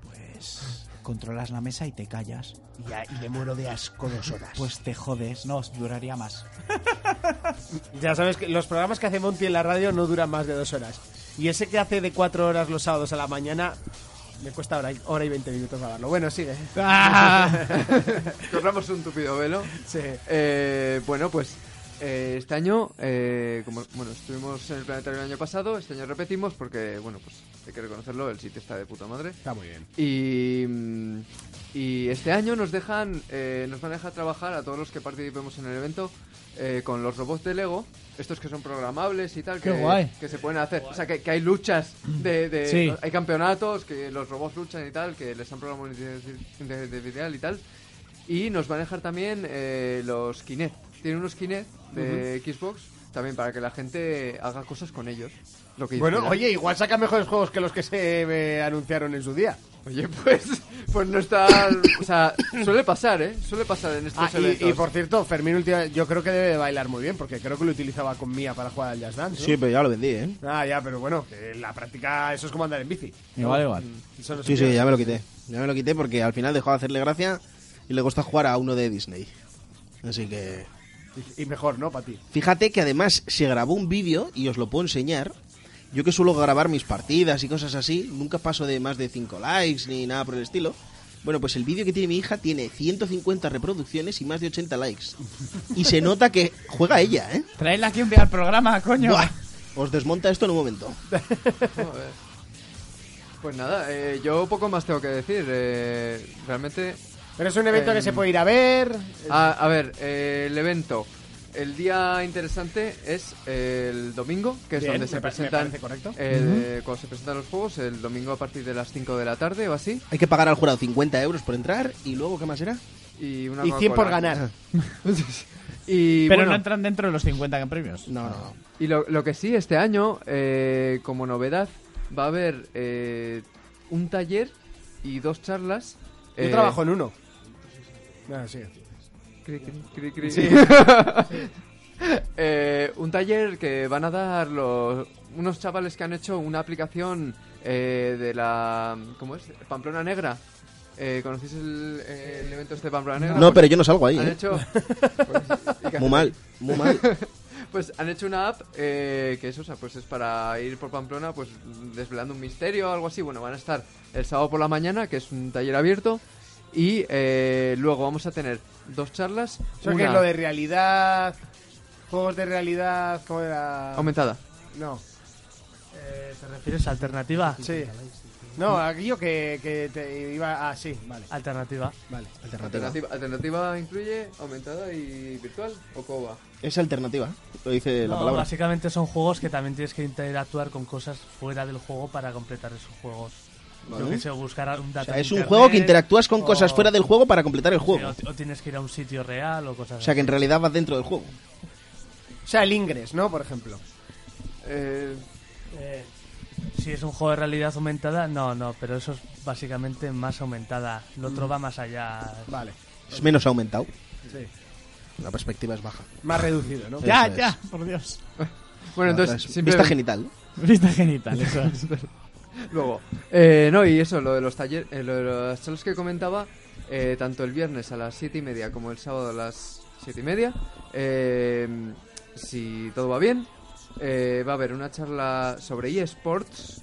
S2: Pues controlas la mesa y te callas.
S1: Y, a- y le muero de asco dos horas.
S2: Pues te jodes, no, duraría más.
S1: Ya sabes que los programas que hace Monty en la radio no duran más de dos horas. Y ese que hace de cuatro horas los sábados a la mañana. Me cuesta hora y, hora y 20 minutos grabarlo. Bueno, sigue.
S2: Ah.
S5: Corramos un tupido velo.
S1: Sí.
S5: Eh, bueno, pues eh, este año, eh, como bueno, estuvimos en el planetario el año pasado, este año repetimos porque, bueno, pues hay que reconocerlo, el sitio está de puta madre.
S1: Está muy bien.
S5: Y, mm, y este año nos dejan, eh, nos van a dejar trabajar a todos los que participemos en el evento eh, con los robots de Lego. Estos que son programables y tal,
S2: Qué
S5: que,
S2: guay.
S5: que se pueden hacer. O sea, que, que hay luchas, de, de-
S2: Sí.
S5: hay campeonatos, que los robots luchan y tal, que les han programado inteligencia artificial y tal. Y nos van a dejar también eh, los Kinect. Tienen unos Kinect de Xbox también para que la gente haga cosas con ellos. Lo que
S1: Bueno,
S5: hiciera.
S1: oye, igual saca mejores juegos que los que se eh, anunciaron en su día.
S5: Oye, pues, pues no está. O sea, suele pasar, ¿eh? Suele pasar en estos
S1: Ah, y,
S5: eventos.
S1: y por cierto, Fermín última- yo creo que debe de bailar muy bien, porque creo que lo utilizaba con Mía para jugar al Jazz Dance. ¿no?
S4: Sí, pero ya lo vendí, ¿eh?
S1: Ah, ya, pero bueno, que en la práctica eso es como andar en bici.
S2: Igual, igual.
S1: Eso no se
S4: Sí, sí,
S1: pierde.
S4: ya me lo quité. Ya me lo quité porque al final dejó de hacerle gracia y le gusta jugar a uno de Disney. Así que.
S1: Y, y mejor, ¿no? Para ti.
S4: Fíjate que además se grabó un vídeo y os lo puedo enseñar. Yo que suelo grabar mis partidas y cosas así, nunca paso de más de 5 likes ni nada por el estilo. Bueno, pues el vídeo que tiene mi hija tiene 150 reproducciones y más de 80 likes. Y se nota que juega ella, ¿eh?
S2: Traedla aquí un día al programa, coño.
S4: Buah, os desmonta esto en un momento.
S5: Joder. Pues nada, eh, yo poco más tengo que decir. eh, realmente.
S1: Pero es un evento que se
S4: Em,
S1: puede ir a ver.
S5: A, a ver, eh, el evento. El día interesante es el domingo, que es
S1: Bien,
S5: donde
S1: me pa-
S5: se
S1: me
S5: presentan.
S1: parece correcto.
S5: el,
S4: Ujú.
S5: eh, Cuando se presentan los juegos, el domingo a partir de las 5 de la tarde o así.
S4: Hay que pagar al jurado 50 euros por entrar y luego, ¿qué más era?
S5: Y, una
S1: Y 100 por
S5: Coca-Cola.
S1: ganar.
S5: Y
S2: Pero
S5: bueno,
S2: no entran dentro de los 50 gran premios.
S4: No, no, no.
S5: Y lo, lo que sí, este año, eh, como novedad, va a haber eh, un taller y dos charlas.
S1: Yo
S5: eh,
S1: trabajo en uno. No, sí.
S5: cri, cri, cri, cri.
S1: Sí.
S5: Eh, un taller que van a dar los, unos chavales que han hecho una aplicación eh, de la... ¿Cómo es? Pamplona Negra. Eh, ¿Conocéis el, eh, el evento este de Pamplona Negra?
S4: No, pero yo no salgo ahí,
S5: Han
S4: ¿eh?
S5: hecho... pues,
S4: Muy mal, muy mal.
S5: Pues han hecho una app eh, que es, o sea, pues es para ir por Pamplona, pues desvelando un misterio o algo así. Bueno, van a estar el sábado por la mañana, que es un taller abierto, y eh, luego vamos a tener dos charlas.
S1: O sea,
S5: una
S1: que lo de realidad. Juegos de realidad. ¿Cómo era?
S5: aumentada.
S1: No.
S3: Eh, ¿Te refieres a alternativa?
S1: Sí. No, aquello que, que te iba. Ah, sí, vale.
S3: Alternativa.
S1: Vale.
S4: Alternativa.
S5: Alternativa, alternativa incluye aumentada y virtual o coba.
S4: Es alternativa, lo dice la
S3: No,
S4: palabra.
S3: básicamente son juegos que también tienes que interactuar con cosas fuera del juego para completar esos juegos. Yo que sé, buscar un
S4: O
S3: dato.
S4: sea,
S3: en
S4: es un
S3: internet,
S4: juego que interactúas con
S3: o-
S4: cosas fuera del juego para completar el
S3: sí,
S4: juego.
S3: o, o tienes que ir a un sitio real o cosas
S4: O sea, que en
S3: así.
S4: realidad vas dentro del juego.
S1: O sea, el ingres, ¿no? Por ejemplo.
S5: Eh,
S3: Eh, si es un juego de realidad aumentada, no, no, pero eso es básicamente más aumentada. Lo
S4: Mm.
S3: otro va más allá.
S1: Vale.
S4: Es menos aumentado.
S1: Sí.
S4: La perspectiva es baja.
S1: Más reducido, ¿no?
S2: Ya,
S4: Eso es.
S2: ya, por Dios.
S5: bueno,
S4: La otra
S5: entonces,
S4: es
S5: simplemente-
S4: vista genital.
S2: Vista genital, eso es.
S5: Luego, eh, no, y eso, lo de los talleres, lo de las charlas que comentaba, eh, tanto el viernes a las siete y media como el sábado a las siete y media, eh, si todo va bien, eh, va a haber una charla sobre eSports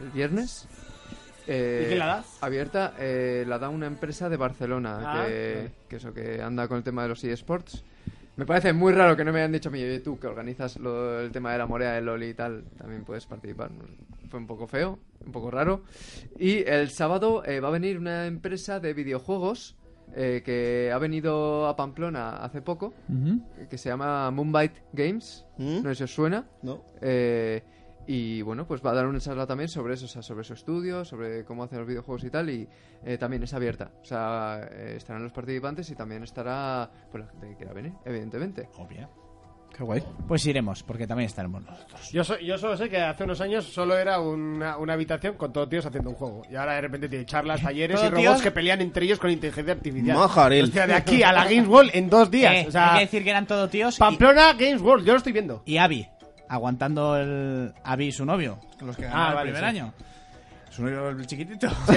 S5: el viernes. eh,
S1: ¿Y quién la da?
S5: Abierta, eh, la da una empresa de Barcelona,
S1: Ah,
S5: que,
S1: vale.
S5: que eso que anda con el tema de los eSports. Me parece muy raro que no me hayan dicho a mí, "Oye, tú que organizas lo- el tema de la morea del Loli y tal, también puedes participar. Fue un poco feo, un poco raro. Y el sábado eh, va a venir una empresa de videojuegos eh, que ha venido a Pamplona hace poco, eh, que se llama Moonbite Games.
S4: ¿Mm?
S5: No sé si os suena.
S4: ¿No?
S5: Eh, y bueno, pues va a dar una charla también sobre eso, o sea, sobre su estudio, sobre cómo hacen los videojuegos y tal, y eh, también es abierta. O sea, eh, estarán los participantes y también estará pues, la gente que quiera venir, evidentemente.
S2: Obvio.
S4: Qué guay.
S2: Pues iremos, porque también estaremos nosotros.
S1: Yo, so- yo solo sé que hace unos años solo era una, una habitación con todos tíos haciendo un juego. Y ahora de repente tiene charlas, talleres y
S2: ¿Todo
S1: robots
S2: tíos?
S1: que pelean entre ellos con inteligencia artificial.
S4: Majarel.
S1: O sea, de aquí a la Games World en dos días.
S2: Eh,
S1: o sea,
S2: hay que decir que eran todo tíos. y-
S1: Pamplona Games World, yo lo estoy viendo.
S2: y Abby, aguantando el Abby y su novio, los que ganaron
S1: Ah,
S2: el
S1: vale,
S2: primer
S1: sí.
S2: año. Su novio el chiquitito.
S1: sí.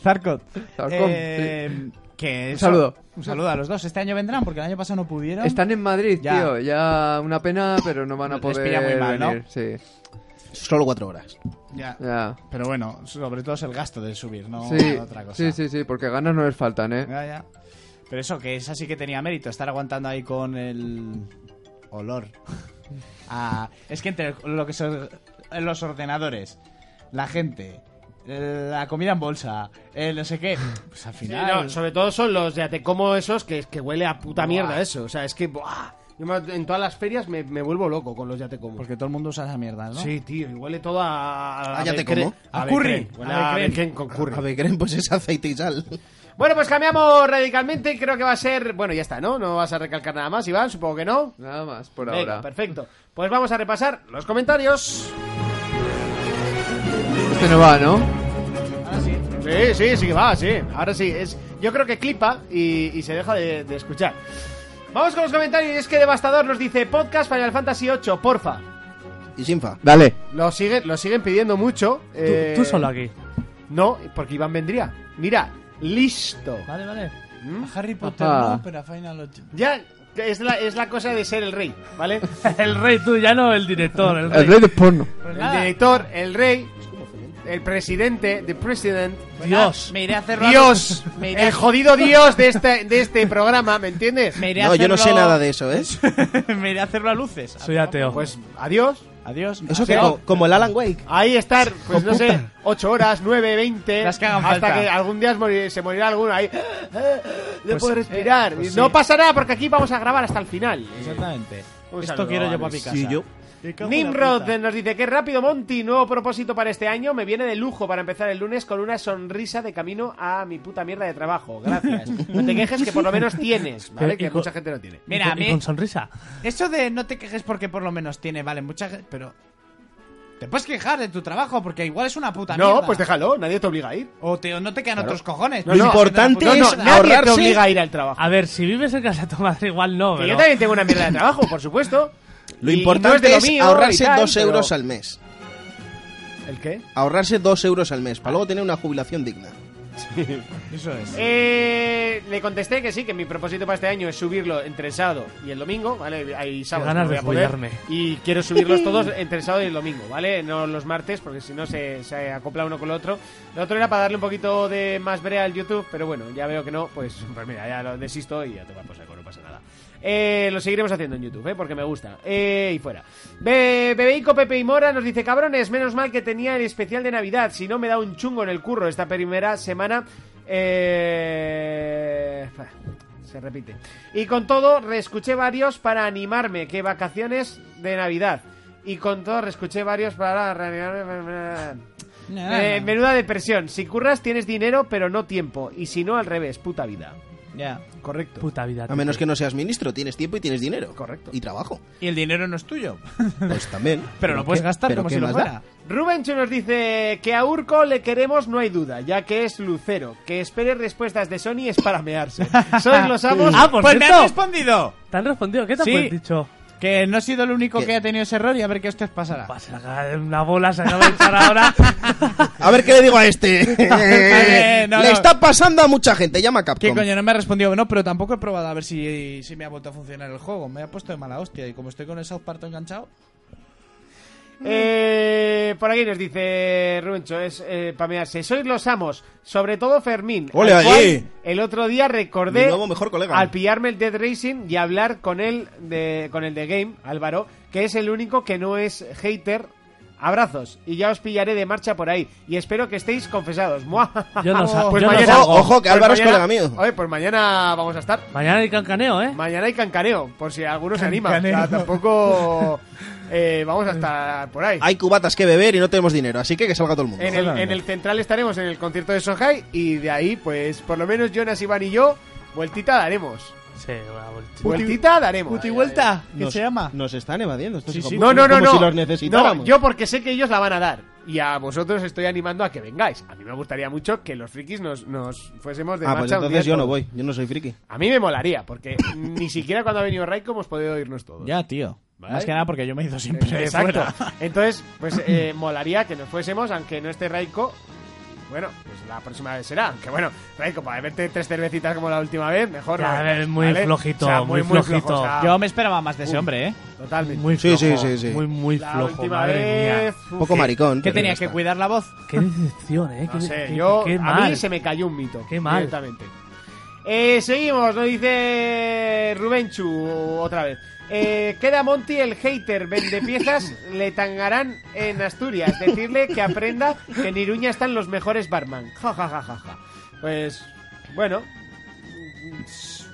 S2: Zarkot.
S5: Zarkot,
S2: Eh, que eso-
S5: saludo.
S2: Un saludo a los dos. Este año vendrán porque el año pasado no pudieron.
S5: Están en Madrid,
S2: Ya.
S5: tío, ya una pena, pero no van a
S2: Les
S5: poder
S2: pilla muy mal, ¿no?
S5: venir. Sí,
S4: Solo cuatro horas.
S2: Ya.
S5: ya.
S2: Pero bueno, sobre todo es el gasto de subir, no
S5: Sí,
S2: otra cosa.
S5: sí, sí, sí, porque ganas no les faltan, ¿eh?
S2: Ya, ya. Pero eso, que esa sí que tenía mérito, estar aguantando ahí con el olor. Ah, es que entre lo que son los ordenadores, la gente, la comida en bolsa, el no sé qué, pues al
S1: Sí,
S2: final...
S1: no, sobre todo son los de Atecomo esos que, que huele a puta
S2: Buah.
S1: mierda eso. O sea, es que buah, yo me- en todas las ferias me, me vuelvo loco con los de Atecomo.
S2: Porque todo el mundo usa esa mierda, ¿no?
S1: Sí, tío, y huele todo a... A,
S4: Ah, ya te
S1: becre-
S4: como.
S1: A,
S2: A
S1: curry.
S2: curry.
S1: Huele
S2: A
S1: a
S2: becre.
S1: becren con curry.
S4: A ver, creen pues es aceite y sal.
S1: Bueno, pues cambiamos radicalmente. Creo que va a ser. Bueno, ya está, ¿no? No vas a recalcar nada más, Iván. Supongo que no.
S5: Nada más, por
S1: Venga,
S5: ahora.
S1: perfecto. Pues vamos a repasar los comentarios.
S5: Este no va, ¿no?
S1: Sí, sí, sí que va, sí. Ahora sí. Es, yo creo que clipa y, y se deja de, de escuchar. Vamos con los comentarios. Y es que Devastador nos dice: Podcast Final Fantasy VIII, porfa.
S4: Y sinfa.
S5: Dale.
S1: Lo, sigue, lo siguen pidiendo mucho.
S3: Tú,
S1: eh,
S3: tú solo aquí.
S1: No, porque Iván vendría. Mira, listo.
S3: Vale, vale.
S2: A Ah, Harry Potter
S5: Ajá.
S2: no, pero a Final 8.
S1: Ya, es la, es la cosa de ser el rey, ¿vale?
S3: Pues El rey tú, ya no el director. El rey.
S5: El rey de porno.
S1: El director, el rey. el presidente, the president,
S3: Pues
S2: Dios. Me iré a hacerlo a
S1: Dios,
S2: los- me iré a-
S1: el jodido Dios de este, de este programa, ¿me entiendes?
S2: Me iré a
S4: No, yo no sé
S2: hacerlo-
S4: nada de eso, ¿eh?
S2: me iré a hacerlo a luces.
S3: Soy ateo.
S1: Pues adiós.
S2: Adiós.
S4: Eso que
S2: Adiós.
S4: co- como el Alan Wake.
S1: Ahí estar, pues no sé, 8 horas, 9, 20,
S2: Las que hagan
S1: hasta
S2: falta.
S1: que algún día es morir- se morirá alguno ahí. No
S2: Pues,
S1: puedo
S2: eh,
S1: respirar.
S2: pues
S1: no
S2: sí.
S1: pasa nada porque aquí vamos a grabar hasta el final.
S2: Exactamente.
S1: Un
S2: Esto
S1: saludo,
S2: quiero yo para mi
S1: Alex.
S2: casa.
S4: Sí, yo.
S2: Me cago en la
S1: Nimrod
S2: puta.
S1: nos dice que rápido Monty, nuevo propósito para este año, me viene de lujo para empezar el lunes con una sonrisa de camino a mi puta mierda de trabajo. Gracias. No te quejes que por lo menos tienes, ¿vale?
S3: Y
S1: Que
S3: con-
S1: mucha gente no tiene.
S3: Y
S2: Mira,
S3: con-
S2: a
S3: y
S2: mí-
S3: con sonrisa.
S2: Eso de no te quejes porque por lo menos tiene, vale, mucha gente, pero te puedes quejar de tu trabajo porque igual es una puta mierda.
S1: No, pues déjalo, nadie te obliga a ir.
S2: O te, o no te quedan otros cojones.
S1: No,
S4: Lo
S1: no,
S4: importante
S1: no, no,
S4: es
S1: nadie
S4: ahorrarse-
S1: te obliga a ir al trabajo.
S3: A ver, si vives en casa de tu madre, igual no,
S1: Que
S3: pero...
S1: yo también tengo una mierda de trabajo, por supuesto.
S4: Lo
S1: Y no
S4: importante
S1: de lo
S4: es
S1: mío y
S4: ahorrarse
S1: tal,
S4: dos
S1: pero-
S4: euros al mes.
S1: ¿El qué?
S4: Ahorrarse dos euros al mes para luego tener una jubilación digna.
S2: Eso es.
S1: Eh, le contesté que sí, que mi propósito para este año es subirlo entre el sábado y el domingo, ¿vale? Hay sábados
S3: ganas
S1: que no
S3: de
S1: voy a
S3: follarme.
S1: poder, Y quiero subirlos todos entre el sábado y el domingo, ¿vale? No los martes, porque si no se, se acopla uno con el otro. Lo otro era para darle un poquito de más brea al YouTube, pero bueno, ya veo que no, pues, pues mira, ya lo desisto y ya te va a pasar, no pasa nada. Eh, lo seguiremos haciendo en YouTube, ¿eh? porque me gusta. Eh, y fuera. Be- Bebeico Pepe y Mora nos dice, cabrones, menos mal que tenía el especial de Navidad, si no me da un chungo en el curro esta primera semana. Eh... pa, Se repite. Y con todo, reescuché varios para animarme, que vacaciones de Navidad. Y con todo, reescuché varios para reanimarme. Eh, menuda depresión. Si curras, tienes dinero, pero no tiempo. Y si no, al revés, puta vida.
S2: Ya.
S1: Correcto.
S3: Puta vida.
S4: A menos que no seas ministro, tienes tiempo y tienes dinero.
S1: Correcto.
S4: Y trabajo.
S2: Y el dinero no es tuyo.
S4: Pues también.
S2: pero lo puedes
S4: qué-
S2: gastar
S4: pero
S2: como
S4: qué
S2: si lo
S4: más da?
S2: fuera.
S3: Ah.
S1: Rubencho nos dice que a Urco le queremos, no hay duda, ya que es lucero. Que espere respuestas de Sony es para mearse. Sois los amos.
S3: Ah, por
S2: pues me
S3: cierto.
S2: han respondido.
S3: ¿Te han respondido? ¿Qué te
S2: Sí.
S3: han dicho?
S2: Que no he sido el único
S4: ¿Qué?
S2: que ha tenido ese error y a ver qué os pasará.
S3: Va a sacar una bola, se acaba de echar ahora.
S4: A ver qué le digo a este.
S2: Vale, no,
S4: le
S2: no.
S4: está pasando a mucha gente. Llama a Capcom.
S2: Que coño, no me ha respondido que no, pero tampoco he probado a ver si, si me ha vuelto a funcionar el juego. Me ha puesto de mala hostia y como estoy con el South Park todo enganchado.
S1: Eh, por aquí nos dice Rubencho, es eh, para mearse. Sois los amos, sobre todo Fermín.
S4: Ole
S1: al cual
S4: allí.
S1: El otro día recordé
S4: Mi nuevo mejor colega.
S1: al pillarme el Dead Racing y hablar con él, de, con el de Game, Álvaro, que es el único que no es hater. Abrazos, y ya os pillaré de marcha por ahí. Y espero que estéis confesados. Muah.
S3: Yo no sa-
S1: Pues
S3: yo no
S1: mañana-
S3: sa-
S4: Ojo, que
S1: pues
S4: Álvaro es
S1: mañana-
S4: colega mío.
S1: Oye, pues mañana vamos a estar.
S3: Mañana hay cancaneo, ¿eh?
S1: Mañana hay cancaneo, por si alguno se anima. O sea,
S2: Cancaneo.
S1: tampoco eh, vamos a estar por ahí.
S4: Hay cubatas que beber y no tenemos dinero, así que que salga todo el mundo.
S1: En el, en el central estaremos en el concierto de Songhai y de ahí, pues, por lo menos Jonas, Iván y yo, vueltita daremos.
S3: Sí, una vuelta.
S1: Vueltita daremos.
S2: Puti vuelta, ¿qué
S4: Nos-
S2: se llama?
S4: Nos están evadiendo. estos hijos
S1: No, no, no,
S4: como
S1: no.
S4: si los necesitáramos.
S1: No, yo porque sé que ellos la van a dar. Y a vosotros estoy animando a que vengáis. A mí me gustaría mucho que los frikis nos, nos fuésemos de
S4: ah, pues
S1: marcha un
S4: entonces
S1: día
S4: yo no
S1: todos.
S4: voy. Yo no soy friki.
S1: A mí me molaría, porque ni siquiera cuando ha venido Raiko hemos podido irnos todos.
S2: Ya, tío.
S1: Vale.
S2: Más que nada porque yo me he ido
S3: Eh,
S2: siempre
S1: Exacto.
S2: fuera.
S1: Entonces, pues eh, molaría que nos fuésemos, aunque no esté Raiko. Bueno, pues la próxima vez será. Aunque bueno, Raiko, para verte tres cervecitas como la última vez, mejor.
S3: Ya,
S1: no,
S3: a ver, muy flojito,
S1: O sea,
S3: muy flojito.
S1: flojo, o sea,
S2: Yo me esperaba más de ese
S1: Uy.
S2: hombre, ¿eh?
S1: Totalmente.
S3: Muy
S4: Sí,
S3: flojo.
S4: sí, sí, sí.
S3: Muy, muy
S1: la
S3: flojo,
S1: última
S3: madre
S1: vez.
S3: mía.
S1: uf,
S4: Un poco maricón.
S2: ¿Qué
S4: pero
S2: tenías
S4: ya
S2: que
S4: está.
S2: cuidar la voz?
S3: Qué decepción, ¿eh?
S1: No
S3: qué,
S1: sé,
S3: qué-
S1: yo.
S3: qué
S1: A mí
S3: mal.
S1: se me cayó un mito.
S3: Qué mal.
S1: Directamente. Eh, seguimos, nos dice Rubenchu otra vez. Eh, queda Monty el hater, vende piezas, le tangarán en Asturias. Decirle que aprenda que en Iruña están los mejores barman. Ja, ja, ja, ja, ja. Pues, bueno,
S3: Sí.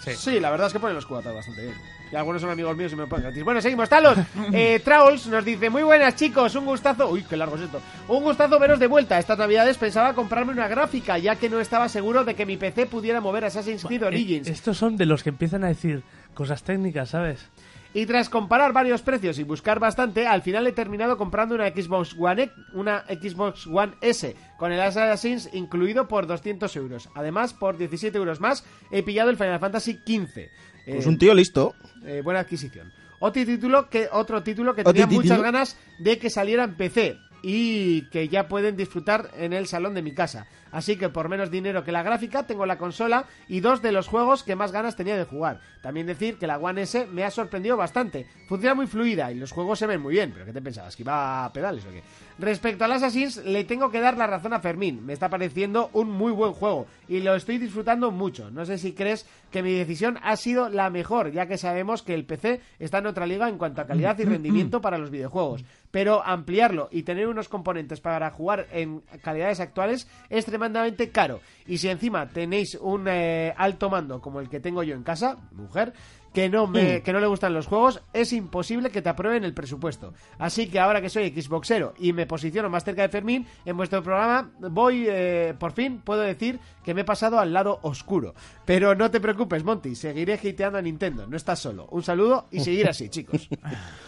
S3: Sí.
S1: sí, la verdad es que ponen los cubatas bastante bien. Y algunos son amigos míos y me lo ponen gratis. Bueno, seguimos, Talos. Eh, Trauls nos dice, muy buenas chicos, un gustazo... Uy, qué largo es esto. Un gustazo veros de vuelta. Estas navidades pensaba comprarme una gráfica, ya que no estaba seguro de que mi PC pudiera mover Assassin's Creed Origins.
S3: Eh, Estos son de los que empiezan a decir cosas técnicas, ¿sabes?
S1: Y tras comparar varios precios y buscar bastante, al final he terminado comprando una Xbox One, X- una Xbox One S con el Assassin's incluido por 200 euros. Además, por 17 euros más, he pillado el Final Fantasy XV. Eh,
S4: Pues un tío listo.
S1: eh, buena adquisición. Otro título que, otro título que
S4: Otro
S1: tenía muchas
S4: título.
S1: ganas de que saliera en PC. y que ya pueden disfrutar en el salón de mi casa. Así que por menos dinero que la gráfica tengo la consola y dos de los juegos que más ganas tenía de jugar. También decir que la One S me ha sorprendido bastante. Funciona muy fluida y los juegos se ven muy bien. ¿Pero qué te pensabas? ¿Que iba a pedales o qué? Respecto al Assassin's, le tengo que dar la razón a Fermín. Me está pareciendo un muy buen juego y lo estoy disfrutando mucho. No sé si crees que mi decisión ha sido la mejor, ya que sabemos que el PC está en otra liga en cuanto a calidad y rendimiento para los videojuegos. Pero ampliarlo y tener unos componentes para jugar en calidades actuales es tremendamente caro. Y si encima tenéis un eh, alto mando como el que tengo yo en casa, mujer, que no, me, que no le gustan los juegos, es imposible que te aprueben el presupuesto. Así que ahora que soy Xboxero y me posiciono más cerca de Fermín, en vuestro programa voy, eh, por fin, puedo decir que me he pasado al lado oscuro. Pero no te preocupes, Monty, seguiré hiteando a Nintendo, no estás solo. Un saludo y seguir así, chicos.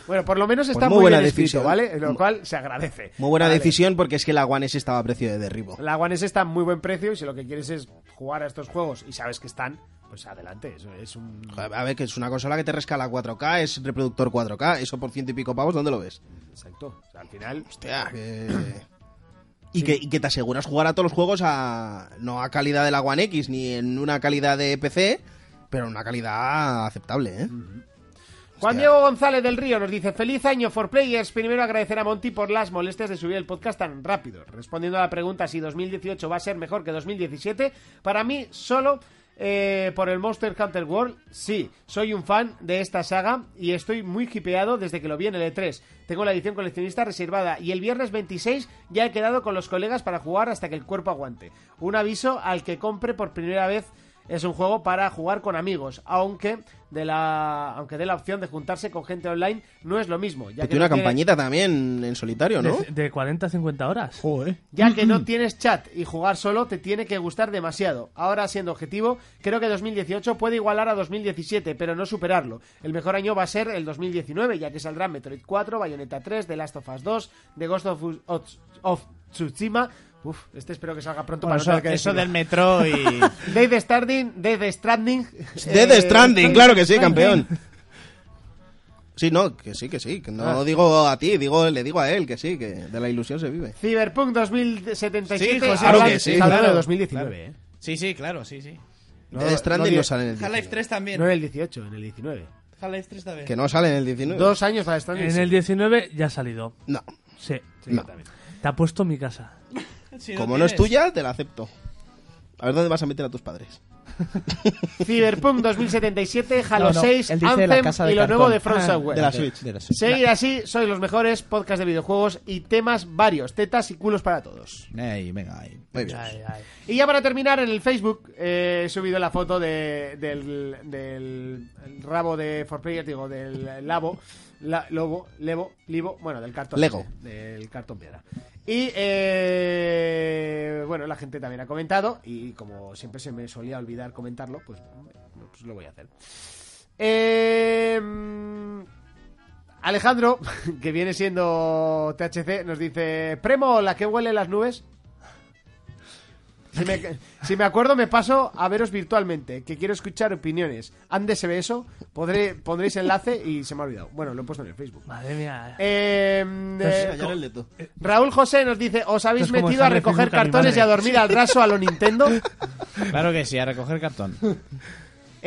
S1: Bueno, por lo menos está
S4: Pues
S1: muy,
S4: muy buena
S1: bien escrito,
S4: decisión.
S1: ¿vale? Lo cual se agradece.
S4: Muy buena
S1: Vale.
S4: decisión porque es que la One S estaba a precio de derribo.
S1: La One S está a muy buen precio y si lo que quieres es jugar a estos juegos y sabes que están, pues adelante, eso es un...
S4: A a ver, que es una consola que te rescala 4K, es reproductor 4K, eso por ciento y pico pavos, ¿dónde lo ves?
S1: Exacto. O sea, al final...
S4: Hostia, que- Y, que, y que te aseguras jugar a todos los juegos a no a calidad de la One X ni en una calidad de PC, pero una calidad aceptable, ¿eh?
S1: Juan Diego González del Río nos dice Feliz año for players. Primero agradecer a Monty por las molestias de subir el podcast tan rápido. Respondiendo a la pregunta si 2018 va a ser mejor que 2017, para mí solo eh, por el Monster Hunter World, sí. Soy un fan de esta saga y estoy muy hipeado desde que lo vi en el E3. Tengo la edición coleccionista reservada y el viernes 26 ya he quedado con los colegas para jugar hasta que el cuerpo aguante. Un aviso al que compre por primera vez es un juego para jugar con amigos, aunque de la aunque dé la opción de juntarse con gente online no es lo mismo, ya
S4: Que
S1: que,
S4: tiene una
S1: no tiene-
S4: campañita también en solitario, ¿no?
S3: De, de 40 a 50 horas.
S1: ya que no tienes chat y jugar solo te tiene que gustar demasiado. Ahora siendo objetivo, creo que 2018 puede igualar a 2017, pero no superarlo. El mejor año va a ser el 2019, ya que saldrán Metroid 4, Bayonetta 3, The Last of Us 2, The Ghost of, of- of Tsushima. Uf, este espero que salga pronto
S2: Bueno,
S1: para no tener
S2: eso,
S1: que
S2: eso
S1: decirlo.
S2: del metro y...
S1: Death Stranding, Death Stranding.
S4: Death
S1: eh,
S4: Stranding, claro que sí, campeón. Sí, no, que sí, que sí. Que no
S1: Ah.
S4: digo a ti, digo, le digo a él que sí, que de la ilusión se vive.
S1: Cyberpunk 2077.
S2: Sí, José,
S1: saldrá-
S4: claro que sí.
S1: saldrá en el
S2: Claro,
S1: 2019,
S2: claro.
S1: ¿eh?
S2: Sí, sí, claro, sí, sí.
S4: Death Stranding
S1: no
S4: no,
S1: di-
S4: sale en el 19.
S12: Half-Life 3 también.
S1: No en el 18, en el 19.
S12: Half-Life 3 también.
S4: Que no sale en el 19.
S1: Dos años para estar
S3: En el 19 ya ha salido.
S4: No.
S3: Sí.
S4: No.
S3: Te ha puesto mi casa.
S12: Si
S4: Como no es
S12: tienes.
S4: tuya, te la acepto. A ver dónde vas a meter a tus padres.
S1: Cyberpunk 2077, Halo
S2: No, no,
S1: 6,
S2: él dice de la
S1: Anthem
S2: casa de
S1: y lo
S2: cartón.
S1: nuevo de From
S2: Ah,
S1: Software.
S4: de la Switch. De la Switch.
S1: Seguir así, sois los mejores, podcast de videojuegos y temas varios, tetas y culos para todos.
S2: Ey, venga, ahí.
S4: Muy bien.
S1: Y ya para terminar, en el Facebook eh, he subido la foto de- del, del rabo de For Players, digo, del labo, la- lobo, levo, libo, bueno, del cartón.
S4: Lego.
S1: Del cartón piedra. Y, eh, bueno, la gente también ha comentado, y como siempre se me solía olvidar comentarlo, pues, bueno, pues lo voy a hacer. Eh, Alejandro, que viene siendo THC, nos dice, Premo, la que huele las nubes. Si me, si me acuerdo, me paso a veros virtualmente, que quiero escuchar opiniones. Antes se ve eso, podré, pondréis enlace y se me ha olvidado. Bueno, lo he puesto en el Facebook.
S3: Madre mía.
S1: Eh, eh,
S4: Ayer el de tú.
S1: Raúl José nos dice, ¿os habéis
S3: Esto es como
S1: metido a
S3: dejarle
S1: recoger
S3: Facebook a mi
S1: cartones y a
S3: madre".
S1: dormir al raso a lo Nintendo?
S2: Claro que sí, a recoger cartón.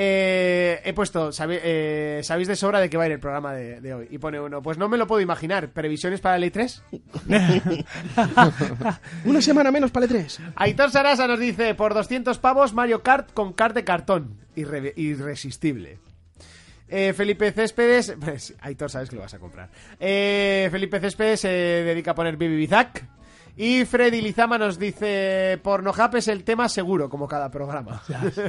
S1: Eh, he puesto, sabe- eh, sabéis de sobra de qué va a ir el programa de, de hoy. Y pone uno, pues no me lo puedo imaginar. ¿Previsiones para E el E3?
S4: Una semana menos para el E 3.
S1: Aitor Sarasa nos dice, por 200 pavos, Mario Kart con kart de cartón. Irre- irresistible. Eh, Felipe Céspedes... pues, Aitor, sabes que lo vas a comprar. Eh, Felipe Céspedes se dedica a poner Bibi Bizac. Y Freddy Lizama nos dice, Pornojap es el tema seguro, como cada programa.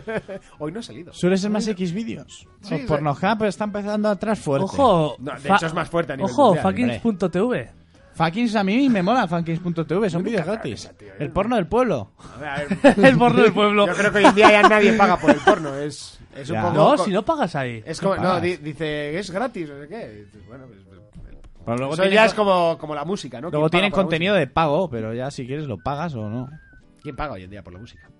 S1: Hoy no ha salido.
S2: Suele ser más X vídeos.
S1: Sí, sí.
S2: por Pornhub pero está empezando atrás fuerte.
S3: Ojo.
S1: No, de
S3: fa-
S1: hecho es más fuerte a nivel
S3: Ojo,
S1: mundial,
S3: fuckings.tv.
S2: Funkins a mí me mola Funkins.tv, son vídeos gratis. el porno del pueblo.
S1: A ver, a ver.
S3: El porno del pueblo.
S1: Yo creo que hoy en día ya nadie paga por el porno. Es, es un
S2: Ya.
S1: poco.
S3: No, si no pagas ahí.
S1: Es como,
S2: No
S1: no,
S2: pagas.
S1: di- dice, es gratis, o sea, ¿qué? Dices, Bueno, pues, pues,
S2: Pero luego
S1: eso
S2: tiene
S1: ya
S2: co-
S1: es como, como la música, ¿no?
S2: Luego
S1: ¿Quién
S2: tienen
S1: paga por la
S2: contenido de pago, pero ya si quieres lo pagas o no.
S1: música? ¿Quién paga hoy en día por la música?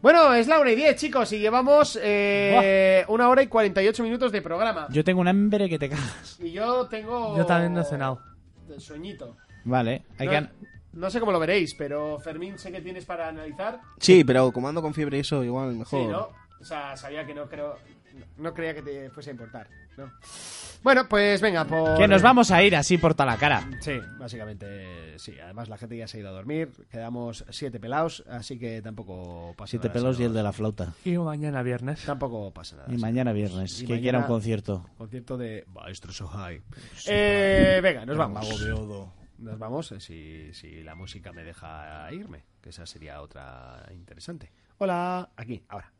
S1: Bueno, es la 1 y 10, chicos, y llevamos eh, una hora y 48 minutos de programa.
S2: Yo tengo un hambre que te cagas.
S1: Y yo tengo.
S3: Yo también no he cenado.
S1: Sueñito.
S2: Vale. hay
S1: No,
S2: que an-
S1: no sé cómo lo veréis, pero Fermín, sé que tienes para analizar.
S4: Sí, pero como ando con fiebre y eso, igual mejor.
S1: Sí, ¿no? O sea, sabía que no creo. No, no creía que te fuese a importar. ¿no? Bueno, pues venga, por.
S2: Que nos vamos a ir así por toda la cara.
S1: Sí, básicamente sí. Además, la gente ya se ha ido a dormir. Quedamos siete pelados, así que tampoco pasa
S12: Siete
S1: nada.
S12: pelos y el de la flauta.
S3: Y mañana viernes.
S1: Tampoco pasa nada.
S12: Y mañana viernes,
S1: Y
S12: que quiera un
S1: mañana-
S12: concierto.
S1: Concierto de Maestro Sohai. Eh, venga, nos
S12: El
S1: vamos.
S12: mago de Odo.
S1: Nos vamos eh, si, si la música me deja irme, que esa sería otra interesante. Hola, aquí, ahora.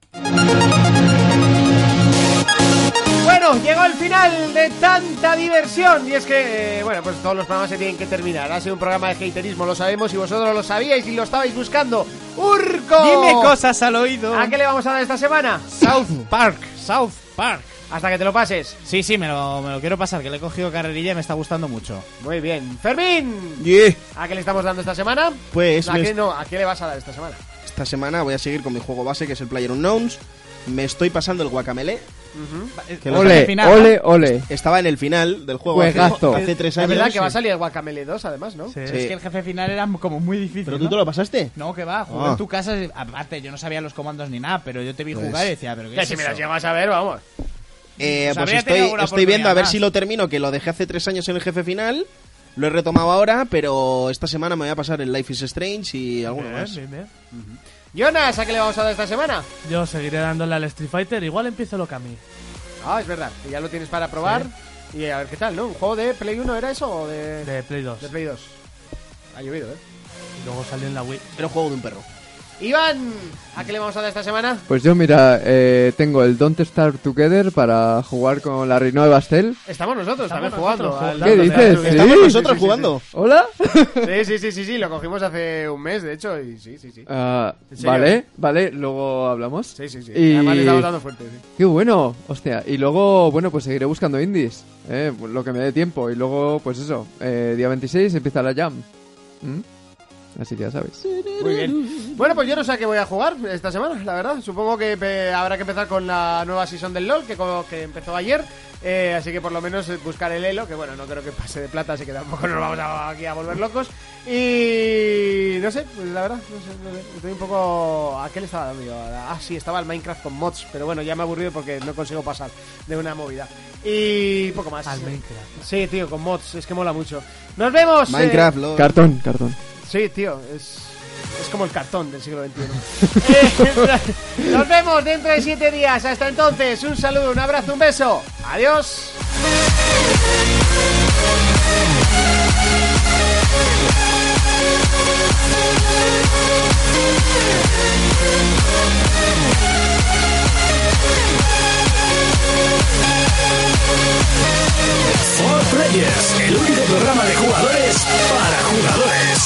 S1: Bueno, llegó el final de tanta diversión. Y es que, eh, bueno, pues todos los programas se tienen que terminar. Ha sido un programa de haterismo, lo sabemos, y vosotros lo sabíais y lo estabais buscando. ¡Urco!
S2: Dime cosas al oído.
S1: ¿A qué le vamos a dar esta semana? South Park. South Park. Hasta que te lo pases.
S2: Sí, sí, me lo, me lo quiero pasar, que le he cogido carrerilla y me está gustando mucho.
S1: Muy bien. Fermín.
S4: Yeah.
S1: ¿A qué le estamos dando esta semana?
S4: Pues,
S1: ¿A
S4: me-
S1: qué, no, ¿a qué le vas a dar esta semana?
S4: Esta semana voy a seguir con mi juego base, que es el Player Unknowns. Me estoy pasando el guacamele. que lo-
S5: Ole, ole, ole.
S4: Estaba en el final del juego hace,
S5: Juegazo.
S4: hace tres
S1: Es
S4: años.
S1: verdad que va a
S4: sí.
S1: salir Guacamele 2, además, ¿no?
S4: Sí.
S2: Es que el jefe final era como muy difícil. ¿no?
S4: ¿Pero
S2: Pues
S4: tú te lo pasaste?
S2: No, que va, jugué
S4: Ah.
S2: en tu casa. y- Aparte, yo no sabía los comandos ni nada, pero yo te vi
S4: Pues-
S2: jugar y decía, ¿pero qué
S1: Que
S2: es
S1: si me
S2: eso?
S1: las llegas a ver, vamos.
S4: Eh,
S2: Pues
S4: pues
S2: habría tenido
S4: estoy,
S2: alguna
S4: estoy viendo a ver
S2: oportunidad
S4: si
S2: más.
S4: lo termino, que lo dejé hace tres años en el jefe final. Lo he retomado ahora, pero esta semana me voy a pasar el Life is Strange y alguno
S3: Bien,
S4: más.
S3: bien, bien.
S1: Jonas, ¿a qué le vamos a dar esta semana?
S3: Yo seguiré dándole al Street Fighter. Igual empiezo lo que a mí.
S1: Ah, es verdad, que ya lo tienes para probar. Y a ver qué tal, ¿no? ¿Un juego de Play 1 era eso o de,
S3: De Play 2.
S1: de Play 2? Ha llovido, ¿eh?
S3: Y luego salió en la Wii.
S4: Era un juego de un perro.
S1: Iván, ¿a qué le vamos a dar esta semana?
S5: Pues yo, mira, eh, tengo el Don't Starve Together para jugar con la Reino de Bastel.
S1: Estamos nosotros
S3: Estamos
S1: también
S3: nosotros
S1: jugando. al
S5: ¿Qué
S1: Dungeons and
S5: dices?
S1: Dragons.
S5: Sí,
S4: Estamos
S5: sí,
S4: nosotros
S5: sí, sí,
S4: jugando.
S5: sí. ¿Hola?
S1: Sí, sí, sí, sí, sí, lo cogimos hace un mes, de hecho, y sí, sí, sí.
S5: Ah,
S1: ¿En serio?
S5: vale, vale, luego hablamos.
S1: Sí, sí, sí.
S5: Y-
S1: Además le estamos dando fuerte, sí.
S5: Qué bueno, hostia. Y luego, bueno, pues seguiré buscando indies, eh, lo que me dé tiempo. Y luego, pues eso, eh, día 26 empieza la jam. ¿Mm? Así que ya sabes.
S1: Muy bien. Bueno, pues yo no sé a qué voy a jugar esta semana, la verdad. Supongo que eh, habrá que empezar con la nueva season del LOL, que, co- que empezó ayer. Eh, así que por lo menos eh, buscar el elo, que bueno, no creo que pase de plata, así que tampoco nos vamos a- aquí a volver locos. Y no sé, pues la verdad, no sé, no sé. Estoy un poco... ¿A qué le estaba dando yo? Ah, sí, estaba el Minecraft con mods, pero bueno, ya me he aburrido porque no consigo pasar de una movida. Y poco más.
S3: Al Minecraft.
S1: Sí, tío, con mods, es que mola mucho. ¡Nos vemos! eh,
S4: Minecraft, lo-
S5: Cartón, cartón.
S1: Sí, tío, es, es como el cartón del siglo XXI. Eh, nos vemos dentro de siete días. Hasta entonces, un saludo, un abrazo, un beso. Adiós.
S6: For Players, el único programa de jugadores para jugadores.